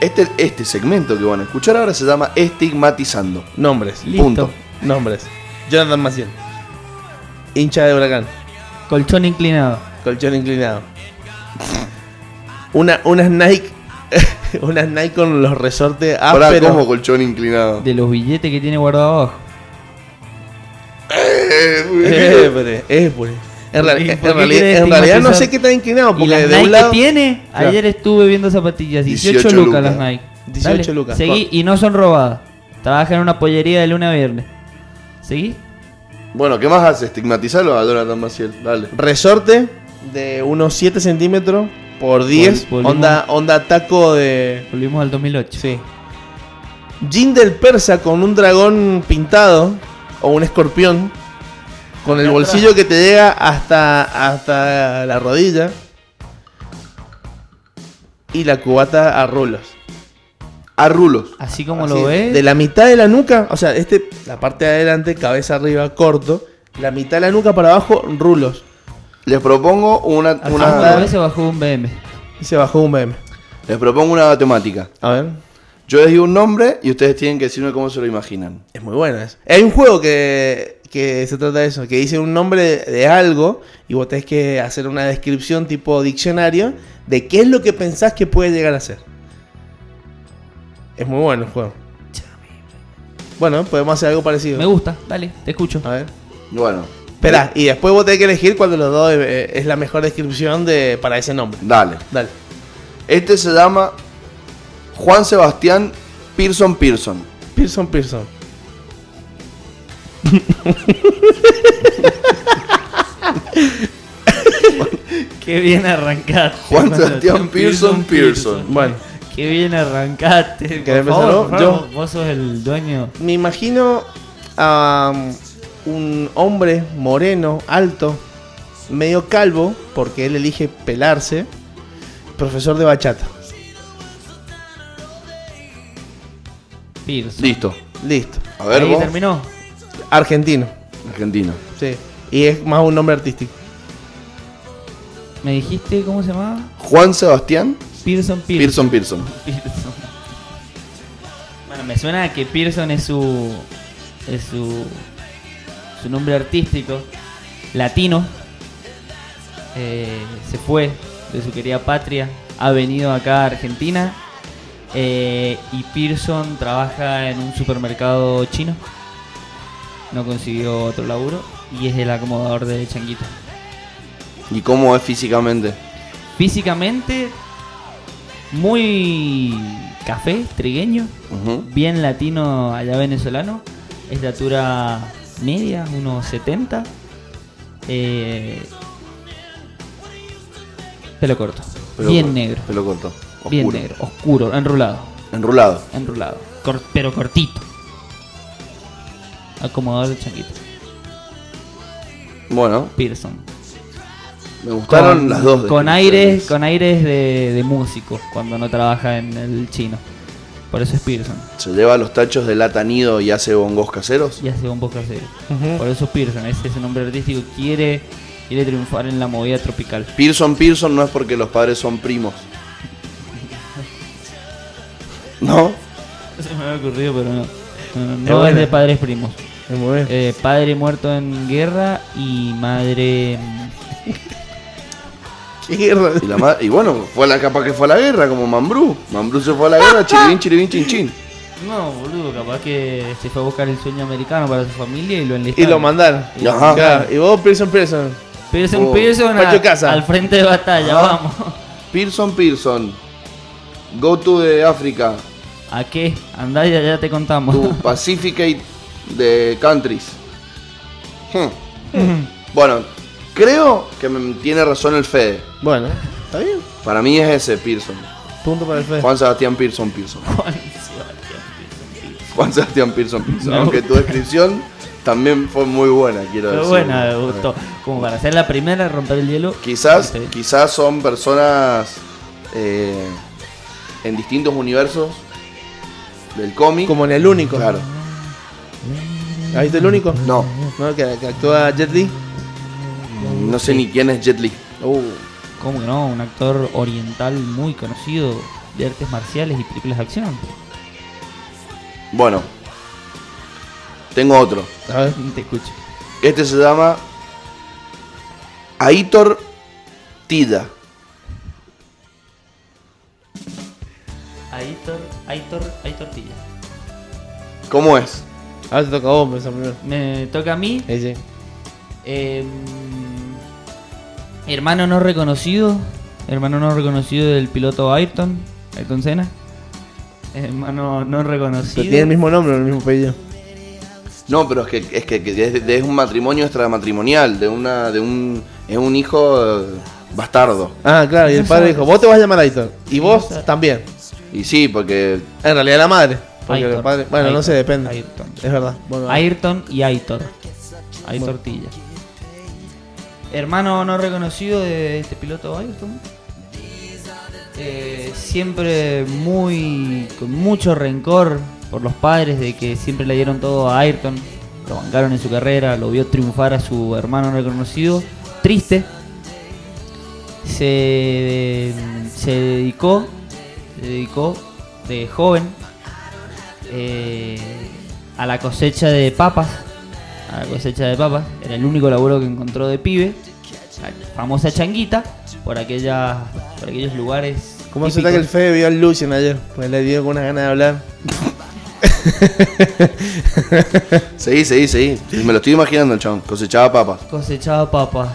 [SPEAKER 2] Este, este segmento que van a escuchar ahora se llama Estigmatizando.
[SPEAKER 1] Nombres,
[SPEAKER 6] Listo.
[SPEAKER 2] Punto.
[SPEAKER 1] nombres. Jonathan Maciel. Hincha de huracán.
[SPEAKER 6] Colchón inclinado.
[SPEAKER 1] Colchón inclinado. Una, unas Nike. unas Nike con los resortes
[SPEAKER 2] Ahora
[SPEAKER 1] ásperos.
[SPEAKER 2] como colchón inclinado.
[SPEAKER 6] Ah, De los billetes que tiene guardado abajo.
[SPEAKER 1] Eh, pero, eh, pues. En, real-
[SPEAKER 6] ¿Y
[SPEAKER 1] en
[SPEAKER 6] por qué
[SPEAKER 1] realidad,
[SPEAKER 6] quieres
[SPEAKER 1] en realidad no sé
[SPEAKER 6] estigmatizar?
[SPEAKER 1] qué tan inclinado.
[SPEAKER 6] ¿Y
[SPEAKER 1] Porque
[SPEAKER 6] las
[SPEAKER 1] de
[SPEAKER 6] Nike
[SPEAKER 1] un lado.
[SPEAKER 6] que tiene?
[SPEAKER 1] Claro.
[SPEAKER 6] Ayer estuve viendo zapatillas. 18,
[SPEAKER 2] 18
[SPEAKER 6] lucas
[SPEAKER 2] lucas.
[SPEAKER 6] las Nike.
[SPEAKER 1] 18 lucas.
[SPEAKER 6] Seguí y no son robadas. Trabaja en una pollería de lunes a viernes. ¿Seguí?
[SPEAKER 2] Bueno, ¿qué más hace? Estigmatizarlo a Jonathan Maciel. Dale.
[SPEAKER 1] Resorte de unos 7 centímetros por 10.
[SPEAKER 6] Vol- volvimos.
[SPEAKER 1] onda, onda taco de.
[SPEAKER 6] Volvimos al 2008.
[SPEAKER 1] Sí. Jin del persa con un dragón pintado o un escorpión. Con el bolsillo que te llega hasta, hasta la rodilla. Y la cubata a rulos.
[SPEAKER 2] A rulos.
[SPEAKER 6] Así como
[SPEAKER 1] Así,
[SPEAKER 6] lo ves.
[SPEAKER 1] De la mitad de la nuca, o sea, este, la parte de adelante, cabeza arriba, corto. La mitad de la nuca para abajo, rulos.
[SPEAKER 2] Les propongo una,
[SPEAKER 6] Así como
[SPEAKER 2] una-
[SPEAKER 6] lo ves, se bajó un BM.
[SPEAKER 1] Y se bajó un meme.
[SPEAKER 2] les propongo una temática.
[SPEAKER 1] A ver.
[SPEAKER 2] Yo les digo un nombre y ustedes tienen que decirme cómo se lo imaginan.
[SPEAKER 1] Es muy buena. esa. Hay un juego que, que se trata de eso, que dice un nombre de, de algo y vos tenés que hacer una descripción tipo diccionario de qué es lo que pensás que puede llegar a ser. Es muy bueno el juego. Bueno, podemos hacer algo parecido.
[SPEAKER 6] Me gusta, dale, te escucho.
[SPEAKER 1] A ver.
[SPEAKER 2] Bueno,
[SPEAKER 1] Espera, y después vos tenés que elegir cuál de los dos eh, es la mejor descripción de, para ese nombre.
[SPEAKER 2] dale.
[SPEAKER 1] Dale.
[SPEAKER 2] Este se llama Juan Sebastián Pearson Pearson.
[SPEAKER 1] Pearson Pearson.
[SPEAKER 6] Qué bien arrancaste.
[SPEAKER 2] Juan
[SPEAKER 6] Cuando
[SPEAKER 2] Sebastián
[SPEAKER 6] te-
[SPEAKER 2] Pearson Pearson.
[SPEAKER 1] Bueno,
[SPEAKER 6] Qué bien arrancaste.
[SPEAKER 1] ¿Querés
[SPEAKER 6] Por
[SPEAKER 1] empezar
[SPEAKER 6] favor,
[SPEAKER 1] vos?
[SPEAKER 6] por
[SPEAKER 1] Yo.
[SPEAKER 6] favor, vos sos el dueño.
[SPEAKER 1] me imagino a um, un hombre moreno, alto, medio calvo, porque él elige pelarse, profesor de bachata.
[SPEAKER 6] Pearson.
[SPEAKER 2] Listo.
[SPEAKER 1] Listo.
[SPEAKER 2] A ver,
[SPEAKER 6] Ahí
[SPEAKER 2] vos.
[SPEAKER 6] terminó.
[SPEAKER 1] Argentino.
[SPEAKER 2] Argentina.
[SPEAKER 1] Sí. Y es más un nombre artístico.
[SPEAKER 6] ¿Me dijiste cómo se llamaba?
[SPEAKER 2] Juan Sebastián
[SPEAKER 6] Pearson
[SPEAKER 2] Pearson
[SPEAKER 6] Pearson.
[SPEAKER 2] Pearson.
[SPEAKER 6] Pearson. Bueno, me suena a que Pearson es su. es su. su nombre artístico. Latino. Eh, se fue de su querida patria. Ha venido acá a Argentina. eh, y Pearson trabaja en un supermercado chino. No consiguió otro laburo. Y es el acomodador de Changuito.
[SPEAKER 2] ¿Y cómo es físicamente?
[SPEAKER 6] Físicamente, muy café, trigueño,
[SPEAKER 2] Ujú.
[SPEAKER 6] bien latino allá venezolano, estatura media, unos 70. Eh, pelo corto,
[SPEAKER 2] Pelo
[SPEAKER 6] bien
[SPEAKER 2] corto,
[SPEAKER 6] negro,
[SPEAKER 2] Pelo corto. Oscuro.
[SPEAKER 6] bien negro, oscuro, enrulado,
[SPEAKER 2] Enrulado.
[SPEAKER 6] enrulado, cor- pero cortito. Acomodador de changuito,
[SPEAKER 2] Bueno,
[SPEAKER 6] Pearson.
[SPEAKER 2] me gustaron las dos.
[SPEAKER 6] Con
[SPEAKER 2] descripciones.
[SPEAKER 6] aires, con aires de, de músico cuando no trabaja en el chino. Por eso es Pearson.
[SPEAKER 2] Se lleva los tachos de lata nido y hace bongos caseros.
[SPEAKER 6] Y hace un poco casero. Por eso es Pearson, ese es su nombre artístico. Quiere, quiere triunfar en la movida tropical.
[SPEAKER 2] Pearson Pearson no es porque los padres son primos. ¿No?
[SPEAKER 6] No se me había ocurrido, pero no. No, no,
[SPEAKER 1] Es
[SPEAKER 6] no es
[SPEAKER 1] buena.
[SPEAKER 6] de padres primos.
[SPEAKER 1] Es muy bien.
[SPEAKER 6] Eh, padre muerto en guerra y madre. mm,
[SPEAKER 1] Qué guerra.
[SPEAKER 2] Y, la ma- y bueno, fue a la capa que fue a la guerra, como Mambrú. Mambrú se fue a la guerra, chiribín, chiribín, chin, chin.
[SPEAKER 6] No, boludo, capaz que se fue a buscar el sueño americano para su familia y lo
[SPEAKER 1] Y
[SPEAKER 6] enlistaron.
[SPEAKER 1] lo mandaron.
[SPEAKER 2] Y lo mandaron.
[SPEAKER 1] Claro, Y vos, Pearson Pearson.
[SPEAKER 6] Pearson,
[SPEAKER 2] Oh.
[SPEAKER 6] Pearson a-
[SPEAKER 1] Pancho Casa. Ah.
[SPEAKER 6] al frente de batalla,
[SPEAKER 2] Ajá.
[SPEAKER 6] vamos.
[SPEAKER 2] Pearson Pearson. Go to de África.
[SPEAKER 6] ¿A qué? Andá y allá te contamos.
[SPEAKER 2] To Pacificate the countries. Hmm. Bueno, creo que me- tiene razón el Fede.
[SPEAKER 1] Bueno, está bien.
[SPEAKER 2] Para mí es ese Pearson.
[SPEAKER 1] Punto para el Fede.
[SPEAKER 2] Juan Sebastián Pearson Pearson.
[SPEAKER 6] Juan Sebastián Pearson.
[SPEAKER 2] Juan Sebastián Pearson Pearson.
[SPEAKER 6] Me
[SPEAKER 2] Aunque tu descripción también fue muy buena, quiero
[SPEAKER 6] Pero
[SPEAKER 2] decir.
[SPEAKER 6] bueno, me gustó. Como para ser la primera a romper el hielo.
[SPEAKER 2] Quizás,
[SPEAKER 6] Este,
[SPEAKER 2] quizás son personas eh, en distintos universos del cómic.
[SPEAKER 1] Como en el único.
[SPEAKER 2] Claro.
[SPEAKER 1] ¿Has visto el único?
[SPEAKER 2] No,
[SPEAKER 1] ¿No? Que, que actúa Jet Li. Uh,
[SPEAKER 2] no sé ni quién es Jet Li.
[SPEAKER 6] ¿Cómo que no? Un actor oriental muy conocido de artes marciales y películas de acción.
[SPEAKER 2] Bueno, tengo otro.
[SPEAKER 1] A ver.
[SPEAKER 6] Te escucho.
[SPEAKER 2] Este se llama Aitor Tida.
[SPEAKER 6] Aitor, Aitor, Aitor Tilla.
[SPEAKER 2] ¿Cómo es?
[SPEAKER 1] Ahora te toca a vos pensar primero.
[SPEAKER 6] Me toca a mí.
[SPEAKER 1] Ahí sí.
[SPEAKER 6] eh, hermano no reconocido. Hermano no reconocido del piloto Ayrton. Ayrton Senna. Hermano no reconocido.
[SPEAKER 1] Pero tiene el mismo nombre, el mismo apellido.
[SPEAKER 2] No, pero es que es, que, que es, de- es un matrimonio extramatrimonial, de una, de un, es un hijo eh, bastardo.
[SPEAKER 1] Ah, claro, y el padre dijo, vos te vas a llamar Aitor. Y vos
[SPEAKER 6] Esa-
[SPEAKER 1] también.
[SPEAKER 2] Y sí, porque
[SPEAKER 1] En realidad la madre. Porque
[SPEAKER 6] Aitor.
[SPEAKER 1] el padre. Bueno, no
[SPEAKER 6] Aitor.
[SPEAKER 1] sé, depende.
[SPEAKER 6] Aitor.
[SPEAKER 1] Es verdad. Bueno,
[SPEAKER 6] Ayrton y Aitor. Aitor Tilla. Hermano no reconocido de este piloto Ayrton. Eh, siempre muy con mucho rencor por los padres de que siempre le dieron todo a Ayrton. Lo bancaron en su carrera, lo vio triunfar a su hermano no reconocido. Triste. Se, se dedicó, se dedicó de joven eh, a la cosecha de papas. A la cosecha de papas. Era el único laburo que encontró de pibe. La famosa changuita. Por, aquellas, por aquellos lugares.
[SPEAKER 1] ¿Cómo se nota
[SPEAKER 6] típicos.
[SPEAKER 1] que el Fede vio al Lucian ayer? Pues le dio con unas ganas de hablar.
[SPEAKER 2] Seguí, seguí, seguí. Me lo estoy imaginando el chabón. Cosechaba papas.
[SPEAKER 6] Cosechaba papas.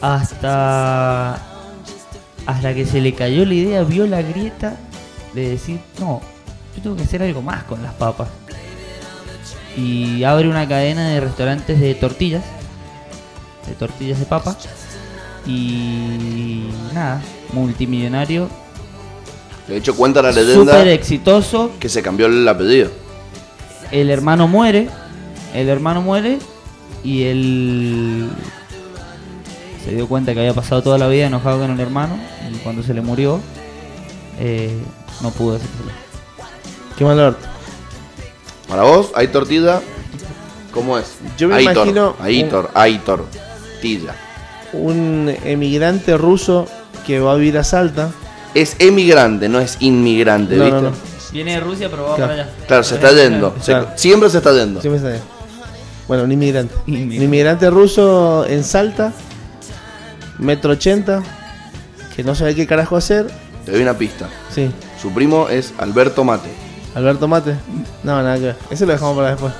[SPEAKER 6] Hasta. Hasta que se le cayó la idea, vio la grieta de decir, no, yo tengo que hacer algo más con las papas. Y abre una cadena de restaurantes de tortillas. De tortillas de papa. Y nada, multimillonario.
[SPEAKER 2] De hecho, cuenta la leyenda
[SPEAKER 6] Súper exitoso.
[SPEAKER 2] que se cambió el apellido.
[SPEAKER 6] el hermano muere, el hermano muere y él se dio cuenta que había pasado toda la vida enojado con el hermano y cuando se le murió eh, no pudo hacerlo.
[SPEAKER 1] Qué mal orto.
[SPEAKER 2] Para vos, hay tortilla. ¿Cómo es?
[SPEAKER 1] Yo me
[SPEAKER 2] Aitor,
[SPEAKER 1] imagino- eh,
[SPEAKER 2] Aitor, Aitor. Tilla.
[SPEAKER 1] Un emigrante ruso que va a vivir a Salta.
[SPEAKER 2] Es emigrante, no es inmigrante,
[SPEAKER 1] No,
[SPEAKER 2] ¿viste?
[SPEAKER 1] no, no.
[SPEAKER 6] Viene de Rusia pero va
[SPEAKER 1] Claro.
[SPEAKER 6] para allá.
[SPEAKER 2] Claro, se está yendo. Se-
[SPEAKER 1] Claro.
[SPEAKER 2] siempre se está yendo.
[SPEAKER 1] Siempre está ahí. Bueno, un inmigrante.
[SPEAKER 6] Inmigrante.
[SPEAKER 1] Un inmigrante ruso en Salta. Metro 80. Que no sabe qué carajo hacer.
[SPEAKER 2] Te doy una pista.
[SPEAKER 1] Sí.
[SPEAKER 2] Su primo es Alberto Mate.
[SPEAKER 1] Alberto Mate. No, nada que ver. Ese lo dejamos para después.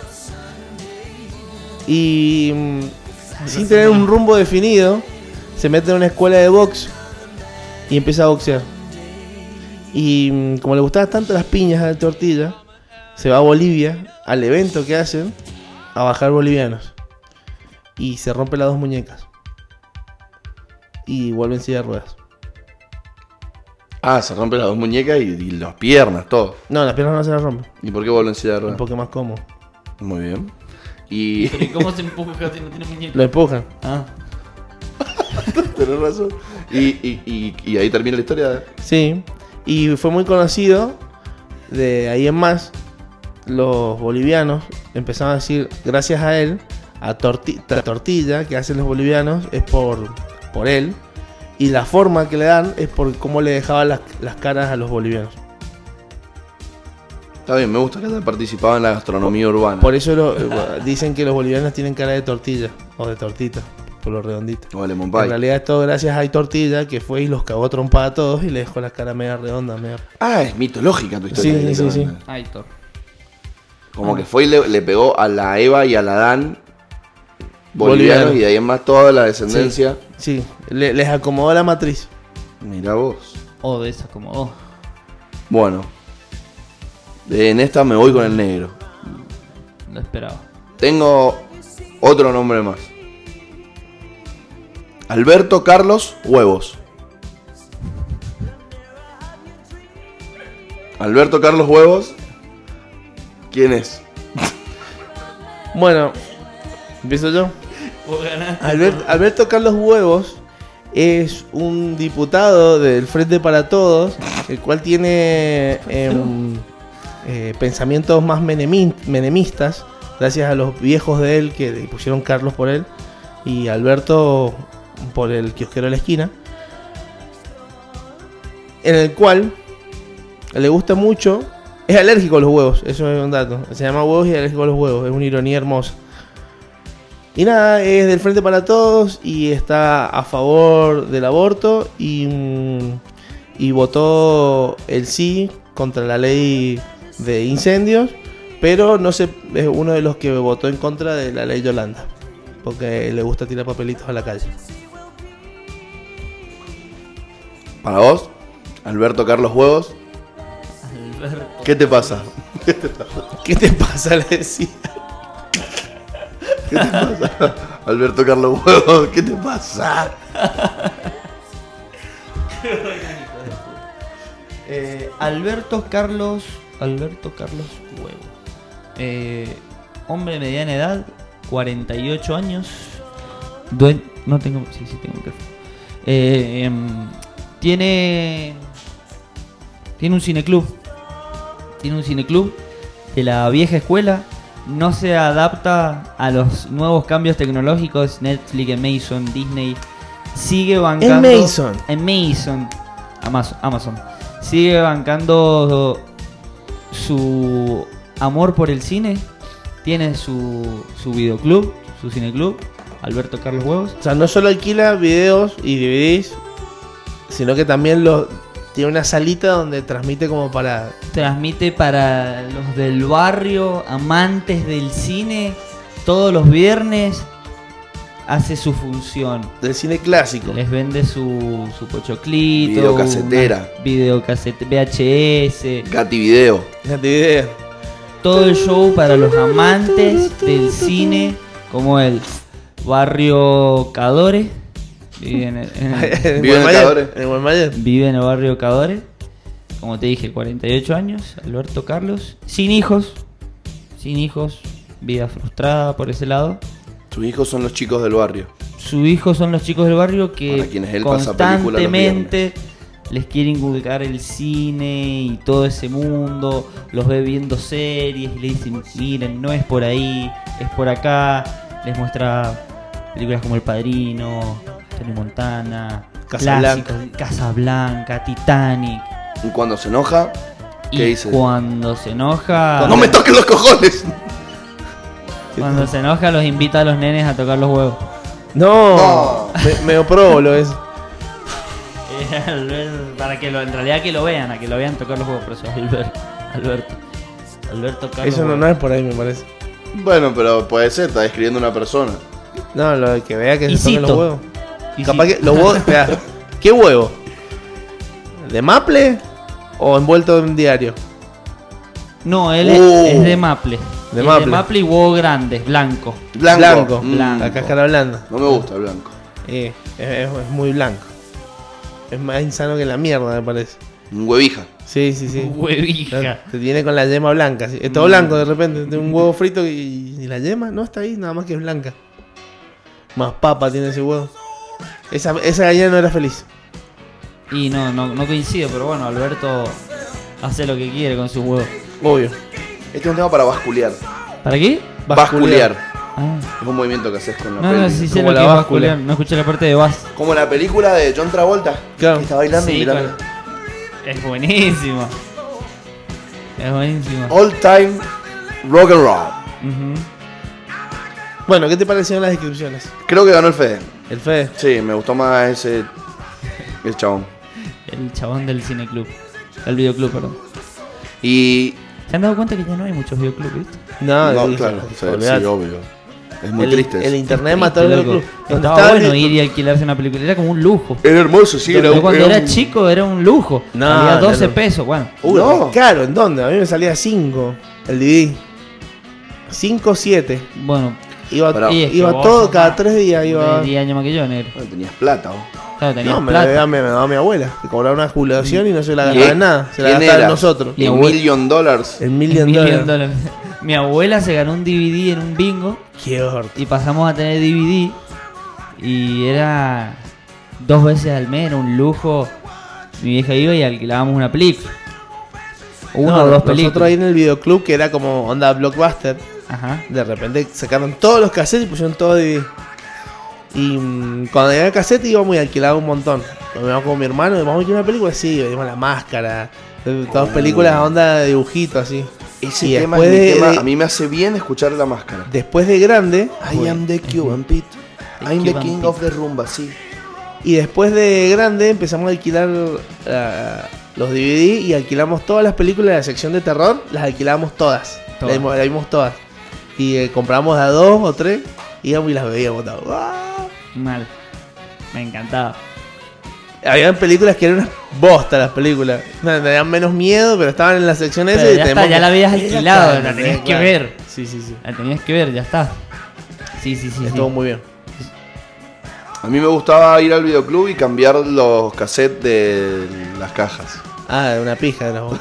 [SPEAKER 1] Y mm, sin tener un rumbo definido, se mete en una escuela de box y empieza a boxear. Y mm, como le gustaban tanto las piñas de tortilla, se va a Bolivia al evento que hacen a bajar bolivianos. Y se rompe las dos muñecas. Y vuelve en silla de ruedas.
[SPEAKER 2] Ah, se rompe las dos muñecas y, y las piernas, todo.
[SPEAKER 1] No, las piernas no se las rompen.
[SPEAKER 2] ¿Y por qué vuelve en silla de
[SPEAKER 1] Un
[SPEAKER 2] ruedas?
[SPEAKER 1] poco más cómodo.
[SPEAKER 2] Muy bien. Y.
[SPEAKER 6] Pero ¿y cómo se empuja si no tiene muñeca?
[SPEAKER 1] Lo empujan.
[SPEAKER 6] Ah,
[SPEAKER 2] Tenés razón. Y, y- y- y ahí termina la historia.
[SPEAKER 1] Sí, y fue muy conocido de ahí en más. Los bolivianos empezaron a decir, gracias a él, a torti- la tortilla que hacen los bolivianos es por, por él. Y la forma que le dan es por cómo le dejaban las, las caras a los bolivianos.
[SPEAKER 2] Está bien, me gusta que haya participado en la gastronomía urbana.
[SPEAKER 1] Por eso lo- eh, dicen que los bolivianos tienen cara de tortilla o de tortita, por lo redondito.
[SPEAKER 2] O de lemon
[SPEAKER 1] En
[SPEAKER 2] pie.
[SPEAKER 1] realidad es todo gracias a Tortilla que fue y los cagó a trompada a todos y le dejó las caras media redondas, media...
[SPEAKER 2] Ah, es mitológica tu historia.
[SPEAKER 1] Sí, sí, sí, sí.
[SPEAKER 2] literalmente.
[SPEAKER 6] Aitor.
[SPEAKER 2] Como que fue y le, le pegó a la Eva y a la Dan bolivianos
[SPEAKER 1] Boliviano.
[SPEAKER 2] y de ahí en más toda la descendencia.
[SPEAKER 1] Sí, le- les acomodó la matriz.
[SPEAKER 2] Mira vos.
[SPEAKER 6] O de esas como oh.
[SPEAKER 2] Bueno, de- en esta me voy con el negro.
[SPEAKER 6] Lo esperaba.
[SPEAKER 2] Tengo otro nombre más. Alberto Carlos Huevos. Alberto Carlos Huevos. ¿Quién es?
[SPEAKER 1] Bueno, empiezo yo. Albert- Alberto Carlos Huevos es un diputado del Frente para Todos, el cual tiene em, eh, pensamientos más menemin- menemistas, gracias a los viejos de él que le pusieron Carlos por él y Alberto por el kiosquero de la esquina, en el cual le gusta mucho, es alérgico a los huevos, eso es un dato, se llama huevos y alérgico a los huevos, es una ironía hermosa. Y nada, es del Frente para Todos y está a favor del aborto y, mm, y votó el sí contra la ley de incendios, pero no sé, es uno de los que votó en contra de la ley Yolanda, porque le gusta tirar papelitos a la calle.
[SPEAKER 2] Para vos, Alberto Carlos Huevos. ¿Qué te pasa?
[SPEAKER 1] ¿Qué te pasa? Le decía.
[SPEAKER 2] Alberto Carlos Huevos, ¿qué te pasa?
[SPEAKER 6] Eh, Alberto Carlos. Alberto Carlos Huevo. Eh, hombre de mediana edad, 48 años. due- no tengo. Sí, sí, tengo un café. Eh, em, tiene. Tiene un cineclub. Tiene un cineclub de la vieja escuela. No se adapta a los nuevos cambios tecnológicos. Netflix, Amazon, Disney. Sigue bancando.
[SPEAKER 1] Amazon.
[SPEAKER 6] Amazon. Amazon. Amazon. Sigue bancando su amor por el cine, tiene su, su videoclub, su cineclub, Alberto Carlos Huevos.
[SPEAKER 1] O sea, no solo alquila videos y DVDs, sino que también los tiene una salita donde transmite como para
[SPEAKER 6] Transmite para los del barrio, amantes del cine, todos los viernes hace su función.
[SPEAKER 1] del cine clásico.
[SPEAKER 6] Les vende su, su pochoclito.
[SPEAKER 2] Videocasetera.
[SPEAKER 6] una Videocasete, VHS.
[SPEAKER 2] Gati Video.
[SPEAKER 1] Fíjate idea.
[SPEAKER 6] todo el show para los amantes del cine, como el barrio Cadore. Vive en el, en el-
[SPEAKER 1] En
[SPEAKER 2] Vive en el
[SPEAKER 1] Guaymallén,
[SPEAKER 2] Cadore.
[SPEAKER 1] en Guaymallén.
[SPEAKER 6] vive en el barrio Cadore. Como te dije, 48 años, Alberto Carlos. Sin hijos, sin hijos, vida frustrada por ese lado.
[SPEAKER 2] Sus hijos son los chicos del barrio.
[SPEAKER 6] Sus hijos son los chicos del barrio
[SPEAKER 2] Para
[SPEAKER 6] que
[SPEAKER 2] quienes él pasa película los
[SPEAKER 6] constantemente les quiere inculcar el cine y todo ese mundo. Los ve viendo series y le dicen, miren, no es por ahí, es por acá. Les muestra películas como El Padrino, Tony Montana,
[SPEAKER 1] Casablanca.
[SPEAKER 6] clásicos, Casablanca, Titanic.
[SPEAKER 2] Y cuando se enoja,
[SPEAKER 6] Y
[SPEAKER 2] ¿qué dice?
[SPEAKER 6] cuando se enoja,
[SPEAKER 2] ¡No me toques los cojones!
[SPEAKER 6] cuando se enoja los invita a los nenes a tocar los huevos.
[SPEAKER 1] No,
[SPEAKER 2] No.
[SPEAKER 1] me, me oprobo lo es.
[SPEAKER 6] Eh, Albert- para que lo, en realidad que lo vean, a que lo vean tocar los juegos, pero eso es Albert- Alberto. Alberto Carlos.
[SPEAKER 1] Eso no, no
[SPEAKER 6] Huevo.
[SPEAKER 1] es por ahí, me parece.
[SPEAKER 2] Bueno, pero puede ser, está describiendo una persona.
[SPEAKER 1] No, lo de que vea que
[SPEAKER 6] Y
[SPEAKER 1] se toquen los
[SPEAKER 6] cito.
[SPEAKER 1] huevos.
[SPEAKER 6] Y
[SPEAKER 1] Capaz
[SPEAKER 6] sí,
[SPEAKER 1] que los huevos. espera, ¿Qué huevo? ¿De maple o envuelto en diario?
[SPEAKER 6] No, él es,
[SPEAKER 2] Oh.
[SPEAKER 6] es de Maple. Es
[SPEAKER 1] Maple.
[SPEAKER 6] de Maple y huevo grande, blanco.
[SPEAKER 2] Blanco.
[SPEAKER 1] Blanco.
[SPEAKER 2] Mm,
[SPEAKER 6] Blanco.
[SPEAKER 1] La cáscara blanda.
[SPEAKER 2] No me gusta el blanco.
[SPEAKER 1] Eh, es, es muy blanco. Es más insano que la mierda, me parece.
[SPEAKER 2] Un huevija.
[SPEAKER 1] Sí, sí, sí.
[SPEAKER 6] Huevija.
[SPEAKER 1] Te tiene con la yema blanca. así. Es todo blanco de repente. Tiene un huevo frito y, y la yema no está ahí, nada más que es blanca. Más papa tiene ese huevo. Esa, esa gallina no era feliz.
[SPEAKER 6] Y no, no, no coincido, pero bueno, Alberto hace lo que quiere con sus huevos.
[SPEAKER 1] Obvio.
[SPEAKER 2] Este es un tema para basculear.
[SPEAKER 6] ¿Para qué?
[SPEAKER 2] Basculear.
[SPEAKER 6] Ah.
[SPEAKER 2] Es un movimiento que haces con la
[SPEAKER 6] No,
[SPEAKER 2] peli.
[SPEAKER 6] no, sí sé
[SPEAKER 1] como
[SPEAKER 6] lo
[SPEAKER 1] la
[SPEAKER 6] que es
[SPEAKER 1] báscula.
[SPEAKER 6] bascular, No escuché la parte de Bas.
[SPEAKER 2] Como la película de John Travolta.
[SPEAKER 1] Claro.
[SPEAKER 2] Que está bailando y
[SPEAKER 6] Sí,
[SPEAKER 2] mirando.
[SPEAKER 6] con- Es buenísimo. Es buenísimo.
[SPEAKER 2] All time rock and roll.
[SPEAKER 6] Ujú.
[SPEAKER 1] Bueno, ¿qué te parecieron las descripciones?
[SPEAKER 2] Creo que ganó el Fede.
[SPEAKER 1] El Fede.
[SPEAKER 2] Sí, me gustó más ese. El chabón.
[SPEAKER 6] El chabón del cineclub. El videoclub, perdón.
[SPEAKER 2] Y.
[SPEAKER 6] ¿Se han dado cuenta que ya no hay muchos videoclubs, viste?
[SPEAKER 1] No,
[SPEAKER 2] no,
[SPEAKER 1] Ah, sí,
[SPEAKER 2] claro.
[SPEAKER 1] sí,
[SPEAKER 2] Sí,
[SPEAKER 1] olvidate.
[SPEAKER 2] sí, obvio. Es muy
[SPEAKER 1] el,
[SPEAKER 2] triste. eso.
[SPEAKER 1] El internet
[SPEAKER 6] Triste,
[SPEAKER 1] mató al
[SPEAKER 6] loco.
[SPEAKER 1] club. Donde
[SPEAKER 6] Estaba
[SPEAKER 1] estaba el-
[SPEAKER 6] bueno ir y alquilarse una película. Era como un lujo.
[SPEAKER 2] Era hermoso, sí.
[SPEAKER 6] Yo
[SPEAKER 2] un-
[SPEAKER 6] cuando era
[SPEAKER 2] un-
[SPEAKER 6] chico era un lujo.
[SPEAKER 1] No,
[SPEAKER 6] Valía
[SPEAKER 1] no,
[SPEAKER 6] 12
[SPEAKER 1] no.
[SPEAKER 6] pesos, bueno.
[SPEAKER 1] Uy,
[SPEAKER 2] No.
[SPEAKER 1] Claro, ¿en dónde? A mí me salía 5 el DVD. 5, 7.
[SPEAKER 6] Bueno,
[SPEAKER 1] Iba,
[SPEAKER 2] Pará.
[SPEAKER 6] Y es que
[SPEAKER 1] iba
[SPEAKER 6] vos
[SPEAKER 1] todo,
[SPEAKER 6] sos
[SPEAKER 1] cada
[SPEAKER 6] más-
[SPEAKER 1] 3 días iba.
[SPEAKER 6] tenía 10 años más que yo, negro.
[SPEAKER 2] Bueno, tenías plata, vos.
[SPEAKER 6] Claro, tenías
[SPEAKER 1] No, me la,
[SPEAKER 6] plata.
[SPEAKER 1] daba, me la daba mi abuela. Que cobraba una jubilación y no se la
[SPEAKER 2] ¿Qué?
[SPEAKER 1] gastaba en nada. Se la
[SPEAKER 2] ¿Quién
[SPEAKER 1] gastaba en
[SPEAKER 2] era?
[SPEAKER 1] nosotros.
[SPEAKER 6] Mi
[SPEAKER 2] El
[SPEAKER 6] abuela-
[SPEAKER 2] million dollars.
[SPEAKER 1] El million, dólares.
[SPEAKER 6] Million dólares. Mi abuela se ganó un DVD en un bingo
[SPEAKER 1] Qué horta.
[SPEAKER 6] y pasamos a tener DVD y era dos veces al mes, era un lujo. Mi vieja iba y alquilábamos una película. O Una
[SPEAKER 1] No,
[SPEAKER 6] o dos
[SPEAKER 1] Nosotros
[SPEAKER 6] películas.
[SPEAKER 1] ahí en el videoclub, que era como onda blockbuster,
[SPEAKER 6] Ajá.
[SPEAKER 1] de repente sacaron todos los cassettes y pusieron todo DVD. Y mm, cuando llegaba el cassette íbamos y alquilaba un montón. Nos íbamos con mi hermano y vamos a alquilar una película, sí, veíamos la máscara. eh, Todas películas onda de dibujito así.
[SPEAKER 2] Uh. Ese
[SPEAKER 1] Y
[SPEAKER 2] tema, es
[SPEAKER 1] después
[SPEAKER 2] mi
[SPEAKER 1] de-
[SPEAKER 2] tema.
[SPEAKER 1] de-
[SPEAKER 2] A mí me hace bien escuchar la máscara.
[SPEAKER 1] Después de grande,
[SPEAKER 2] I am the Cuban Pete. I'm the
[SPEAKER 6] Cuban
[SPEAKER 2] king
[SPEAKER 6] Pete.
[SPEAKER 2] of the rumba, sí.
[SPEAKER 1] Y después de grande empezamos a alquilar ah, los DVD y alquilamos todas las películas de la sección de terror, las alquilamos todas. Las
[SPEAKER 6] Todas.
[SPEAKER 1] vimos, las vimos todas. Y eh, compramos a dos o tres, íbamos y las veíamos. tal. ¡Ah!
[SPEAKER 6] Mal. Me encantaba.
[SPEAKER 1] Habían películas que eran unas bosta las películas. No, me dan menos miedo, pero estaban en la sección
[SPEAKER 6] Pero
[SPEAKER 1] esa y
[SPEAKER 6] ya,
[SPEAKER 1] tenemos
[SPEAKER 6] está, ya
[SPEAKER 1] que-
[SPEAKER 6] la habías
[SPEAKER 1] Ya está,
[SPEAKER 6] alquilado, la
[SPEAKER 1] ¿entendés?
[SPEAKER 6] tenías que
[SPEAKER 1] Claro.
[SPEAKER 6] ver.
[SPEAKER 1] Sí, sí, sí.
[SPEAKER 6] La tenías que ver, ya está. Sí, sí, sí. sí.
[SPEAKER 1] Estuvo muy bien.
[SPEAKER 2] A mí me gustaba ir al videoclub y cambiar los cassettes de las cajas.
[SPEAKER 1] Ah, de una pija. era vos.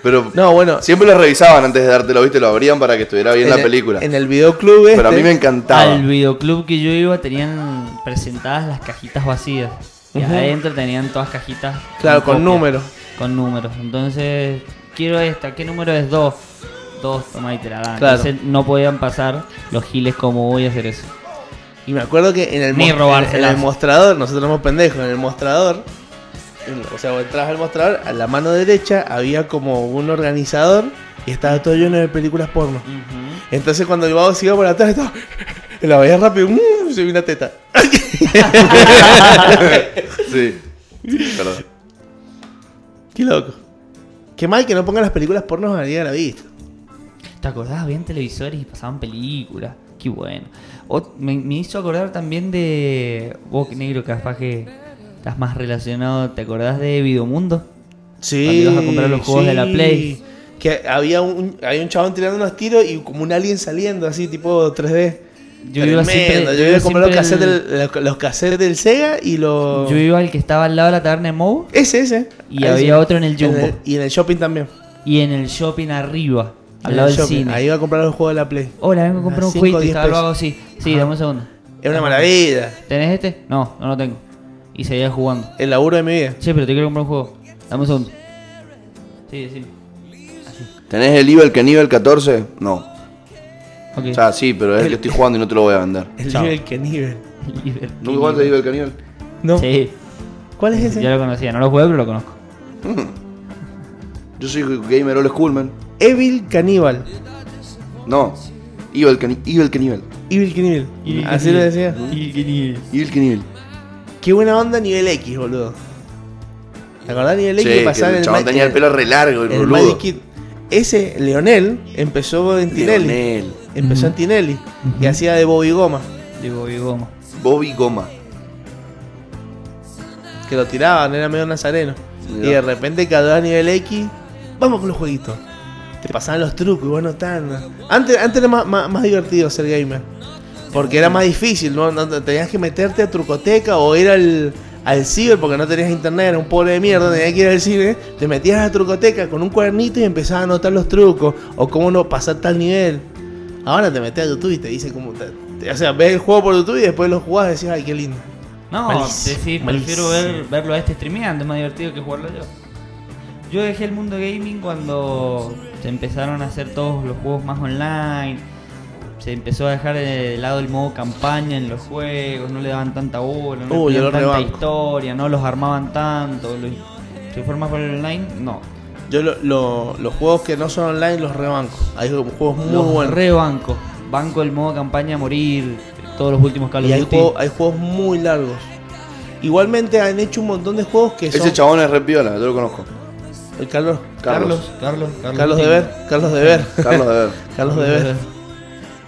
[SPEAKER 2] Pero
[SPEAKER 1] No, bueno.
[SPEAKER 2] siempre los revisaban antes de dártelo, ¿viste? Lo abrían para que estuviera bien
[SPEAKER 1] en
[SPEAKER 2] la
[SPEAKER 1] el-
[SPEAKER 2] película.
[SPEAKER 1] En el videoclub
[SPEAKER 2] Pero a
[SPEAKER 1] este-
[SPEAKER 2] mí me encantaba.
[SPEAKER 6] Al videoclub que yo iba tenían presentadas las cajitas vacías. Y
[SPEAKER 1] Ujú.
[SPEAKER 6] adentro tenían todas cajitas.
[SPEAKER 1] Claro, con
[SPEAKER 6] copia,
[SPEAKER 1] números.
[SPEAKER 6] Con números. Entonces, quiero esta. ¿Qué número es? Dos. Dos, toma y te la dan.
[SPEAKER 1] Claro.
[SPEAKER 6] Entonces, no podían pasar los giles como voy a hacer eso.
[SPEAKER 1] Y me acuerdo que en el,
[SPEAKER 6] Ni
[SPEAKER 1] mos- en- en
[SPEAKER 6] robárselas.
[SPEAKER 1] el mostrador, nosotros somos pendejos, en el mostrador, en- o sea, vos entrabas al mostrador, a la mano derecha había como un organizador y Y estaba todo lleno de películas porno. Entonces cuando el vago se iba por atrás, estaba... la veía rápido, ¡mmm! se vio una teta.
[SPEAKER 2] Sí. Perdón.
[SPEAKER 1] Qué loco. Qué mal que no pongan las películas porno a la día de la vista.
[SPEAKER 6] ¿Te acordás? Habían televisores y pasaban películas. Qué bueno. Ot- me, me hizo acordar también de. Vos, negro, capaz que estás más relacionado. ¿Te acordás de Videomundo?
[SPEAKER 1] Sí.
[SPEAKER 6] Cuando ibas a comprar los juegos de la Play.
[SPEAKER 1] Que había un, había un chabón tirando unos tiros y como un alien saliendo así, tipo 3D.
[SPEAKER 6] Yo iba siempre-
[SPEAKER 1] Tremendo.
[SPEAKER 6] yo
[SPEAKER 1] Yo iba
[SPEAKER 6] iba
[SPEAKER 1] a comprar los
[SPEAKER 6] siempre
[SPEAKER 1] cassettes, del, los- los cassettes del Sega y los.
[SPEAKER 6] Yo iba al que estaba al lado de la taberna de Moe
[SPEAKER 1] Ese, ese.
[SPEAKER 6] Y
[SPEAKER 1] Ahí
[SPEAKER 6] había
[SPEAKER 1] sí.
[SPEAKER 6] otro en el Jumbo.
[SPEAKER 1] y en el shopping también.
[SPEAKER 6] y en el shopping arriba, al
[SPEAKER 1] En
[SPEAKER 6] lado
[SPEAKER 1] el
[SPEAKER 6] del
[SPEAKER 1] shopping.
[SPEAKER 6] cine.
[SPEAKER 1] Ahí iba a comprar los juegos de la Play.
[SPEAKER 6] Hola, vengo a comprar
[SPEAKER 1] Unas
[SPEAKER 6] un
[SPEAKER 1] cinco,
[SPEAKER 6] jueguito. y
[SPEAKER 1] diez
[SPEAKER 6] Estaba el
[SPEAKER 1] pesos.
[SPEAKER 6] vago así. Sí, dame un segundo.
[SPEAKER 1] Es una maravilla.
[SPEAKER 6] ¿Tenés este? No, no lo tengo. Y seguía jugando.
[SPEAKER 1] El laburo de mi vida.
[SPEAKER 6] Che, pero te quiero comprar un juego. Dame un segundo. Sí, decime.
[SPEAKER 2] ¿Tenés el IVA, el Caníbal 14? No.
[SPEAKER 6] Ok.
[SPEAKER 2] O sea, sí, pero es el que estoy jugando y no te lo voy a vender.
[SPEAKER 1] El
[SPEAKER 6] Chao.
[SPEAKER 1] nivel, qué nivel.
[SPEAKER 6] Liber-
[SPEAKER 2] ¿Nunca jugaste el IVA, el Caníbal?
[SPEAKER 1] No.
[SPEAKER 6] Sí,
[SPEAKER 1] ¿Cuál es ese?
[SPEAKER 6] ya lo conocía. No lo jugué, pero lo conozco.
[SPEAKER 2] Yo soy gamer old school, man.
[SPEAKER 1] Evil Caníbal.
[SPEAKER 2] No. IVA, el, cani IVA, el Caníbal.
[SPEAKER 1] Evil Caníbal.
[SPEAKER 6] Evil
[SPEAKER 1] Así lo
[SPEAKER 6] Caníbal.
[SPEAKER 1] decía.
[SPEAKER 2] IVA, el Caníbal.
[SPEAKER 1] Qué buena onda nivel X, boludo. ¿Te acordás nivel
[SPEAKER 2] Sí,
[SPEAKER 1] X?
[SPEAKER 2] que
[SPEAKER 1] pasaba en
[SPEAKER 2] el chabón
[SPEAKER 1] Ma-
[SPEAKER 2] tenía el pelo re largo, el,
[SPEAKER 1] el
[SPEAKER 2] boludo.
[SPEAKER 1] Magic Kid. Ese, Leonel, empezó en Tinelli.
[SPEAKER 2] Leonel.
[SPEAKER 1] Empezó en Tinelli. Y hacía de Bobby Goma.
[SPEAKER 6] Digo, digo, ¿cómo?
[SPEAKER 2] Bobby Goma.
[SPEAKER 1] Que lo tiraban, era medio nazareno.
[SPEAKER 2] Mirá.
[SPEAKER 1] Y de repente quedó a nivel X. Vamos con los jueguitos. Te pasaban los trucos y vos notando. Antes, antes era más, más- más divertido ser gamer. Porque era más difícil, ¿no? No- no- Tenías que meterte a trucoteca o ir al, al ciber porque no tenías internet, era un pobre de mierda, tenías que ir al ciber. Te metías a la trucoteca con un cuadernito y empezabas a anotar los trucos o cómo no pasar tal nivel. Ahora te metes a YouTube y te dice cómo. te- te- o sea, ves el juego por YouTube y después lo jugás y decís, ay, qué lindo.
[SPEAKER 6] No,
[SPEAKER 1] Malísimo,
[SPEAKER 6] te- sí, prefiero
[SPEAKER 1] malísimo.
[SPEAKER 6] ver- verlo a este streameando, es más divertido que jugarlo yo. Yo dejé el mundo gaming cuando se empezaron a hacer todos los juegos más online. Se empezó a dejar de lado el modo campaña en los juegos, no le daban tanta bola, no
[SPEAKER 1] Uy,
[SPEAKER 6] le
[SPEAKER 1] yo
[SPEAKER 6] ponían
[SPEAKER 1] lo
[SPEAKER 6] tanta
[SPEAKER 1] rebanco.
[SPEAKER 6] historia, no los armaban tanto. Lo, ¿Se fue más por el online? No.
[SPEAKER 1] Yo lo- lo- los juegos que no son online los rebanco. Hay como juegos muy
[SPEAKER 6] los
[SPEAKER 1] buenos.
[SPEAKER 6] rebanco. Banco el modo campaña a morir, todos los últimos Call of
[SPEAKER 1] y hay,
[SPEAKER 6] Duty.
[SPEAKER 1] juego- hay juegos muy largos. Igualmente han hecho un montón de juegos que
[SPEAKER 2] Ese
[SPEAKER 1] son...
[SPEAKER 2] chabón es re piola, yo lo conozco.
[SPEAKER 1] El Carlos.
[SPEAKER 2] Carlos.
[SPEAKER 6] Carlos,
[SPEAKER 1] Carlos de Ver. Carlos de Ver.
[SPEAKER 2] Carlos, de ver.
[SPEAKER 1] Carlos de Ver.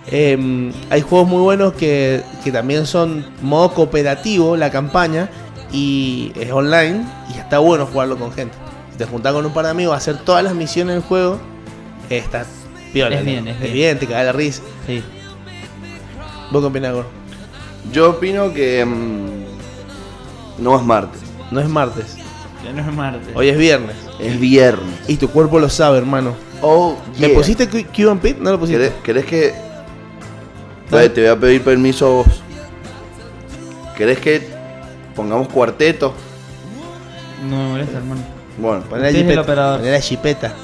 [SPEAKER 1] Em, hay juegos muy buenos que, que también son modo cooperativo, la campaña, y es online, y está bueno jugarlo con gente. Si te juntás con un par de amigos a hacer todas las misiones del juego, eh, está piola.
[SPEAKER 6] Es
[SPEAKER 1] ¿no?
[SPEAKER 6] bien, es bien.
[SPEAKER 1] te caga la risa.
[SPEAKER 6] Sí.
[SPEAKER 1] ¿Vos qué opinás, Gor?
[SPEAKER 2] Yo opino que. mm, no es martes,
[SPEAKER 1] No es martes,
[SPEAKER 6] Ya no es martes.
[SPEAKER 1] hoy es viernes.
[SPEAKER 2] es viernes.
[SPEAKER 1] Y tu cuerpo lo sabe, hermano.
[SPEAKER 2] Oh,
[SPEAKER 1] ¿Me
[SPEAKER 2] yeah.
[SPEAKER 1] pusiste Q- Q and Pit? No lo pusiste.
[SPEAKER 2] ¿Querés, querés que.? Dale, te voy a pedir permiso a vos. ¿Querés que pongamos cuarteto?
[SPEAKER 6] No me molesta, hermano.
[SPEAKER 2] Bueno,
[SPEAKER 1] Poné la
[SPEAKER 6] Usted es el
[SPEAKER 1] jipeta.
[SPEAKER 6] operador.
[SPEAKER 1] Poné la jipeta.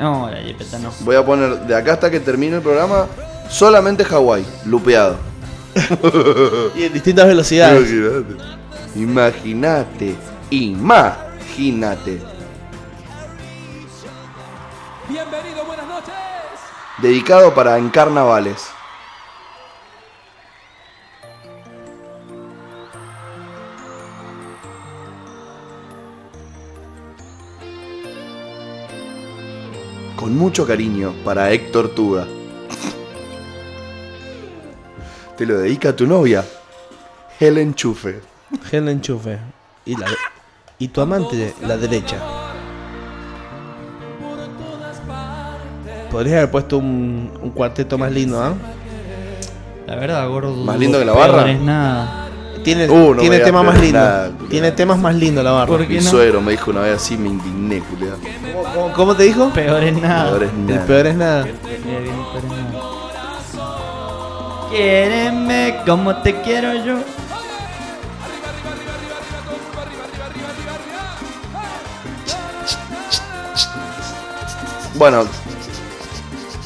[SPEAKER 6] No, la jipeta no.
[SPEAKER 2] voy a poner de acá hasta que termine el programa solamente Hawái, lupeado.
[SPEAKER 1] Y en distintas velocidades.
[SPEAKER 2] Imagínate, imagínate.
[SPEAKER 7] Bienvenido, buenas noches.
[SPEAKER 2] Dedicado para Encarnavales. Con mucho cariño para Héctor Tuga. Te lo dedica tu novia, Helen Chufe.
[SPEAKER 1] Gen enchufe. Y, la- y tu amante, la derecha. Podrías haber puesto un, un cuarteto más lindo, ¿ah?
[SPEAKER 6] La verdad, gordo.
[SPEAKER 2] Más lindo que la
[SPEAKER 6] peor
[SPEAKER 2] barra.
[SPEAKER 6] es nada.
[SPEAKER 1] Tiene,
[SPEAKER 2] Uh, no
[SPEAKER 1] tiene
[SPEAKER 2] me digas,
[SPEAKER 1] temas
[SPEAKER 2] pero
[SPEAKER 1] más lindos.
[SPEAKER 2] nada, culiao.
[SPEAKER 1] Tiene temas más lindos la barra.
[SPEAKER 6] ¿Por
[SPEAKER 2] Mi
[SPEAKER 6] qué no?
[SPEAKER 2] suegro me dijo una vez así, me indigné, culiao.
[SPEAKER 1] ¿Cómo, cómo te dijo?
[SPEAKER 6] Peor es nada.
[SPEAKER 2] Peor es
[SPEAKER 1] El
[SPEAKER 2] nada.
[SPEAKER 1] peor es nada.
[SPEAKER 6] Mira, viene peor es nada. Quiéreme como te quiero yo.
[SPEAKER 2] Bueno,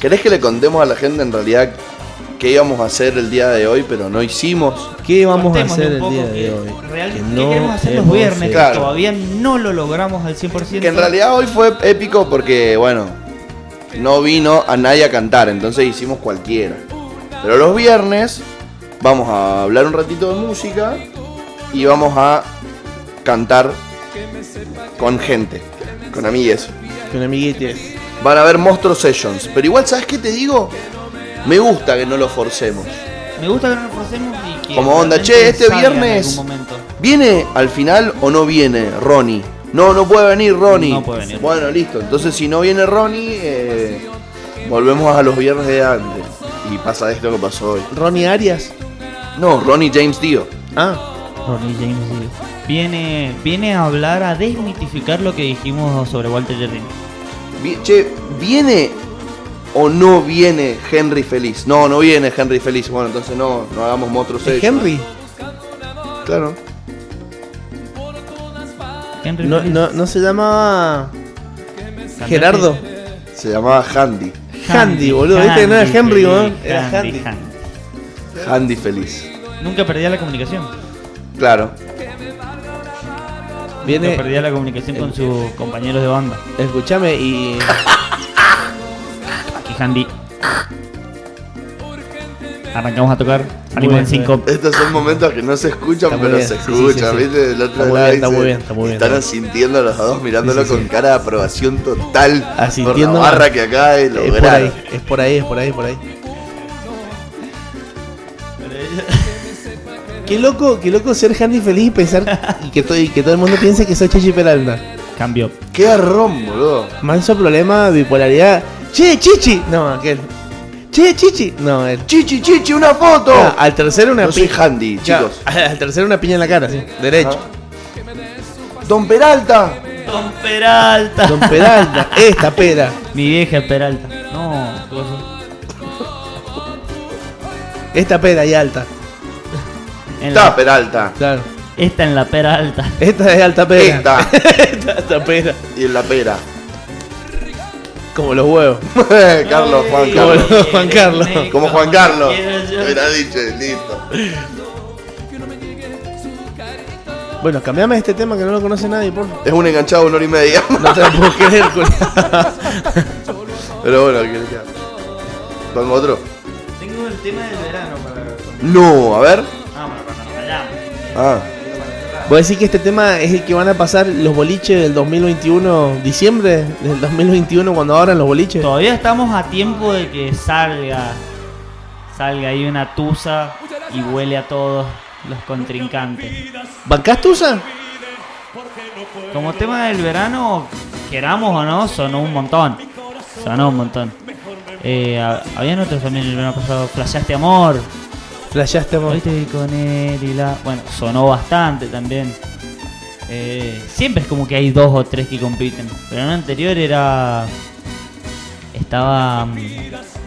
[SPEAKER 2] ¿querés que le contemos a la gente en realidad qué íbamos a hacer el día de hoy, pero no hicimos?
[SPEAKER 1] ¿Qué vamos a
[SPEAKER 6] Contémosle
[SPEAKER 1] hacer
[SPEAKER 6] un
[SPEAKER 1] el
[SPEAKER 6] poco
[SPEAKER 1] día de
[SPEAKER 6] que
[SPEAKER 1] hoy?
[SPEAKER 6] real-
[SPEAKER 1] Que
[SPEAKER 6] ¿Qué
[SPEAKER 1] no
[SPEAKER 6] queremos hacer los
[SPEAKER 1] hemos
[SPEAKER 6] viernes?
[SPEAKER 1] hecho.
[SPEAKER 2] Claro.
[SPEAKER 6] Todavía no lo logramos al 100%.
[SPEAKER 2] Que en realidad hoy fue épico porque, bueno, no vino a nadie a cantar, entonces hicimos cualquiera. Pero los viernes vamos a hablar un ratito de música y vamos a cantar con gente, con amigues.
[SPEAKER 1] Con amiguetes.
[SPEAKER 2] Van a haber monstruos sessions. Pero igual, ¿sabes qué te digo? Me gusta que no lo forcemos.
[SPEAKER 6] Me gusta que no nos forcemos y que.
[SPEAKER 2] Como onda,
[SPEAKER 6] realmente
[SPEAKER 2] che, este
[SPEAKER 6] salga en
[SPEAKER 2] viernes-
[SPEAKER 6] algún momento.
[SPEAKER 2] ¿Viene al final o no viene Ronnie? No, no puede venir Ronnie.
[SPEAKER 6] No puede venir.
[SPEAKER 2] Bueno, listo. Entonces, si no viene Ronnie, eh, volvemos a los viernes de antes. Y pasa esto que pasó hoy.
[SPEAKER 1] Ronnie Arias.
[SPEAKER 2] No, Ronnie James Dio.
[SPEAKER 1] Ah,
[SPEAKER 6] Ronnie James Dio. Viene, viene a hablar, a desmitificar lo que dijimos sobre Walter Jardine.
[SPEAKER 2] Vi- che, ¿viene o no viene Henry Feliz? No, no viene Henry Feliz. Bueno, entonces no, no hagamos monstruos
[SPEAKER 1] ¿es Henry.
[SPEAKER 2] Claro.
[SPEAKER 6] Henry
[SPEAKER 1] No,
[SPEAKER 6] Feliz.
[SPEAKER 1] no, no se llamaba
[SPEAKER 6] Cantante.
[SPEAKER 1] Gerardo.
[SPEAKER 2] Se llamaba Handy.
[SPEAKER 1] Handy, boludo. Viste que no era Henry,
[SPEAKER 6] Feliz,
[SPEAKER 1] boludo. Era Handy.
[SPEAKER 2] Handy Feliz.
[SPEAKER 6] Nunca perdía la comunicación.
[SPEAKER 2] Claro.
[SPEAKER 6] Nunca
[SPEAKER 1] Viene,
[SPEAKER 6] perdía la comunicación con sus compañeros de banda.
[SPEAKER 1] escúchame y.
[SPEAKER 6] Aquí Handy. Arrancamos a tocar. Salimos
[SPEAKER 1] Muy
[SPEAKER 6] en
[SPEAKER 1] bien,
[SPEAKER 6] 5.
[SPEAKER 2] Estos son momentos que no se escuchan,
[SPEAKER 1] Está muy
[SPEAKER 2] pero
[SPEAKER 1] bien,
[SPEAKER 2] se
[SPEAKER 1] sí, sí,
[SPEAKER 2] escuchan,
[SPEAKER 1] sí, sí.
[SPEAKER 2] ¿viste? El
[SPEAKER 1] Está
[SPEAKER 2] otro
[SPEAKER 1] muy
[SPEAKER 2] lado
[SPEAKER 1] bien, está
[SPEAKER 2] dice-
[SPEAKER 1] muy bien, está muy bien,
[SPEAKER 2] Están
[SPEAKER 1] está
[SPEAKER 2] asintiendo los dos, mirándolo
[SPEAKER 1] Sí, sí,
[SPEAKER 2] con
[SPEAKER 1] sí.
[SPEAKER 2] cara de aprobación total.
[SPEAKER 1] Asintiendo.
[SPEAKER 2] Por la barra que acaba de
[SPEAKER 1] Es Eh, por
[SPEAKER 2] lograr.
[SPEAKER 1] ahí, es por ahí, es por ahí, es por ahí. Qué loco, qué loco ser Handy feliz y pensar y que, todo, y que todo el mundo piense que soy Chichi Peralta.
[SPEAKER 6] Cambio.
[SPEAKER 2] Qué arrón, boludo.
[SPEAKER 1] Manso problema, bipolaridad. Che, Chichi. No, aquel. Che, Chichi. No, él.
[SPEAKER 2] Chichi, chichi, una foto.
[SPEAKER 1] Ah, al tercero una
[SPEAKER 2] no soy
[SPEAKER 1] piña.
[SPEAKER 2] handy, chicos.
[SPEAKER 1] Al tercero una piña en la cara, sí. Derecho.
[SPEAKER 2] Ah. Don Peralta.
[SPEAKER 6] Don Peralta.
[SPEAKER 1] Don Peralta, esta pera.
[SPEAKER 6] Mi vieja es Peralta. No, tú vas a-
[SPEAKER 1] Esta pera y alta.
[SPEAKER 6] en la-
[SPEAKER 2] Está Peralta.
[SPEAKER 1] Claro.
[SPEAKER 6] Esta en la Peralta.
[SPEAKER 1] Esta es alta pera.
[SPEAKER 2] Esta.
[SPEAKER 1] esta es alta pera.
[SPEAKER 2] Y en la pera.
[SPEAKER 1] Como los huevos.
[SPEAKER 2] Carlos, Juan Carlos.
[SPEAKER 1] Como Juan Carlos.
[SPEAKER 2] Como Juan Carlos.
[SPEAKER 6] eh, Quiero yo-
[SPEAKER 2] Hubiera dicho, listo.
[SPEAKER 1] Bueno, cambiame este tema que no lo conoce nadie, por favor.
[SPEAKER 2] Es un enganchado una hora y media.
[SPEAKER 1] No te lo puedo creer, culiao.
[SPEAKER 2] Pero bueno, ¿qué le queda? ¿Pongo otro?
[SPEAKER 6] Tengo el tema del verano para.
[SPEAKER 2] No, a ver.
[SPEAKER 6] Ah, bueno, bueno, allá.
[SPEAKER 2] Ah,
[SPEAKER 1] Voy a decir que este tema es el que van a pasar los boliches del 2021, diciembre del 2021, cuando abran los boliches.
[SPEAKER 6] Todavía estamos a tiempo de que salga. Salga ahí una tusa y huele a todos los contrincantes.
[SPEAKER 1] ¿Bancás Tusa?
[SPEAKER 6] Como tema del verano, queramos o no, sonó un montón. Sonó un montón. Eh, ha- habían otros también el verano pasado. Flasheaste amor.
[SPEAKER 1] Flasheaste, amor.
[SPEAKER 6] Hoy te vi con él y la. Bueno, sonó bastante también. Eh, siempre es como que hay dos o tres que compiten. Pero en el anterior era. Estaba. mm,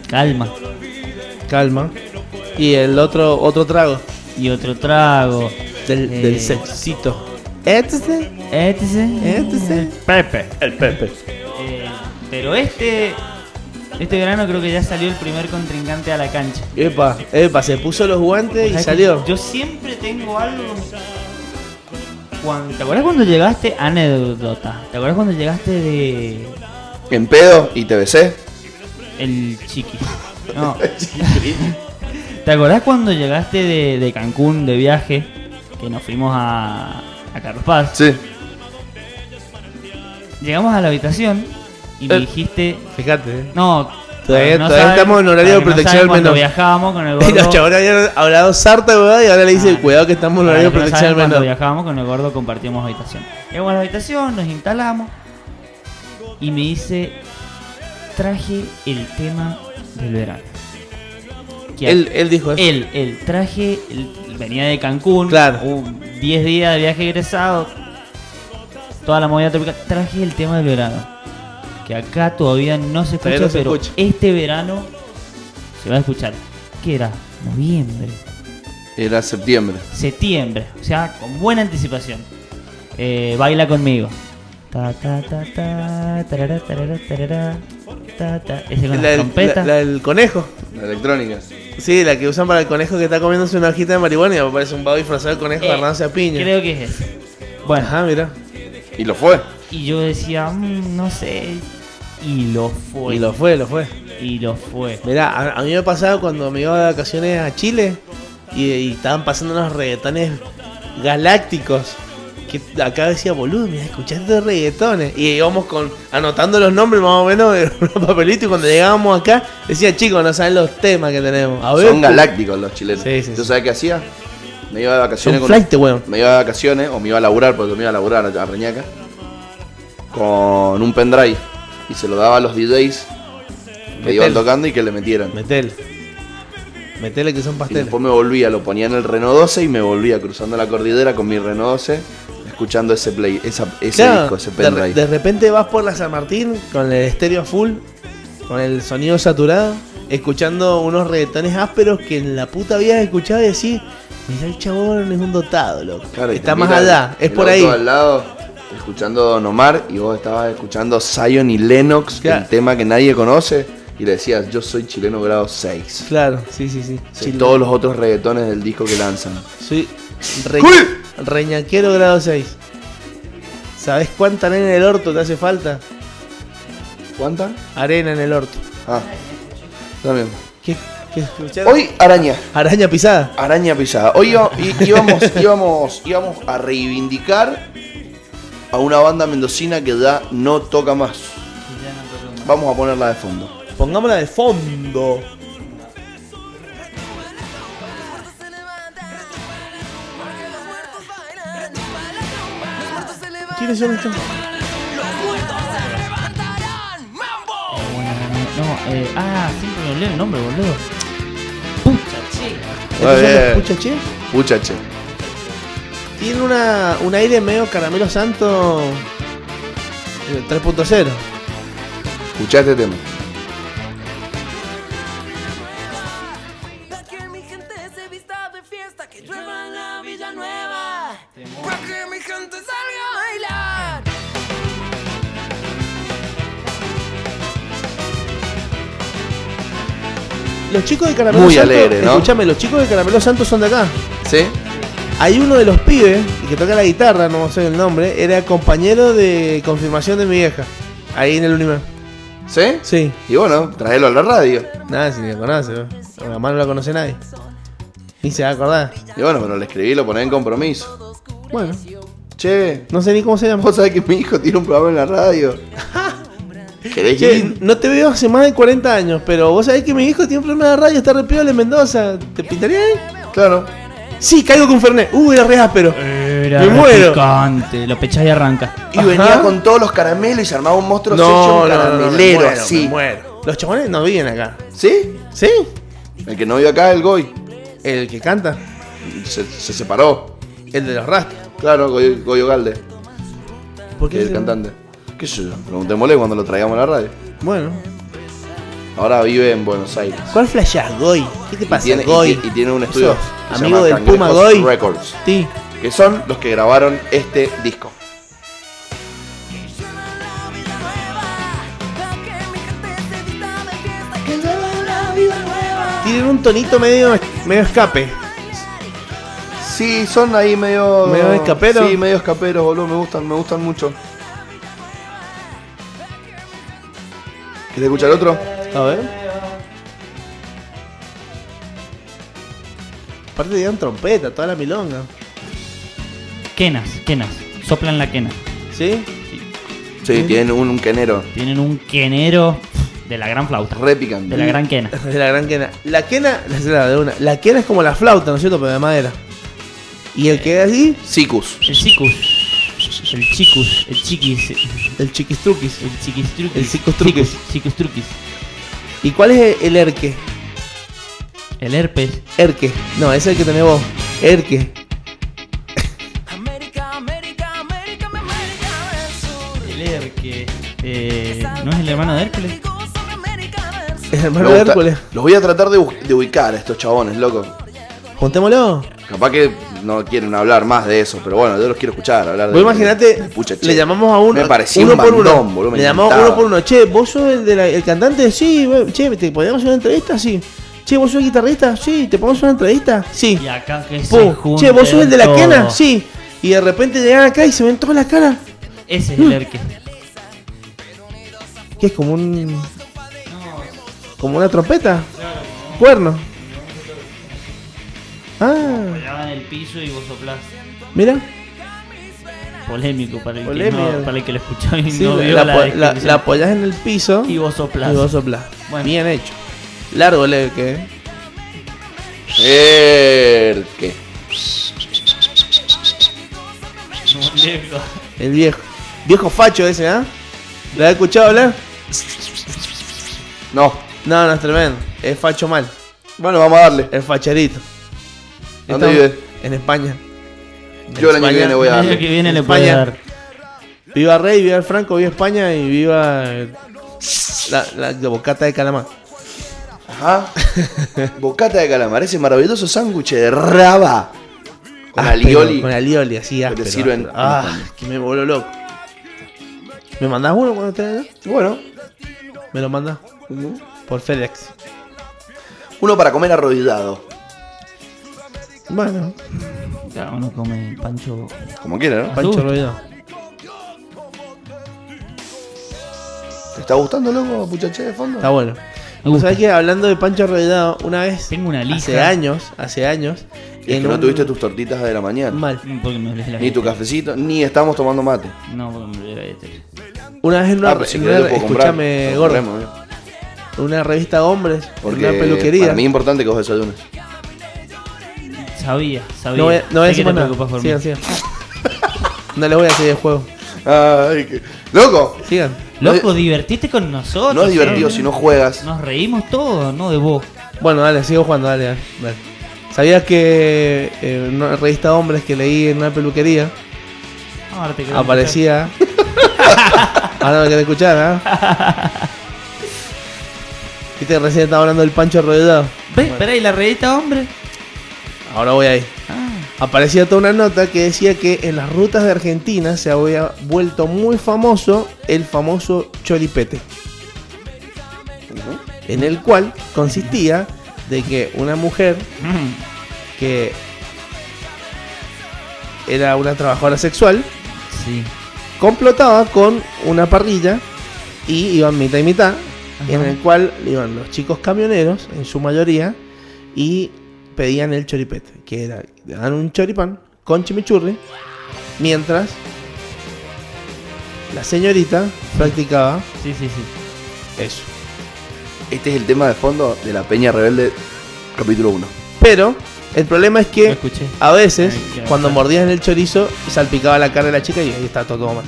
[SPEAKER 6] Calma.
[SPEAKER 1] Calma. Y el otro otro trago
[SPEAKER 6] Y otro trago.
[SPEAKER 1] del,
[SPEAKER 6] Eh,
[SPEAKER 1] del sexito. Este
[SPEAKER 6] Este.
[SPEAKER 1] Este.
[SPEAKER 6] El Pepe. El Pepe. pero este. Este verano creo que ya salió el primer contrincante a la cancha.
[SPEAKER 1] Epa, epa, se puso los
[SPEAKER 6] O
[SPEAKER 1] guantes
[SPEAKER 6] sea
[SPEAKER 1] y
[SPEAKER 6] que
[SPEAKER 1] salió.
[SPEAKER 6] Yo siempre tengo algo. Cuando- ¿Te acuerdas cuando llegaste? Anécdota. ¿Te acuerdas cuando llegaste de.
[SPEAKER 2] en pedo y TBC.
[SPEAKER 6] El chiqui? No. ¿Te acordás cuando llegaste de, de Cancún de viaje? Que nos fuimos a, a Carlos Paz.
[SPEAKER 2] Sí.
[SPEAKER 6] Llegamos a la habitación y me
[SPEAKER 1] Eh.
[SPEAKER 6] dijiste.
[SPEAKER 1] Fíjate, eh.
[SPEAKER 6] No.
[SPEAKER 1] Todavía-
[SPEAKER 6] no
[SPEAKER 1] todavía estamos en horario de
[SPEAKER 6] para que no
[SPEAKER 1] protección
[SPEAKER 6] saben
[SPEAKER 1] al
[SPEAKER 6] cuando
[SPEAKER 1] menor.
[SPEAKER 6] viajábamos con el
[SPEAKER 1] Y los
[SPEAKER 6] gordo.
[SPEAKER 1] chavales habían hablado sarta, weón, y ahora le dice,
[SPEAKER 6] Ah,
[SPEAKER 1] cuidado que estamos en
[SPEAKER 6] Para
[SPEAKER 1] horario
[SPEAKER 6] los que no
[SPEAKER 1] protección
[SPEAKER 6] saben,
[SPEAKER 1] al
[SPEAKER 6] Cuando
[SPEAKER 1] menor.
[SPEAKER 6] viajábamos con el gordo compartíamos habitación. Llegamos a la habitación, nos instalamos y me dice, traje el tema del verano. Que
[SPEAKER 1] Él, él dijo eso.
[SPEAKER 6] él, él, traje, él venía de Cancún,
[SPEAKER 1] Pues- Claro.
[SPEAKER 6] un 10 días de viaje egresado, toda la movida tropical, traje el tema del verano, que acá todavía no se escucha,
[SPEAKER 1] Todavía no se
[SPEAKER 6] pero
[SPEAKER 1] escucha.
[SPEAKER 6] este verano se va a escuchar. ¿Qué era? Noviembre
[SPEAKER 2] Era septiembre.
[SPEAKER 6] septiembre, o sea, con buena anticipación. Eh, baila conmigo. Ta, ta, ta, ta, tarara, tarara, tarara, ta, ta. Ese con
[SPEAKER 1] La,
[SPEAKER 6] la,
[SPEAKER 1] del-
[SPEAKER 6] trompeta.
[SPEAKER 1] la- la del conejo.
[SPEAKER 2] La electrónica.
[SPEAKER 1] Sí, la que usan para el conejo que está comiéndose una hojita de marihuana y aparece un vago disfrazado de conejo
[SPEAKER 6] Eh,
[SPEAKER 1] agarrándose a piña.
[SPEAKER 6] Creo que es ese. Bueno,
[SPEAKER 1] Ajá, mira.
[SPEAKER 2] Y lo fue.
[SPEAKER 6] y yo decía, "Mm, no sé, Y lo fue.
[SPEAKER 1] Y lo fue, lo fue.
[SPEAKER 6] Y lo fue.
[SPEAKER 1] Mirá, a, a mí me pasaba cuando me iba de vacaciones a Chile y, y estaban pasando unos reggaetones galácticos. Que acá decía, boludo, mira, escuchaste reggaetones. Y íbamos con anotando los nombres más o menos en un papelito. Y cuando llegábamos acá, decía, chicos, no saben los temas que tenemos. A ver,
[SPEAKER 2] Son
[SPEAKER 1] pu-
[SPEAKER 2] galácticos los chilenos.
[SPEAKER 1] Sí, sí,
[SPEAKER 2] ¿Tú
[SPEAKER 1] sí.
[SPEAKER 2] sabes qué hacía? Me iba de vacaciones
[SPEAKER 1] Son flight, weón.
[SPEAKER 2] Me iba de vacaciones, o me iba a laburar, porque me iba a laburar a Reñaca, con un pendrive. Y se lo daba a los DJs que iban
[SPEAKER 1] Metele.
[SPEAKER 2] tocando y que le metieran.
[SPEAKER 1] Metele. Metele que son
[SPEAKER 2] Y
[SPEAKER 1] pasteles.
[SPEAKER 2] después me volvía, lo ponía en el Renault 12 y me volvía cruzando la cordillera con mi Renault 12, escuchando ese play, esa, ese
[SPEAKER 1] Claro,
[SPEAKER 2] disco, ese
[SPEAKER 1] de,
[SPEAKER 2] pendrive.
[SPEAKER 1] de repente vas por la San Martín con el estéreo a full, con el sonido saturado, escuchando unos reggaetones ásperos que en la puta habías escuchado y decís, mirá el chabón es un dotado, loco.
[SPEAKER 2] Claro, y te
[SPEAKER 1] Está más
[SPEAKER 2] mira
[SPEAKER 1] allá,
[SPEAKER 2] el-
[SPEAKER 1] es
[SPEAKER 2] el
[SPEAKER 1] por
[SPEAKER 2] auto
[SPEAKER 1] ahí.
[SPEAKER 2] al lado, escuchando Don Omar y vos estabas escuchando Zion y Lennox,
[SPEAKER 1] Claro.
[SPEAKER 2] el tema que nadie conoce, y le decías, yo soy chileno grado 6.
[SPEAKER 1] Claro, sí, sí, sí.
[SPEAKER 2] Sí,
[SPEAKER 1] Chile.
[SPEAKER 2] todos los otros reggaetones del disco que lanzan.
[SPEAKER 1] Soy re- reñaquero grado 6. ¿Sabés cuánta arena en el orto te hace falta?
[SPEAKER 2] ¿Cuánta?
[SPEAKER 1] Arena en el orto.
[SPEAKER 2] Ah, también.
[SPEAKER 1] ¿Qué, qué escucharon?
[SPEAKER 2] Hoy, araña.
[SPEAKER 1] Araña pisada.
[SPEAKER 2] Araña pisada. Hoy iba- í- íbamos, íbamos, íbamos a reivindicar a una banda mendocina que ya no toca más. Vamos a ponerla de fondo.
[SPEAKER 1] Pongámosla de fondo. ¿Quiénes son estos?
[SPEAKER 6] No, eh, ah, siempre me olvidé el nombre, boludo. Pucha, che.
[SPEAKER 1] ¿Estos son los Pucha Che?
[SPEAKER 2] Muchache.
[SPEAKER 1] Tiene una, un aire medio caramelo santo eh, 3.0.
[SPEAKER 2] Escuchá este tema.
[SPEAKER 5] Pa' que mi gente se vista de fiesta, que llueva en la Villa Nueva. Pa' que mi gente salga a bailar.
[SPEAKER 1] Los chicos de Caramelo
[SPEAKER 2] Muy
[SPEAKER 1] Santo.
[SPEAKER 2] alegre, ¿no?
[SPEAKER 1] Escúchame, los chicos de Caramelo Santo son de acá.
[SPEAKER 2] ¿Sí?
[SPEAKER 1] Hay uno de los pibes y que toca la guitarra, no sé el nombre, era compañero de confirmación de mi vieja. Ahí en el Unimar.
[SPEAKER 2] ¿Sí?
[SPEAKER 1] Sí.
[SPEAKER 2] Y bueno, traelo a la radio.
[SPEAKER 1] Nada, si ni la conoce, bro. Porque además no la conoce nadie. Ni se va a acordar.
[SPEAKER 2] Y bueno, pero le escribí, lo poné en compromiso.
[SPEAKER 1] Bueno,
[SPEAKER 2] Che,
[SPEAKER 1] no sé ni cómo se llama.
[SPEAKER 2] vos sabés que mi hijo tiene un programa en la radio. ¿Querés
[SPEAKER 1] Che,
[SPEAKER 2] ir?
[SPEAKER 1] no te veo hace más de 40 años, pero vos sabés que mi hijo tiene un programa de radio, está repiola en Mendoza. ¿Te pintaría ahí?
[SPEAKER 2] Claro.
[SPEAKER 1] Sí, caigo con Fernet. Uh, era re áspero.
[SPEAKER 6] Era
[SPEAKER 1] Me muero.
[SPEAKER 6] picante. Lo pechás y arranca.
[SPEAKER 2] Y
[SPEAKER 1] Ajá.
[SPEAKER 2] venía con todos los caramelos y se armaba un monstruo sello, un caramelero así.
[SPEAKER 1] Los chabones no viven acá.
[SPEAKER 2] ¿Sí?
[SPEAKER 1] ¿Sí?
[SPEAKER 2] El que no vive acá es el Goy.
[SPEAKER 1] El que canta,
[SPEAKER 2] Se, se separó.
[SPEAKER 1] el de los rastas.
[SPEAKER 2] Claro, Goyo, Goyo Galde,
[SPEAKER 1] ¿Por
[SPEAKER 2] que es el
[SPEAKER 1] se-
[SPEAKER 2] cantante. ¿Qué sé yo? Preguntémosle cuando lo traigamos a la radio.
[SPEAKER 1] Bueno,
[SPEAKER 2] Ahora vive en Buenos Aires.
[SPEAKER 1] ¿cuál flashás, Goy? ¿Qué te
[SPEAKER 2] Y
[SPEAKER 1] pasa,
[SPEAKER 2] tiene- y
[SPEAKER 1] Goy?
[SPEAKER 2] ti- y tiene un estudio
[SPEAKER 1] Sos
[SPEAKER 2] que se
[SPEAKER 1] Amigo
[SPEAKER 2] llama
[SPEAKER 1] del Puma,
[SPEAKER 2] Cangrejos
[SPEAKER 1] Goy.
[SPEAKER 2] Records.
[SPEAKER 1] Sí.
[SPEAKER 2] Que son los que grabaron este disco.
[SPEAKER 5] Llueva en la Villa Nueva. Pa' que mi gente se vista de fiesta, que llueva en la Villa Nueva.
[SPEAKER 1] Tienen un tonito medio, medio escape.
[SPEAKER 2] Sí, son ahí medio.
[SPEAKER 1] Medio escaperos.
[SPEAKER 2] Sí, medio escaperos, boludo. Me gustan, me gustan mucho. ¿Querés escuchar otro?
[SPEAKER 1] A ver. Aparte dieron trompeta, toda la milonga.
[SPEAKER 6] Quenas, quenas. Soplan la quena.
[SPEAKER 1] ¿Sí?
[SPEAKER 2] Sí, tienen un, un quenero.
[SPEAKER 6] Tienen un quenero de la gran flauta.
[SPEAKER 2] Re picante.
[SPEAKER 6] De la gran quena.
[SPEAKER 1] De la gran quena. La quena, la la de una. La quena es como la flauta, ¿no es cierto? Pero de madera. Y el que es así,
[SPEAKER 2] Sicus.
[SPEAKER 6] El chicus. El chicus. El chiquis.
[SPEAKER 1] el chiquistruquis.
[SPEAKER 6] El chiquistruquis.
[SPEAKER 1] El chicostruquis.
[SPEAKER 6] Chicus- chicostruquis.
[SPEAKER 1] ¿Y cuál es el erque?
[SPEAKER 6] El herpes.
[SPEAKER 1] Erque. No, ese es el que tenés vos. Erque.
[SPEAKER 5] América, América, América, mi América del Sur.
[SPEAKER 6] El herque. Eh, ¿No es el hermano de Hércules?
[SPEAKER 5] Digo, sobre América del Sur.
[SPEAKER 1] El
[SPEAKER 2] Me
[SPEAKER 1] hermano de
[SPEAKER 2] gusta-
[SPEAKER 1] Hércules.
[SPEAKER 2] Los voy a tratar de, bu- de ubicar a estos chabones, loco.
[SPEAKER 1] Juntémoslo.
[SPEAKER 2] Capaz que no quieren hablar más de eso, pero bueno, yo los quiero escuchar hablar de.
[SPEAKER 1] Vos imaginate,
[SPEAKER 2] de Pucha Che.
[SPEAKER 1] le llamamos a uno,
[SPEAKER 2] Me parecía
[SPEAKER 1] uno
[SPEAKER 2] un
[SPEAKER 1] por uno.
[SPEAKER 2] bandón, boludo, me
[SPEAKER 1] le llamamos
[SPEAKER 2] encantaba.
[SPEAKER 1] uno por uno. Che, vos sos el, de la- el cantante, sí, we- che, ¿te podemos hacer una entrevista? Sí. Che, vos sos el guitarrista, sí, ¿te podemos hacer una entrevista? Sí.
[SPEAKER 6] Y acá que se
[SPEAKER 1] Pum. Che, vos sos el de la
[SPEAKER 6] junten
[SPEAKER 1] quena,
[SPEAKER 6] todos.
[SPEAKER 1] sí. Y de repente llegan acá y se ven todas las caras.
[SPEAKER 6] Ese es el herque.
[SPEAKER 1] que es como un. Como una trompeta. Cuerno. Ah,
[SPEAKER 6] Apoyaba en el piso y vos soplás.
[SPEAKER 1] mira.
[SPEAKER 6] Polémico para el, Que,
[SPEAKER 1] Polémico.
[SPEAKER 6] no, para el que lo escuchó y
[SPEAKER 1] Sí,
[SPEAKER 6] no vio
[SPEAKER 1] la,
[SPEAKER 6] la,
[SPEAKER 1] apo- la-
[SPEAKER 6] descripción.
[SPEAKER 1] la apoyás en el piso
[SPEAKER 6] Y vos soplás.
[SPEAKER 1] y vos soplás.
[SPEAKER 6] Bueno.
[SPEAKER 1] Bien hecho. Largo leve que. ¿eh?
[SPEAKER 2] Erque.
[SPEAKER 6] Muñeco.
[SPEAKER 1] El viejo. Viejo facho ese, ¿ah? ¿Lo has escuchado hablar?
[SPEAKER 2] No.
[SPEAKER 1] No, no es tremendo. Es facho mal.
[SPEAKER 2] Bueno, vamos a darle.
[SPEAKER 1] Es facharito.
[SPEAKER 2] ¿Dónde
[SPEAKER 1] Estamos-
[SPEAKER 2] vive?
[SPEAKER 1] En España.
[SPEAKER 2] Yo el año que viene voy a
[SPEAKER 6] El año que
[SPEAKER 2] darle.
[SPEAKER 6] viene le puede
[SPEAKER 1] España.
[SPEAKER 6] dar.
[SPEAKER 1] Viva Rey, viva el Franco, viva España y viva eh, la, la, la bocata de calamar.
[SPEAKER 2] Ajá. Bocata de calamar, ese maravilloso sándwich de raba. Con
[SPEAKER 1] Áspero,
[SPEAKER 2] alioli.
[SPEAKER 1] Ah, Con alioli, así áspero.
[SPEAKER 2] sirven-
[SPEAKER 1] áspero. Ah, que me voló loco. ¿Me mandás uno cuando estés allá?
[SPEAKER 2] Bueno.
[SPEAKER 1] Me lo mandás por FedEx.
[SPEAKER 2] Uno para comer arrodillado.
[SPEAKER 1] Bueno,
[SPEAKER 6] Claro, uno come pancho.
[SPEAKER 2] Como quiera, ¿no?
[SPEAKER 1] Pancho
[SPEAKER 6] Asusta.
[SPEAKER 1] Ruido.
[SPEAKER 2] ¿Te está gustando, loco, muchaché de fondo?
[SPEAKER 1] Está bueno.
[SPEAKER 6] Me
[SPEAKER 1] ¿Sabes
[SPEAKER 6] gusta.
[SPEAKER 1] qué? Hablando de Pancho Arrollado, una vez.
[SPEAKER 6] Tengo una lija.
[SPEAKER 1] Hace años, hace años.
[SPEAKER 2] Y es que
[SPEAKER 1] en
[SPEAKER 2] no
[SPEAKER 1] un-
[SPEAKER 2] tuviste tus tortitas de la mañana.
[SPEAKER 1] Mal.
[SPEAKER 6] Porque me olvidé la
[SPEAKER 2] Ni tu
[SPEAKER 6] galleta.
[SPEAKER 2] cafecito, ni estamos tomando mate.
[SPEAKER 6] No, porque me olvidé la galleta.
[SPEAKER 1] Una vez en una.
[SPEAKER 2] Ah, pero si
[SPEAKER 1] en
[SPEAKER 2] querés
[SPEAKER 1] una-
[SPEAKER 2] lo puedo comprar.
[SPEAKER 1] escúchame,
[SPEAKER 2] Nos
[SPEAKER 1] gordo.
[SPEAKER 2] corremos, eh.
[SPEAKER 1] en una revista de hombres. en
[SPEAKER 2] Porque
[SPEAKER 1] una peluquería.
[SPEAKER 2] para mí es importante que vos desayunes.
[SPEAKER 6] Sabía, sabía.
[SPEAKER 1] No voy, a- no voy a decir
[SPEAKER 6] Sé que te
[SPEAKER 1] más nada.
[SPEAKER 6] preocupás por mí.
[SPEAKER 1] Sigan, sigan. No les voy a seguir el juego.
[SPEAKER 2] Ay, que... ¡Loco!
[SPEAKER 1] Sigan.
[SPEAKER 6] Loco, divertiste con nosotros.
[SPEAKER 2] No es divertido
[SPEAKER 6] ¿eh?
[SPEAKER 2] si no juegas.
[SPEAKER 6] Nos reímos todos, no de vos.
[SPEAKER 1] Bueno, dale, sigo jugando, dale, dale. dale. ¿Sabías que eh, en una revista de hombres que leí en una peluquería
[SPEAKER 6] No, ahora te creo.
[SPEAKER 1] aparecía. Ahora me querés escuchar, ¿ah? Viste que recién estaba hablando del Pancho Arrollado.
[SPEAKER 6] Ve, espera, y la revista, hombre.
[SPEAKER 1] Ahora voy ahí.
[SPEAKER 6] Ah,
[SPEAKER 1] Aparecía toda una nota que decía que en las rutas de Argentina se había vuelto muy famoso el famoso choripete. En el cual consistía de que una mujer
[SPEAKER 6] mm,
[SPEAKER 1] que era una trabajadora sexual
[SPEAKER 6] sí.
[SPEAKER 1] complotaba con una parrilla y iban mitad y mitad, en el cual iban los chicos camioneros, en su mayoría, y pedían el choripete, que era le dan un choripán con chimichurri, mientras la señorita practicaba
[SPEAKER 6] Sí, sí, sí.
[SPEAKER 1] eso.
[SPEAKER 2] Este es el tema de fondo de la Peña Rebelde, capítulo 1.
[SPEAKER 1] Pero el problema es
[SPEAKER 6] Lo
[SPEAKER 1] que
[SPEAKER 6] escuché.
[SPEAKER 1] a veces,
[SPEAKER 6] Ay, qué
[SPEAKER 1] cuando
[SPEAKER 6] bastante.
[SPEAKER 1] mordías en el chorizo, salpicaba la cara de la chica y ahí está todo mal.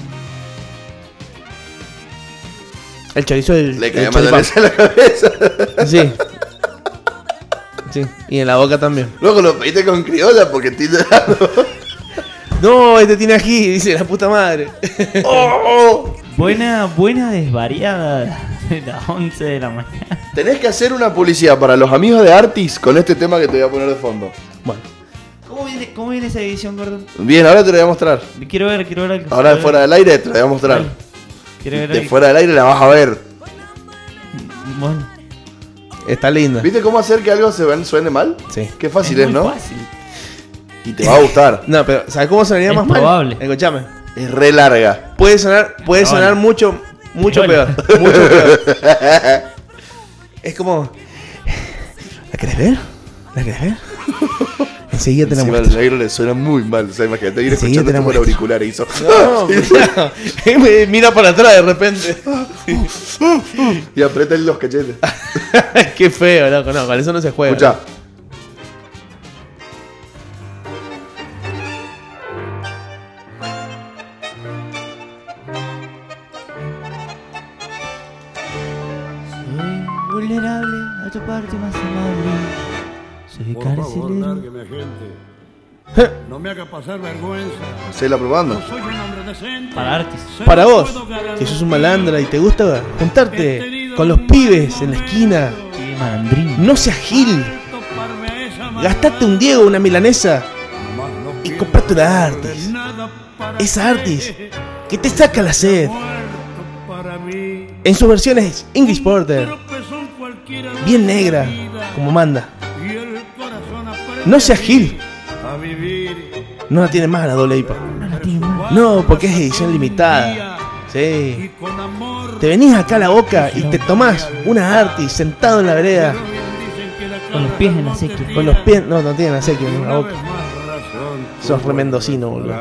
[SPEAKER 1] El chorizo del.
[SPEAKER 2] Le
[SPEAKER 1] del
[SPEAKER 2] caía
[SPEAKER 1] choripán.
[SPEAKER 2] mayonesa en la cabeza.
[SPEAKER 1] Sí. Sí, y en la boca también.
[SPEAKER 2] Loco, lo pediste con criolla porque estoy llorando.
[SPEAKER 1] No, este tiene ají, dice la puta madre.
[SPEAKER 2] ¡Oh!
[SPEAKER 6] Buena, buena desvariada de las 11 de la mañana.
[SPEAKER 2] Tenés que hacer una publicidad para los amigos de Artis con este tema que te voy a poner de fondo.
[SPEAKER 1] Bueno,
[SPEAKER 6] ¿Cómo viene, cómo viene esa edición, Gordon?
[SPEAKER 2] Bien, ahora te lo voy a mostrar.
[SPEAKER 6] Quiero ver, quiero ver algo.
[SPEAKER 2] Ahora de
[SPEAKER 6] Quiero
[SPEAKER 2] fuera
[SPEAKER 6] ver-
[SPEAKER 2] del aire te lo voy a mostrar.
[SPEAKER 6] Quiero ver
[SPEAKER 2] De
[SPEAKER 6] algo.
[SPEAKER 2] fuera del aire la vas a ver.
[SPEAKER 6] Bueno,
[SPEAKER 1] está linda.
[SPEAKER 2] ¿Viste cómo hacer que algo se ven- suene mal?
[SPEAKER 1] Sí.
[SPEAKER 2] Qué fácil
[SPEAKER 6] es
[SPEAKER 2] es,
[SPEAKER 6] muy
[SPEAKER 2] ¿no?
[SPEAKER 6] fácil.
[SPEAKER 2] Y te va a gustar.
[SPEAKER 1] No, pero ¿sabes cómo sonaría
[SPEAKER 6] Es
[SPEAKER 1] más
[SPEAKER 6] probable.
[SPEAKER 1] mal? Escuchame.
[SPEAKER 2] Es re larga.
[SPEAKER 1] Puede sonar, puede
[SPEAKER 6] Probable.
[SPEAKER 1] sonar mucho, mucho peor.
[SPEAKER 6] Probable.
[SPEAKER 1] Mucho peor. Es como. ¿La querés ver? ¿La querés ver? Enseguida te la
[SPEAKER 2] Encima
[SPEAKER 1] muestro.
[SPEAKER 2] el negro le suena muy mal. O sea, imagínate ir
[SPEAKER 1] Enseguida
[SPEAKER 2] escuchando
[SPEAKER 1] te la
[SPEAKER 2] esto con
[SPEAKER 1] muestro.
[SPEAKER 2] auriculares. Hizo.
[SPEAKER 1] No, mira, me mira para atrás de repente.
[SPEAKER 2] y aprieta los cachetes.
[SPEAKER 1] Qué feo, loco. No, con eso no se juega.
[SPEAKER 2] Escucha.
[SPEAKER 6] Soy vulnerable a tu parte más amable. Soy
[SPEAKER 3] Por favor,
[SPEAKER 6] carcelero.
[SPEAKER 3] lárgueme, gente. No me haga pasar vergüenza.
[SPEAKER 2] Seguí la probando.
[SPEAKER 3] Soy un hombre decente.
[SPEAKER 6] Para Artis.
[SPEAKER 3] Se
[SPEAKER 1] Para
[SPEAKER 3] lo
[SPEAKER 1] vos,
[SPEAKER 3] puedo garantizar.
[SPEAKER 1] que sos un malandra y te gusta juntarte con los pibes en la esquina.
[SPEAKER 6] Qué malandrín.
[SPEAKER 1] No seas gil,
[SPEAKER 3] Toparme a esa
[SPEAKER 1] gastate un Diego, una milanesa
[SPEAKER 3] mamá, no
[SPEAKER 1] y
[SPEAKER 3] quiero
[SPEAKER 1] comprate una Artis.
[SPEAKER 3] nada para
[SPEAKER 1] Esa Artis
[SPEAKER 3] ti.
[SPEAKER 1] que te saca la sed
[SPEAKER 3] Muerto para mí.
[SPEAKER 1] en sus versiones English Porter,
[SPEAKER 3] Tropezón cualquiera de
[SPEAKER 1] bien
[SPEAKER 3] mi
[SPEAKER 1] negra,
[SPEAKER 3] vida.
[SPEAKER 1] como manda.
[SPEAKER 3] Y el corazón aprende
[SPEAKER 1] No seas
[SPEAKER 3] a
[SPEAKER 1] gil.
[SPEAKER 3] vivir, A vivir.
[SPEAKER 1] No la tiene más la doble IPA. No, porque es edición limitada.
[SPEAKER 3] Y
[SPEAKER 1] Sí,
[SPEAKER 3] con amor
[SPEAKER 1] Te venís acá a la boca y te tomás una artis sentado en la vereda
[SPEAKER 6] Con los pies en la sequía.
[SPEAKER 1] con los pies. No, no tienen acequia en la
[SPEAKER 8] Una vez
[SPEAKER 1] boca.
[SPEAKER 8] más razón tu
[SPEAKER 1] Sos re mendocino, boludo.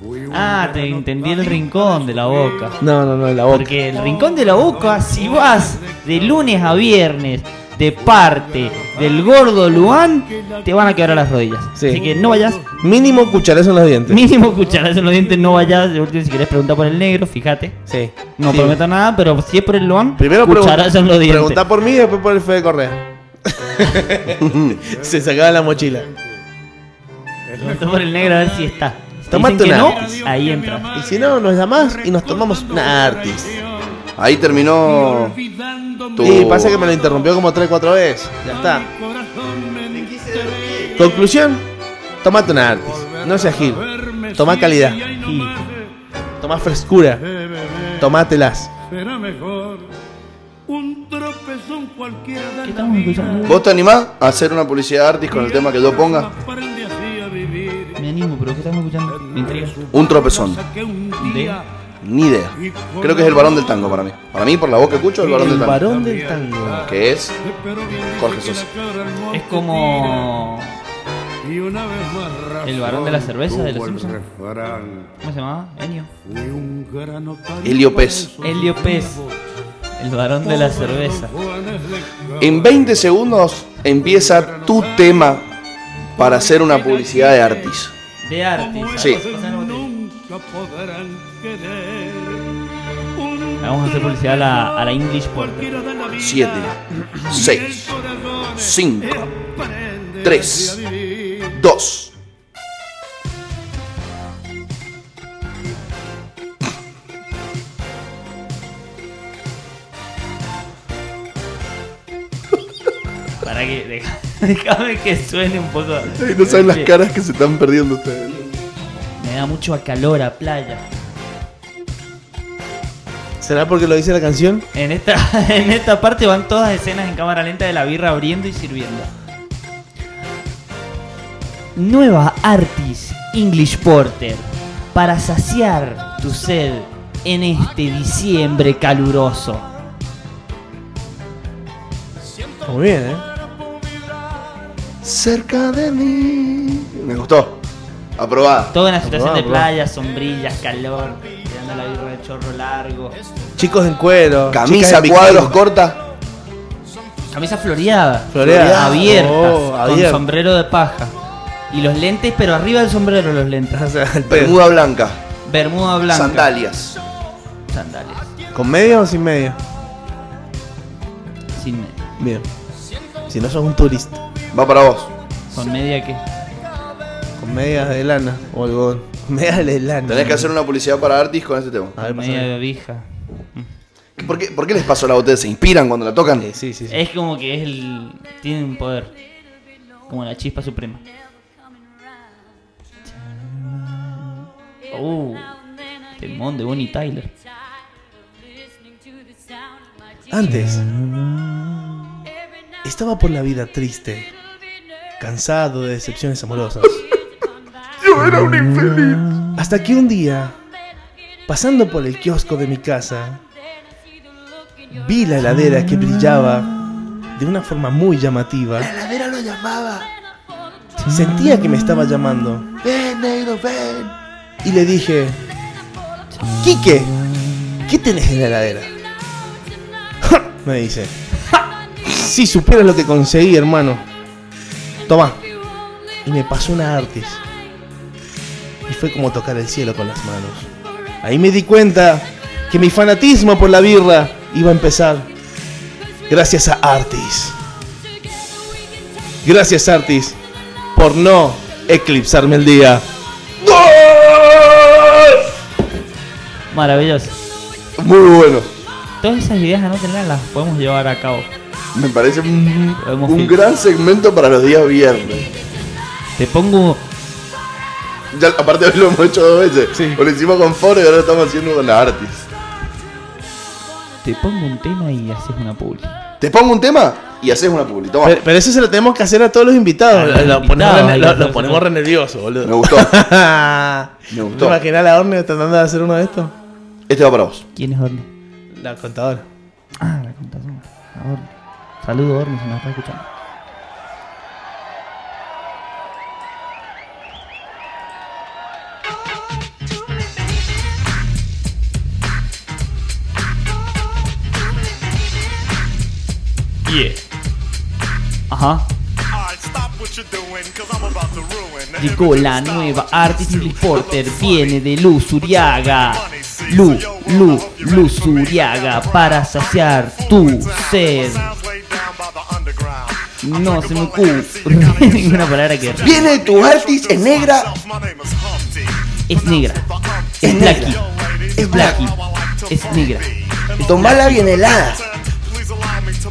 [SPEAKER 8] Fui un
[SPEAKER 6] Ah, te entendí el rincón de la boca.
[SPEAKER 1] No, no, no, en la boca.
[SPEAKER 6] Porque el rincón de la boca, si vas de lunes a viernes de parte del gordo Luan, te van a quebrar las rodillas.
[SPEAKER 1] Sí.
[SPEAKER 6] Así que no vayas,
[SPEAKER 1] Mínimo cucharazo en los dientes.
[SPEAKER 6] mínimo cucharazo en los dientes, no vayas. De último, si querés preguntar por el negro, fíjate.
[SPEAKER 1] Sí.
[SPEAKER 6] No
[SPEAKER 1] Sí.
[SPEAKER 6] prometo nada, pero si es por el Luan,
[SPEAKER 1] Primero
[SPEAKER 6] cucharazo en los dientes.
[SPEAKER 1] pregunta por mí y después por el Fede Correa. Se sacaba la mochila.
[SPEAKER 6] Preguntá por el negro a ver si está. Si te
[SPEAKER 1] Tomate
[SPEAKER 6] dicen que
[SPEAKER 1] una
[SPEAKER 6] no,
[SPEAKER 1] artis.
[SPEAKER 6] ahí entra.
[SPEAKER 1] Y si no, nos llamás y nos tomamos una artis.
[SPEAKER 2] Ahí terminó. Tu...
[SPEAKER 1] Y pasa que me lo interrumpió como 3-4 veces. Ya está. Conclusión: tomate una artis. No seas gil. Toma calidad. Toma frescura. Tomátelas.
[SPEAKER 8] Será mejor un tropezón cualquiera de
[SPEAKER 6] ¿Qué estamos escuchando?
[SPEAKER 2] ¿Vos te animás a hacer una publicidad artis con el tema que yo ponga?
[SPEAKER 8] aprende así a vivir.
[SPEAKER 6] Me animo, pero ¿qué estamos escuchando? Me intriga.
[SPEAKER 2] Un tropezón.
[SPEAKER 8] Que un
[SPEAKER 6] De-
[SPEAKER 8] día
[SPEAKER 2] Ni idea. Creo que es el varón del tango para mí. Para mí, por la voz que escucho, el varón
[SPEAKER 1] El
[SPEAKER 2] del tango.
[SPEAKER 1] varón del tango.
[SPEAKER 2] Que es Jorge Sosa.
[SPEAKER 6] Es como.
[SPEAKER 8] Y una vez más razón
[SPEAKER 6] El varón de la cerveza de los
[SPEAKER 8] tuvo el
[SPEAKER 6] Simpsons.
[SPEAKER 8] refrán.
[SPEAKER 6] ¿Cómo se llamaba? Enio.
[SPEAKER 8] Fui un gran otario
[SPEAKER 2] Helio Pez.
[SPEAKER 6] Helio Pez, el varón de la cerveza.
[SPEAKER 2] En 20 segundos empieza tu tema para hacer una publicidad de artis.
[SPEAKER 6] De Artis.
[SPEAKER 2] Sí.
[SPEAKER 8] Nunca podrán querer. Un
[SPEAKER 6] Vamos a hacer publicidad a la, a la English Porter.
[SPEAKER 8] tiro de la vida.
[SPEAKER 2] 7, 6, 5, 3, 2.
[SPEAKER 6] Para que. deja- Déjame que suene un poco.
[SPEAKER 2] No saben las caras que se están perdiendo ustedes.
[SPEAKER 6] Me da mucho a calor a playa.
[SPEAKER 1] ¿Será porque lo dice la canción?
[SPEAKER 6] En esta, en esta parte van todas escenas en cámara lenta de la birra abriendo y sirviendo. Nueva Artis English Porter para saciar tu sed en este diciembre caluroso.
[SPEAKER 1] Muy bien, ¿eh?
[SPEAKER 2] Cerca de mí. Me gustó. Aprobada.
[SPEAKER 6] Todo en la situación de
[SPEAKER 1] Aprobado, aprobado.
[SPEAKER 6] playa, sombrillas, calor, tirando la birra de chorro largo,
[SPEAKER 1] Chicos en cuero.
[SPEAKER 2] Camisa,
[SPEAKER 1] chicas en
[SPEAKER 2] cuadros
[SPEAKER 1] bikini.
[SPEAKER 2] corta.
[SPEAKER 6] camisa floreada,
[SPEAKER 1] Floreada.
[SPEAKER 6] abiertas,
[SPEAKER 1] Oh, abierta.
[SPEAKER 6] con sombrero de paja y los lentes, pero arriba del sombrero los lentes,
[SPEAKER 1] O sea, el pedo.
[SPEAKER 2] Bermuda blanca.
[SPEAKER 6] bermuda blanca,
[SPEAKER 2] Sandalias.
[SPEAKER 6] sandalias,
[SPEAKER 1] ¿Con media o sin media?
[SPEAKER 6] sin media.
[SPEAKER 1] Bien. Si no sos un turista.
[SPEAKER 2] Va para vos.
[SPEAKER 6] Con media que.
[SPEAKER 1] Con medias de lana o algodón. Medias de lana.
[SPEAKER 2] Tenés que hacer una publicidad para Artis con este tema.
[SPEAKER 1] A ver,
[SPEAKER 6] media
[SPEAKER 1] pásame.
[SPEAKER 6] de vija.
[SPEAKER 2] ¿Por qué, por qué les pasó la botella? ¿Se inspiran cuando la tocan?
[SPEAKER 1] Eh, sí, sí, sí.
[SPEAKER 6] Es como que es el. Tiene un poder. Como la chispa suprema. Uh. Temón de Bonnie Tyler.
[SPEAKER 1] Antes. Estaba por la vida triste. Cansado de decepciones amorosas.
[SPEAKER 2] Yo era un infeliz.
[SPEAKER 1] Hasta que un día, pasando por el kiosco de mi casa, vi la heladera que brillaba de una forma muy llamativa.
[SPEAKER 2] Heladera lo llamaba.
[SPEAKER 1] Sentía que me estaba llamando.
[SPEAKER 2] Ven, negro, ven.
[SPEAKER 1] y le dije, Quique, ¿qué tenés en la heladera? "Ja", Me dice, "Ja, si supieras lo que conseguí, hermano. Toma. Y me pasó una artis. Y fue como tocar el cielo con las manos. Ahí me di cuenta que mi fanatismo por la birra iba a empezar. Gracias a Artis. Gracias Artis por no eclipsarme el día.
[SPEAKER 6] Maravilloso.
[SPEAKER 2] Muy bueno.
[SPEAKER 6] Todas esas ideas anótenlas, las podemos llevar a cabo.
[SPEAKER 2] Me parece un,
[SPEAKER 6] Podemos
[SPEAKER 2] un
[SPEAKER 6] ir.
[SPEAKER 2] gran segmento para los días viernes.
[SPEAKER 6] Te pongo.
[SPEAKER 2] Ya, aparte hoy lo hemos hecho dos veces. O lo hicimos con Foro y ahora lo estamos haciendo con la Artis.
[SPEAKER 6] Te pongo un tema y haces una publi.
[SPEAKER 2] Te pongo un tema y haces una publi. Toma.
[SPEAKER 1] Pero, pero eso se lo tenemos que hacer a todos los invitados.
[SPEAKER 6] A
[SPEAKER 1] Lo-
[SPEAKER 6] los
[SPEAKER 1] lo, ponemos,
[SPEAKER 6] invitados,
[SPEAKER 1] re-
[SPEAKER 6] hay
[SPEAKER 1] lo-
[SPEAKER 6] que
[SPEAKER 1] lo
[SPEAKER 6] hacer-
[SPEAKER 1] ponemos re nervioso,
[SPEAKER 2] Me
[SPEAKER 1] boludo.
[SPEAKER 2] gustó.
[SPEAKER 1] Me
[SPEAKER 2] gustó.
[SPEAKER 1] imaginas la Orne tratando de hacer uno de estos?
[SPEAKER 2] Este va para vos.
[SPEAKER 6] ¿Quién es Orne?
[SPEAKER 1] La contadora.
[SPEAKER 6] Ah, la contación. A Orne. Saludo Orne, se nos está escuchando. Yeah. Ajá. Llegó la nueva artista y reporter, viene de Luz Uriaga. Lu, Lu, Luz Uriaga, para saciar tu sed. No se me ocurre ninguna palabra que rime.
[SPEAKER 2] Viene tu artis, es negra.
[SPEAKER 6] Es negra, es
[SPEAKER 2] negra.
[SPEAKER 6] blacky, es blacky, es negra.
[SPEAKER 2] Tomala bien helada.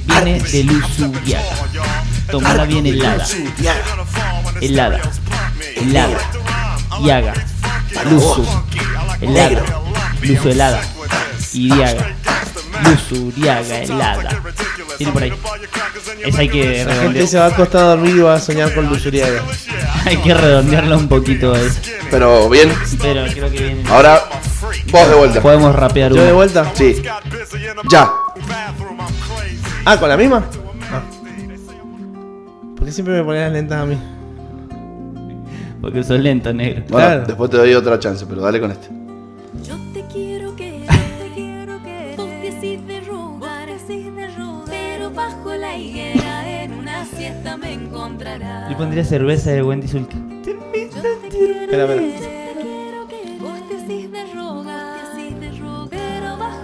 [SPEAKER 6] Viene de Luz Uriaga. Tomala bien helada,
[SPEAKER 2] Ya.
[SPEAKER 6] helada, helada, Yaga, Luzu, helada, Luzu helada, Iriaga, Luzu, Uriaga, helada. Tiene por ahí. Esa hay que
[SPEAKER 1] La gente se
[SPEAKER 6] redondear.
[SPEAKER 1] va a acostar a dormir y va a soñar con Luz Uriaga.
[SPEAKER 6] Hay que redondearla un poquito, eh.
[SPEAKER 2] Pero bien,
[SPEAKER 6] pero creo que viene.
[SPEAKER 2] ahora vos de vuelta.
[SPEAKER 6] Podemos rapear
[SPEAKER 1] ¿Yo de
[SPEAKER 6] uno.
[SPEAKER 1] vuelta?
[SPEAKER 2] Sí. Ya.
[SPEAKER 1] Ah, ¿con la misma? Ah. ¿Por qué siempre me ponen las lentas a mí?
[SPEAKER 6] Porque sos lento, negro.
[SPEAKER 2] Bueno,
[SPEAKER 1] Claro.
[SPEAKER 2] después te doy otra chance, pero dale con este.
[SPEAKER 9] Yo te quiero que, yo te quiero que, vos te hiciste rogar, te hiciste rogar, pero bajo la higuera en una siesta me encontrarás.
[SPEAKER 6] Yo pondría cerveza de Wendy Zulka.
[SPEAKER 1] Espera, espera.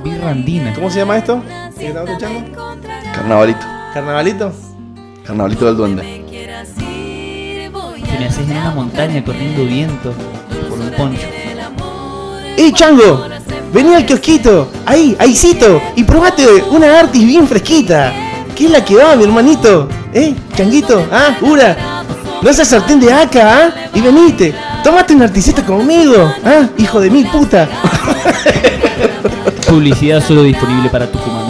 [SPEAKER 6] Birra andina.
[SPEAKER 1] ¿Cómo se llama esto? ¿Qué estamos escuchando?
[SPEAKER 2] Carnavalito.
[SPEAKER 1] ¿Carnavalito?
[SPEAKER 2] Carnavalito del duende.
[SPEAKER 6] Te me haces en una montaña corriendo viento por un poncho.
[SPEAKER 1] ¡Ey, Chango! Vení al kiosquito, ahí, ahícito, y probate una Artis bien fresquita. ¿Qué es la que va, mi hermanito? ¿Eh? Changuito, ¿ah? Ura. No seas sartén de acá, ¿ah? Y venite. Tómate un artiseta conmigo, ¿ah? Hijo de mil puta.
[SPEAKER 6] Publicidad solo disponible para Tucumán.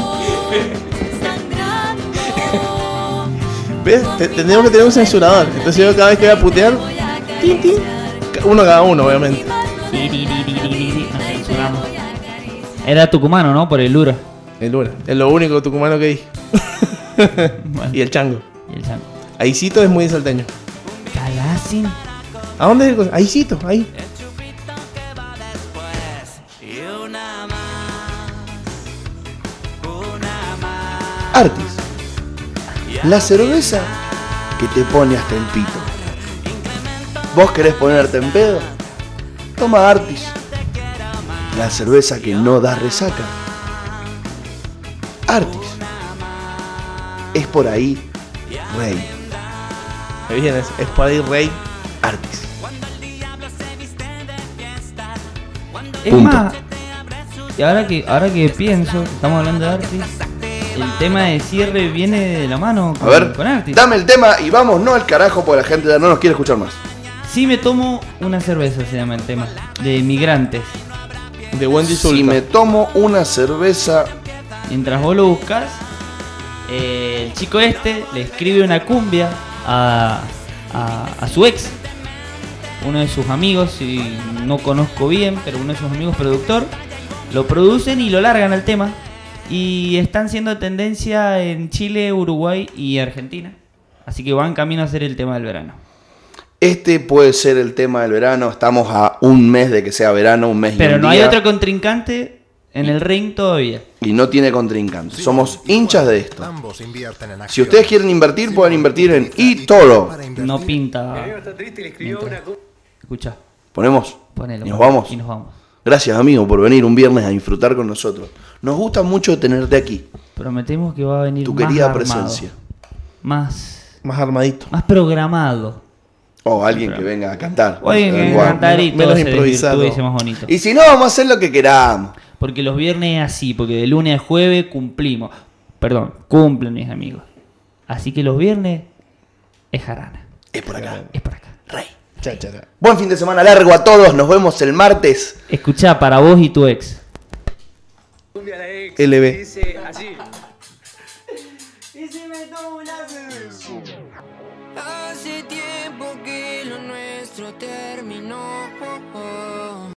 [SPEAKER 1] ¿Ves? Te- tendríamos que tener un censurador. Entonces yo cada vez que voy a putear, tin, tin. uno cada uno, obviamente.
[SPEAKER 6] Nos censuramos. Era tucumano, ¿no? Por el Ura.
[SPEAKER 1] El Ura. Es lo único tucumano que dije.
[SPEAKER 6] Bueno,
[SPEAKER 1] Y el Chango.
[SPEAKER 6] y el santo.
[SPEAKER 1] Ahícito es muy salteño.
[SPEAKER 6] Calacin.
[SPEAKER 1] ¿A dónde? es el cos- Ahícito, ahí.
[SPEAKER 2] Artis. La cerveza que te pone hasta el pito. ¿Vos querés ponerte en pedo? Toma Artis. La cerveza que no da resaca. Artis. Es por ahí, rey.
[SPEAKER 1] Ahí viene, es, es por ahí Rey.
[SPEAKER 2] Artis.
[SPEAKER 6] Es
[SPEAKER 2] Punto.
[SPEAKER 6] más, y ahora que, ahora que pienso, que estamos hablando de Artis, el tema de cierre viene de la mano
[SPEAKER 2] A
[SPEAKER 6] con,
[SPEAKER 2] ver,
[SPEAKER 6] con Artis.
[SPEAKER 2] dame el tema y vamos, no al carajo, porque la gente ya no nos quiere escuchar más.
[SPEAKER 6] Si me tomo una cerveza, se llama el tema, de migrantes.
[SPEAKER 1] De Wendy Zulka.
[SPEAKER 2] Si me tomo una cerveza,
[SPEAKER 6] Mientras vos lo buscas, eh, el chico este le escribe una cumbia a, a- a su ex, uno de sus amigos, y no conozco bien, pero uno de sus amigos productor, lo producen y lo largan al tema. Y están siendo tendencia en Chile, Uruguay y Argentina. Así que van camino a ser el tema del verano.
[SPEAKER 2] este puede ser el tema del verano. Estamos a un mes de que sea verano, un mes y
[SPEAKER 6] Pero
[SPEAKER 2] un
[SPEAKER 6] no hay
[SPEAKER 2] día,
[SPEAKER 6] otro contrincante en el ring todavía.
[SPEAKER 2] Y no tiene contrincante. Somos hinchas de esto.
[SPEAKER 10] Ambos invierten en
[SPEAKER 2] Si
[SPEAKER 10] acción.
[SPEAKER 2] ustedes quieren invertir, pueden invertir en eToro.
[SPEAKER 6] No pinta. Mientras- Escucha,
[SPEAKER 2] Ponemos.
[SPEAKER 6] ponelo.
[SPEAKER 2] Y nos vamos.
[SPEAKER 6] Y nos vamos.
[SPEAKER 2] Gracias, amigo, por venir un viernes a disfrutar con nosotros. Nos gusta mucho tenerte aquí,
[SPEAKER 6] Prometemos que va a venir
[SPEAKER 2] tu
[SPEAKER 6] más
[SPEAKER 2] querida
[SPEAKER 6] armado,
[SPEAKER 2] presencia.
[SPEAKER 6] Más,
[SPEAKER 1] Más armadito.
[SPEAKER 6] más programado.
[SPEAKER 2] O alguien que venga a cantar.
[SPEAKER 6] Oye,
[SPEAKER 2] Tal
[SPEAKER 6] que
[SPEAKER 2] cual.
[SPEAKER 6] cantar y
[SPEAKER 1] menos-
[SPEAKER 6] todo
[SPEAKER 1] menos
[SPEAKER 6] se
[SPEAKER 1] improvisado.
[SPEAKER 6] desvirtúe y sea más bonito.
[SPEAKER 2] Y si no, vamos a hacer lo que queramos.
[SPEAKER 6] Porque los viernes es así, porque de lunes a jueves cumplimos. Perdón, cumplen mis amigos. Así que los viernes es jarana.
[SPEAKER 2] Es por acá.
[SPEAKER 6] Es por acá.
[SPEAKER 2] Rey.
[SPEAKER 1] Cha, cha, cha.
[SPEAKER 2] Buen fin de semana largo a todos. Nos vemos el martes.
[SPEAKER 6] Escuchá para vos y tu ex.
[SPEAKER 1] LB.
[SPEAKER 5] Hace tiempo que lo nuestro terminó.